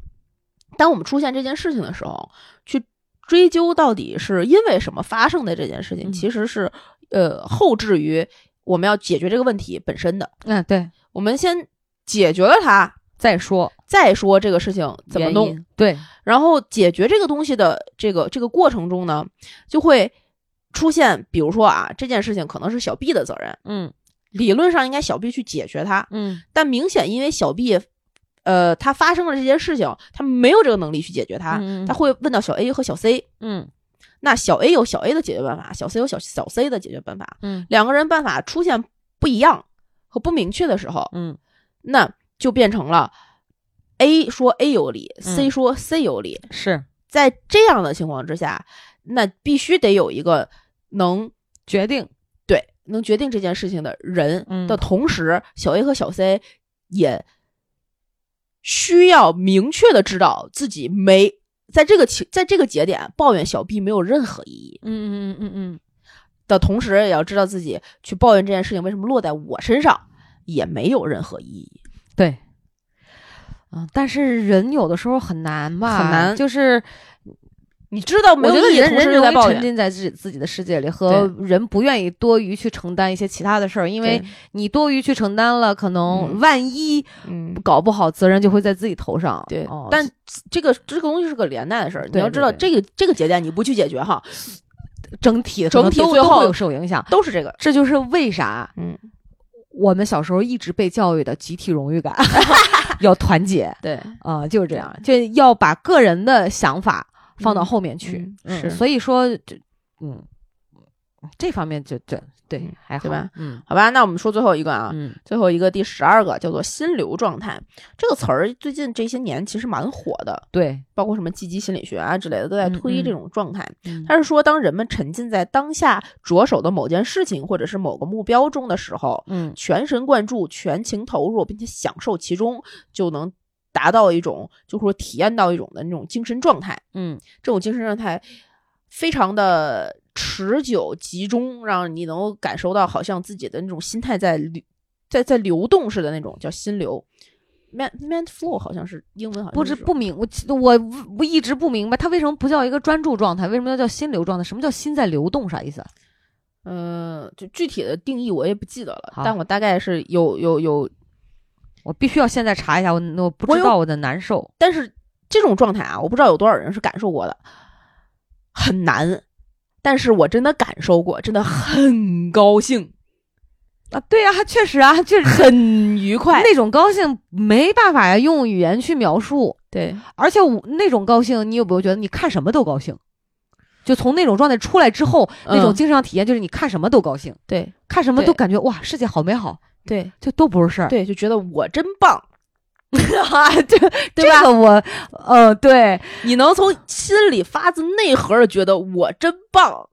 [SPEAKER 1] 当我们出现这件事情的时候，去追究到底是因为什么发生的这件事情，
[SPEAKER 2] 嗯
[SPEAKER 1] 其实是呃后置于我们要解决这个问题本身的。
[SPEAKER 2] 嗯，对。
[SPEAKER 1] 我们先解决了它，
[SPEAKER 2] 再说
[SPEAKER 1] 再说这个事情怎么
[SPEAKER 2] 原
[SPEAKER 1] 弄。
[SPEAKER 2] 因？对，
[SPEAKER 1] 然后解决这个东西的这个这个过程中呢，就会出现，比如说啊，这件事情可能是小 B 的责任。
[SPEAKER 2] 嗯
[SPEAKER 1] 理论上应该小 B 去解决它，
[SPEAKER 2] 嗯
[SPEAKER 1] 但明显因为小 B，呃，他发生了这件事情，他没有这个能力去解决它，
[SPEAKER 2] 嗯
[SPEAKER 1] 他会问到小 A 和小 C。
[SPEAKER 2] 嗯
[SPEAKER 1] 那小 A 有小 A 的解决办法，小 C 有小小 C 的解决办法，
[SPEAKER 2] 嗯
[SPEAKER 1] 两个人办法出现不一样和不明确的时候，
[SPEAKER 2] 嗯
[SPEAKER 1] 那就变成了 A 说 A 有理，C
[SPEAKER 2] 嗯
[SPEAKER 1] 说 C 有理。
[SPEAKER 2] 是
[SPEAKER 1] 在这样的情况之下，那必须得有一个能
[SPEAKER 2] 决定
[SPEAKER 1] 对能决定这件事情的人
[SPEAKER 2] 嗯
[SPEAKER 1] 的同时，小 A 和小 C 也需要明确的知道自己没在这个情在这个节点抱怨小 B 没有任何意义
[SPEAKER 2] 嗯嗯嗯嗯
[SPEAKER 1] 的同时，也要知道自己去抱怨这件事情为什么落在我身上也没有任何意义。
[SPEAKER 2] 对，嗯，但是人有的时候很难吧，
[SPEAKER 1] 很难
[SPEAKER 2] 就是
[SPEAKER 1] 你知道没
[SPEAKER 2] 我
[SPEAKER 1] 有
[SPEAKER 2] 觉得
[SPEAKER 1] 意义，
[SPEAKER 2] 人
[SPEAKER 1] 同时
[SPEAKER 2] 人
[SPEAKER 1] 又
[SPEAKER 2] 容
[SPEAKER 1] 在
[SPEAKER 2] 易
[SPEAKER 1] 抱
[SPEAKER 2] 沉
[SPEAKER 1] 怨，
[SPEAKER 2] 浸在自己自己的世界里，和人不愿意多余去承担一些其他的事儿，因为
[SPEAKER 1] 对
[SPEAKER 2] 你多余去承担了，可能
[SPEAKER 1] 嗯
[SPEAKER 2] 万一
[SPEAKER 1] 嗯。
[SPEAKER 2] 搞不好责任就会在自己头上。
[SPEAKER 1] 对，
[SPEAKER 2] 哦
[SPEAKER 1] 但这个这个东西是个连带的事儿，你
[SPEAKER 2] 对
[SPEAKER 1] 要
[SPEAKER 2] 对
[SPEAKER 1] 知道
[SPEAKER 2] 对
[SPEAKER 1] 这个这个节点你不去解决哈，
[SPEAKER 2] 整体
[SPEAKER 1] 整体
[SPEAKER 2] 可能都
[SPEAKER 1] 最
[SPEAKER 2] 都
[SPEAKER 1] 后
[SPEAKER 2] 会有受影响，
[SPEAKER 1] 都是这个。
[SPEAKER 2] 这就是为啥
[SPEAKER 1] 嗯，
[SPEAKER 2] 我们小时候一直被教育的集体荣誉感 要团结
[SPEAKER 1] 对，
[SPEAKER 2] 啊、就是这样，就要把个人的想法放到
[SPEAKER 1] 嗯
[SPEAKER 2] 后面去。
[SPEAKER 1] 嗯
[SPEAKER 2] 嗯
[SPEAKER 1] 是
[SPEAKER 2] 所以说这嗯这方面就这对
[SPEAKER 1] 嗯
[SPEAKER 2] 还好
[SPEAKER 1] 对吧？
[SPEAKER 2] 嗯
[SPEAKER 1] 好吧，那我们说最后一个啊，
[SPEAKER 2] 嗯
[SPEAKER 1] 最后一个第十二个叫做“心流状态”这个词儿，最近这些年其实蛮火的，
[SPEAKER 2] 对，
[SPEAKER 1] 包括什么积极心理学啊之类的都在
[SPEAKER 2] 嗯
[SPEAKER 1] 推
[SPEAKER 2] 嗯
[SPEAKER 1] 这种状态。
[SPEAKER 2] 嗯
[SPEAKER 1] 它是说，当人们沉浸在当下着手的某件事情或者是某个目标中的时候，
[SPEAKER 2] 嗯
[SPEAKER 1] 全神贯注、全情投入，并且享受其中，就能达到一种，就是说体验到一种的那种精神状态。
[SPEAKER 2] 嗯
[SPEAKER 1] 这种精神状态非常的持久集中，让你能够感受到好像自己的那种心态在流在在流动似的那种叫心流。Man man flow 好像是英文好像
[SPEAKER 2] 不
[SPEAKER 1] 是
[SPEAKER 2] 知
[SPEAKER 1] 这
[SPEAKER 2] 不
[SPEAKER 1] 种
[SPEAKER 2] 明我我我一直不明白，它为什么不叫一个专注状态？为什么要叫心流状态？什么叫心在流动？啥意思啊？
[SPEAKER 1] 呃，就具体的定义我也不记得了
[SPEAKER 2] 好，
[SPEAKER 1] 但我大概是有有有，
[SPEAKER 2] 我必须要现在查一下，我我不
[SPEAKER 1] 我
[SPEAKER 2] 知
[SPEAKER 1] 有
[SPEAKER 2] 道我的难受。
[SPEAKER 1] 但是这种状态啊，我不知道有多少人是感受过的，很难。但是我真的感受过，真的很高兴，
[SPEAKER 2] 啊，对呀、确实啊，确 实
[SPEAKER 1] 很愉快。
[SPEAKER 2] 那种高兴没办法呀，用语言去描述。
[SPEAKER 1] 对，
[SPEAKER 2] 而且我那种高兴，你有没有觉得你看什么都高兴？就从那种状态出来之后，
[SPEAKER 1] 嗯
[SPEAKER 2] 那种精神上体验就是你看什么都高兴，
[SPEAKER 1] 对，
[SPEAKER 2] 看什么
[SPEAKER 1] 对
[SPEAKER 2] 都感觉哇，世界好美好，
[SPEAKER 1] 对，
[SPEAKER 2] 就都不是事儿。
[SPEAKER 1] 对，就觉得我真棒，
[SPEAKER 2] 对
[SPEAKER 1] 对吧
[SPEAKER 2] 这个我，呃，对，
[SPEAKER 1] 你能从心里发自内核的觉得我真棒，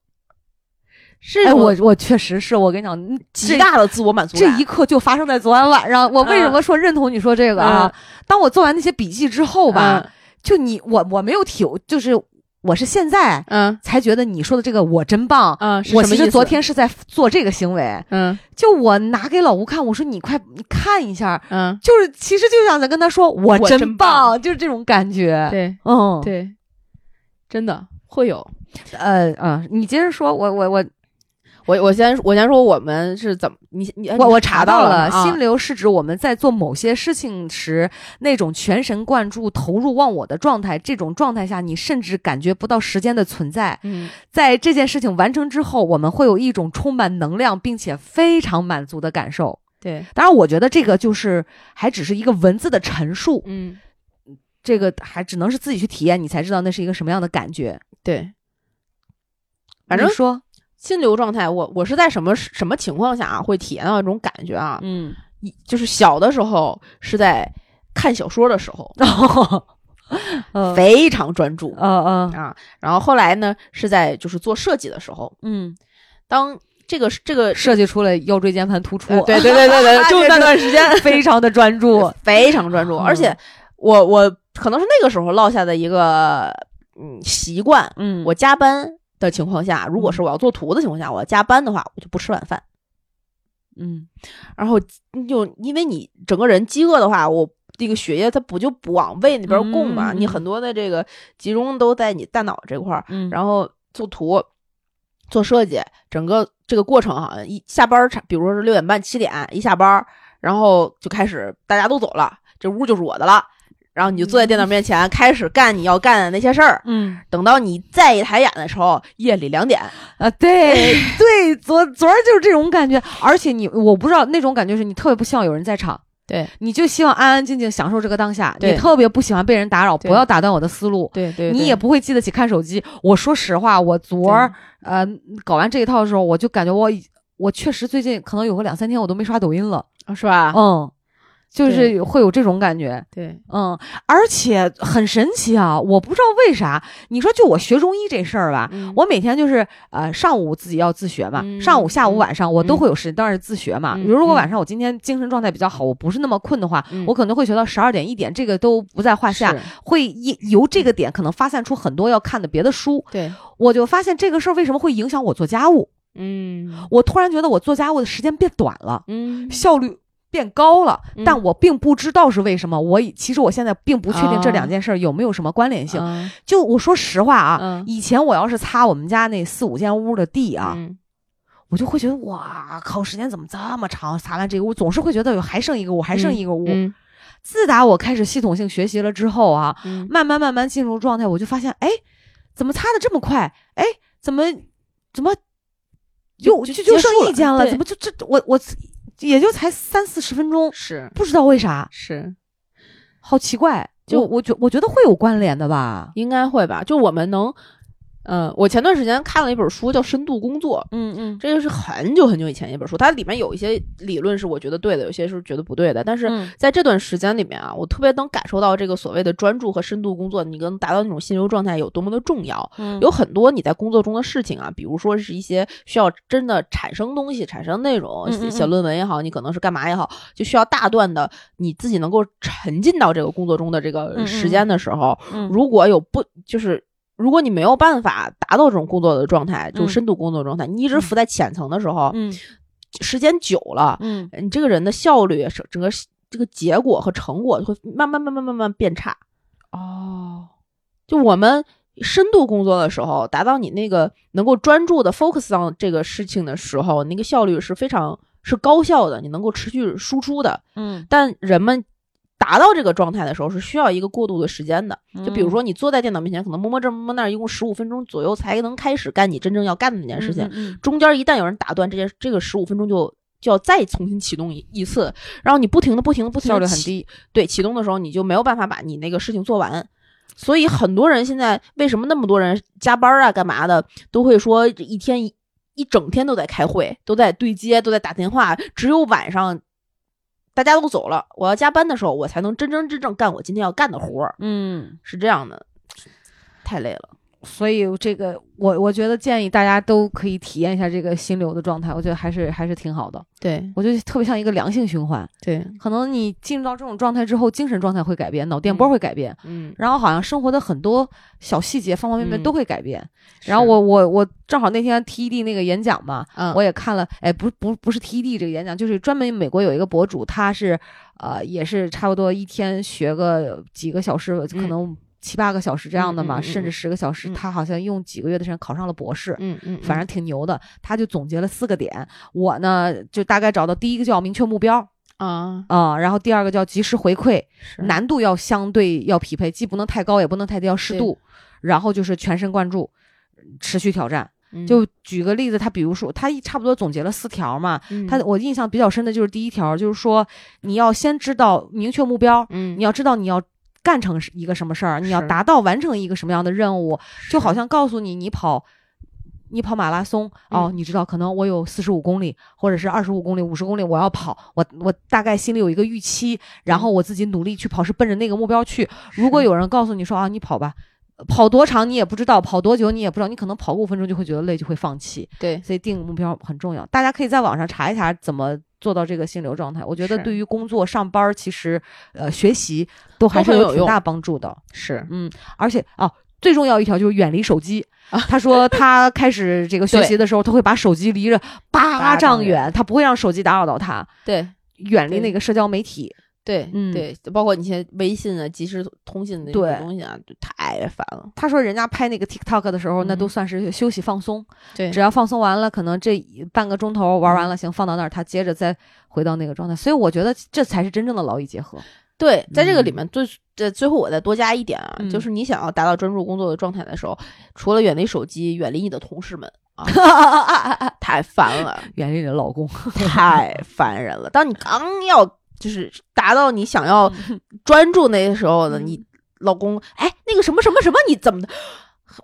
[SPEAKER 1] 是
[SPEAKER 2] 哎，
[SPEAKER 1] 种
[SPEAKER 2] 我我确实是我跟你讲，嗯
[SPEAKER 1] 极
[SPEAKER 2] 这
[SPEAKER 1] 大的自我满足嗯
[SPEAKER 2] 这
[SPEAKER 1] 感。
[SPEAKER 2] 一刻就发生在昨天晚上。我为什么说认同你说这个啊？
[SPEAKER 1] 嗯
[SPEAKER 2] 当我做完那些笔记之后吧，就你我我没有体，就是我是现在
[SPEAKER 1] 嗯，
[SPEAKER 2] 才觉得你说的这个我真棒。
[SPEAKER 1] 嗯嗯，是
[SPEAKER 2] 我
[SPEAKER 1] 什么
[SPEAKER 2] 其
[SPEAKER 1] 意
[SPEAKER 2] 实
[SPEAKER 1] 思
[SPEAKER 2] 昨天是在做这个行为，
[SPEAKER 1] 嗯
[SPEAKER 2] 就我拿给老吴看，我说你快你看一下，
[SPEAKER 1] 嗯，
[SPEAKER 2] 就是其实就想在跟他说我
[SPEAKER 1] 我
[SPEAKER 2] 真
[SPEAKER 1] 真
[SPEAKER 2] 就是这种感觉。
[SPEAKER 1] 对
[SPEAKER 2] 嗯，
[SPEAKER 1] 对，真的会有。
[SPEAKER 2] 呃嗯，你接着说，我我我
[SPEAKER 1] 我我先我先说我们是怎么你呃你
[SPEAKER 2] 我我
[SPEAKER 1] 查
[SPEAKER 2] 到
[SPEAKER 1] 了啊
[SPEAKER 2] 心流是指我们在做某些事情时那种全神贯注、投入忘我的状态。这种状态下，你甚至感觉不到时间的存在。
[SPEAKER 1] 嗯
[SPEAKER 2] 在这件事情完成之后，我们会有一种充满能量并且非常满足的感受。
[SPEAKER 1] 对
[SPEAKER 2] 当然，我觉得这个就是还只是一个文字的陈述，
[SPEAKER 1] 嗯
[SPEAKER 2] 这个还只能是自己去体验，你才知道那是一个什么样的感觉。
[SPEAKER 1] 对，反正
[SPEAKER 2] 你说，
[SPEAKER 1] 心流状态，我我是在什么什么情况下啊会体验到一种感觉啊？
[SPEAKER 2] 嗯，
[SPEAKER 1] 一就是小的时候是在看小说的时候
[SPEAKER 2] 呃
[SPEAKER 1] 非常专注
[SPEAKER 2] 呃呃，
[SPEAKER 1] 啊，然后后来呢是在就是做设计的时候，
[SPEAKER 2] 嗯，
[SPEAKER 1] 当这个这个
[SPEAKER 2] 设计出了腰椎间盘突出，
[SPEAKER 1] 呃对对对对 对，就那段时间
[SPEAKER 2] 非常的专注。
[SPEAKER 1] 非常专注，
[SPEAKER 2] 嗯
[SPEAKER 1] 而且我我可能是那个时候落下的一个 嗯习惯，
[SPEAKER 2] 嗯
[SPEAKER 1] 我加班的情况下，如果是我要做图的情况下，我要加班的话，我就不吃晚饭，
[SPEAKER 2] 嗯
[SPEAKER 1] 然后就因为你整个人饥饿的话，我。这个血液它不就不往胃那边供嘛？
[SPEAKER 2] 嗯嗯
[SPEAKER 1] 你很多的这个集中都在你大脑这块儿，
[SPEAKER 2] 嗯然后
[SPEAKER 1] 然后做图、做设计，整个这个过程好像一下班儿差，比如说是六点半、七点一下班儿，然后就开始大家都走了，这屋就是我的了。然后你就坐在电脑面前，开始干你要干的那些事儿。
[SPEAKER 2] 嗯
[SPEAKER 1] 等到你再一抬眼的时候，夜里两点。
[SPEAKER 2] 啊，对对，昨昨儿就是这种感觉，而且你我不知道那种感觉是你特别不希望有人在场，
[SPEAKER 1] 对
[SPEAKER 2] 你就希望安安静静享受这个当下，你
[SPEAKER 1] 对
[SPEAKER 2] 特别不喜欢被人打扰，
[SPEAKER 1] 对
[SPEAKER 2] 不要打断我的思路。
[SPEAKER 1] 对对
[SPEAKER 2] 你也不会记得起看手机。我说实话，我昨儿呃搞完这一套的时候，我就感觉我已我确实最近可能有个两三天我都没刷抖音了，
[SPEAKER 1] 是吧？啊
[SPEAKER 2] 嗯，就是会有这种感觉，
[SPEAKER 1] 哦对，
[SPEAKER 2] 嗯，而且很神奇啊，我不知道为啥，你说就我学中医这事儿吧。
[SPEAKER 1] 嗯
[SPEAKER 2] 我每天就是呃上午自己要自学嘛，
[SPEAKER 1] 嗯
[SPEAKER 2] 上午、下午、
[SPEAKER 1] 嗯
[SPEAKER 2] 晚上我都
[SPEAKER 1] 嗯
[SPEAKER 2] 会有时间，当然是自学嘛。
[SPEAKER 1] 嗯
[SPEAKER 2] 比如如果
[SPEAKER 1] 嗯
[SPEAKER 2] 晚上我今天精神状态比较好，我不是那么困的话，
[SPEAKER 1] 嗯
[SPEAKER 2] 我可能会学到十二点一点，这个都不在话下。
[SPEAKER 1] 是
[SPEAKER 2] 会一由这个点可能发散出很多要看的别的书，
[SPEAKER 1] 对，
[SPEAKER 2] 我就发现这个事儿为什么会影响我做家务？
[SPEAKER 1] 嗯
[SPEAKER 2] 我突然觉得我做家务的时间变短了，
[SPEAKER 1] 嗯
[SPEAKER 2] 效率变高了，
[SPEAKER 1] 嗯
[SPEAKER 2] 但我并不知道是为什么。我以其实我现在并不确定
[SPEAKER 1] 啊
[SPEAKER 2] 这两件事儿有没有什么关联性。
[SPEAKER 1] 啊
[SPEAKER 2] 就我说实话啊。
[SPEAKER 1] 嗯
[SPEAKER 2] 以前我要是擦我们家那四五间屋的地啊，
[SPEAKER 1] 嗯
[SPEAKER 2] 我就会觉得哇靠，时间怎么这么长？擦完这个屋，总是会觉得有还剩一个屋，还剩一个屋。
[SPEAKER 1] 嗯
[SPEAKER 2] 自打我开始系统性学习了之后啊，
[SPEAKER 1] 嗯
[SPEAKER 2] 慢慢慢慢进入状态，我就发现，哎，怎么擦的这么快？哎，怎么怎么又就
[SPEAKER 1] 就
[SPEAKER 2] 就
[SPEAKER 1] 结
[SPEAKER 2] 剩
[SPEAKER 1] 束了
[SPEAKER 2] 一间了？
[SPEAKER 1] 对
[SPEAKER 2] 怎么就这我我也就才三四十分钟，
[SPEAKER 1] 是
[SPEAKER 2] 不知道为啥，
[SPEAKER 1] 是
[SPEAKER 2] 好奇怪。
[SPEAKER 1] 就
[SPEAKER 2] 我我觉我觉得会有关联的吧。
[SPEAKER 1] 应该会吧？就我们能，嗯，我前段时间看了一本书叫《深度工作》，
[SPEAKER 2] 嗯嗯，
[SPEAKER 1] 这就是很久很久以前一本书，它里面有一些理论是我觉得对的，有些是觉得不对的。但是
[SPEAKER 2] 是
[SPEAKER 1] 在这段时间里面啊，我特别能感受到这个所谓的专注和深度工作，你能达到那种心流状态有多么的重要。
[SPEAKER 2] 嗯
[SPEAKER 1] 有很多你在工作中的事情啊，比如说是一些需要真的产生东西、产生内容
[SPEAKER 2] 嗯嗯，嗯
[SPEAKER 1] 写论文也好，你可能是干嘛也好，就需要大段的你自己能够沉浸到这个工作中的这
[SPEAKER 2] 嗯嗯
[SPEAKER 1] 个
[SPEAKER 2] 嗯
[SPEAKER 1] 时间的时候，
[SPEAKER 2] 嗯
[SPEAKER 1] 如果有不就是。如果你没有办法达到这种工作的状态，就
[SPEAKER 2] 嗯
[SPEAKER 1] 是深度工作状态，你一直浮在浅层的时候，
[SPEAKER 2] 嗯
[SPEAKER 1] 时间久了，
[SPEAKER 2] 嗯
[SPEAKER 1] 你这个人的效率、整整个这个结果和成果就会慢慢、慢慢、慢慢变差。
[SPEAKER 2] 哦
[SPEAKER 1] 就我们深度工作的时候，达到你那个能够专注的 focus on 这个事情的时候，那个效率是非常是高效的，你能够持续输出的。
[SPEAKER 2] 嗯，
[SPEAKER 1] 但人们达到这个状态的时候，是需要一个过渡的时间的。就
[SPEAKER 2] 嗯
[SPEAKER 1] 比如说，你坐在电脑面前，可能摸摸这摸摸那儿，一共十五分钟左右才能开始干你真正要干的那件事情。
[SPEAKER 2] 情，
[SPEAKER 1] 中间一旦有人打断，这件这个十五分钟就就要再重新启动一一次，然后你不停的不停的不停的
[SPEAKER 2] 效率很。低。
[SPEAKER 1] 对，启动的时候你就没有办法把你那个事情做完。所
[SPEAKER 2] 嗯
[SPEAKER 1] 以很多人现在为什么那么多人加班啊、干嘛的，都会说一天一一整天都在开会，都在对接，都在打电话，只有晚上大家都走了，我要加班的时候，我才能真真正正干我今天要干的活儿，
[SPEAKER 2] 嗯，
[SPEAKER 1] 是这样的，太累了。
[SPEAKER 2] 所以这个我我觉得建议大家都可以体验一下这个心流的状态，我觉得还是还是挺好的。
[SPEAKER 1] 对
[SPEAKER 2] 我觉得特别像一个良性循环，
[SPEAKER 1] 对，
[SPEAKER 2] 可能你进入到这种状态之后，精神状态会改变，脑电波
[SPEAKER 1] 嗯
[SPEAKER 2] 会改变，
[SPEAKER 1] 嗯，
[SPEAKER 2] 然后好像生活的很多小细节方方面面
[SPEAKER 1] 嗯
[SPEAKER 2] 都会改变。然后我我我正好那天 TED 那个演讲嘛，
[SPEAKER 1] 嗯
[SPEAKER 2] 我也看了，哎，不不不是 TED 这个演讲，就是专门美国有一个博主，他是呃也是差不多一天学个几个小时，可能七八个小时这样的嘛，
[SPEAKER 1] 嗯嗯嗯嗯
[SPEAKER 2] 甚至十个小时，
[SPEAKER 1] 嗯
[SPEAKER 2] 他好像用几个月的时间考上了博士。
[SPEAKER 1] 嗯嗯，
[SPEAKER 2] 反正挺牛的，他就总结了四个点，我呢就大概找到第一个叫明确目标
[SPEAKER 1] 啊
[SPEAKER 2] 啊、然后第二个叫及时回馈，
[SPEAKER 1] 是
[SPEAKER 2] 难度要相对要匹配，既不能太高，也不能太低，要适
[SPEAKER 1] 对
[SPEAKER 2] 度。然后就是全神贯注，持续挑战。
[SPEAKER 1] 嗯
[SPEAKER 2] 就举个例子，他比如说，他一差不多总结了四条嘛。
[SPEAKER 1] 嗯
[SPEAKER 2] 他我印象比较深的就是第一条，就是说你要先知道明确目标，
[SPEAKER 1] 嗯
[SPEAKER 2] 你要知道你要干成一个什么事儿，你要
[SPEAKER 1] 是
[SPEAKER 2] 达到完成一个什么样的任务，就好像告诉你你跑。你跑马拉松哦，
[SPEAKER 1] 嗯
[SPEAKER 2] 你知道，可能我有四十五公里，或者是二十五公里、五十公里，我要跑，我我大概心里有一个预期，然
[SPEAKER 1] 嗯
[SPEAKER 2] 后我自己努力去跑，是奔着那个目标去。如果有人告诉你说啊，你跑吧，跑多长你也不知道，跑多久你也不知道，你可能跑个五分钟就会觉得累，就会放弃。
[SPEAKER 1] 对
[SPEAKER 2] 所以定目标很重要。大家可以在网上查一查怎么做到这个心流状态。我觉得
[SPEAKER 1] 是
[SPEAKER 2] 对于工作、上班儿，其实呃学习都还是
[SPEAKER 1] 很有
[SPEAKER 2] 挺
[SPEAKER 1] 用
[SPEAKER 2] 大帮助的。
[SPEAKER 1] 是
[SPEAKER 2] 嗯，而且哦，最重要一条就是远离手机。他说他开始这个学习的时候，他会把手机离着八
[SPEAKER 1] 八
[SPEAKER 2] 丈
[SPEAKER 1] 丈
[SPEAKER 2] 远，他不会让手机打扰到他，
[SPEAKER 1] 对
[SPEAKER 2] 远离
[SPEAKER 1] 对
[SPEAKER 2] 那个社交媒体。
[SPEAKER 1] 对
[SPEAKER 2] 嗯
[SPEAKER 1] 对，包括你现在微信啊、即时通信的这
[SPEAKER 2] 对
[SPEAKER 1] 种东西啊，就太烦了。
[SPEAKER 2] 他说人家拍那个 TikTok 的时候，那
[SPEAKER 1] 嗯
[SPEAKER 2] 都算是休息放松，
[SPEAKER 1] 对
[SPEAKER 2] 只要放松完了，可能这一半个钟头玩完了，行，放到那儿，他接着再回到那个状态。所以我觉得这才是真正的劳逸结合。
[SPEAKER 1] 对，在这个里
[SPEAKER 2] 嗯
[SPEAKER 1] 面最这最后我再多加一点啊，
[SPEAKER 2] 嗯
[SPEAKER 1] 就是你想要达到专注工作的状态的时候，除了远离手机，远离你的同事们啊， 太烦了，
[SPEAKER 2] 远离你的老公，
[SPEAKER 1] 太烦人了。当你刚要就是达到你想 要专注那时候呢，
[SPEAKER 2] 嗯
[SPEAKER 1] 你老公哎那个什么什么什么你怎么的，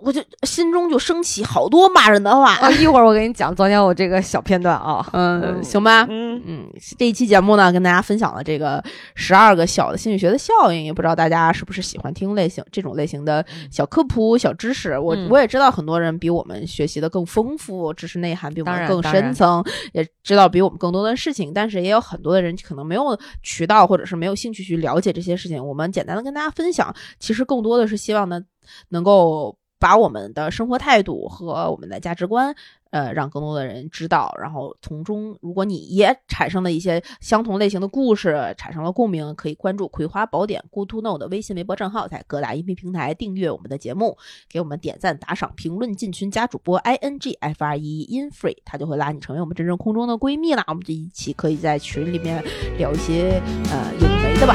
[SPEAKER 1] 我就心中就升起好多骂人的话。
[SPEAKER 2] 啊，一会儿我给你讲昨天我这个小片段啊。
[SPEAKER 1] 嗯，行吧，
[SPEAKER 2] 嗯，
[SPEAKER 1] 嗯，这一期节目呢，跟大家分享了这个十二个小的心理学的效应，也不知道大家是不是喜欢听类型这种类型的小科普、小知识。我、
[SPEAKER 2] 嗯
[SPEAKER 1] 我也知道很多人比我们学习的更丰富，知识内涵比我
[SPEAKER 2] 当
[SPEAKER 1] 们
[SPEAKER 2] 然
[SPEAKER 1] 更
[SPEAKER 2] 当
[SPEAKER 1] 深
[SPEAKER 2] 然
[SPEAKER 1] 层，也知道比我们更多的事情。但是也有很多的人可能没有渠道，或者是没有兴趣去了解这些事情。我们简单的跟大家分享，其实更多的是希望呢，能够把我们的生活态度和我们的价值观，呃，让更多的人知道，然后从中，如果你也产生了一些相同类型的故事，产生了共鸣，可以关注《葵花宝典 Good to Know》的微信、微博账号，在各大音频平台订阅我们的节目，给我们点赞、打赏、评论、进群、加主播 i n g f r e in free，他就会拉你成为我们真正空中的闺蜜啦。我们这一期可以在群里面聊一些呃有的 没的吧。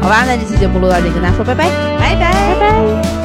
[SPEAKER 1] 好吧，那这期节目录到这里，跟大家说拜拜，拜拜，拜拜。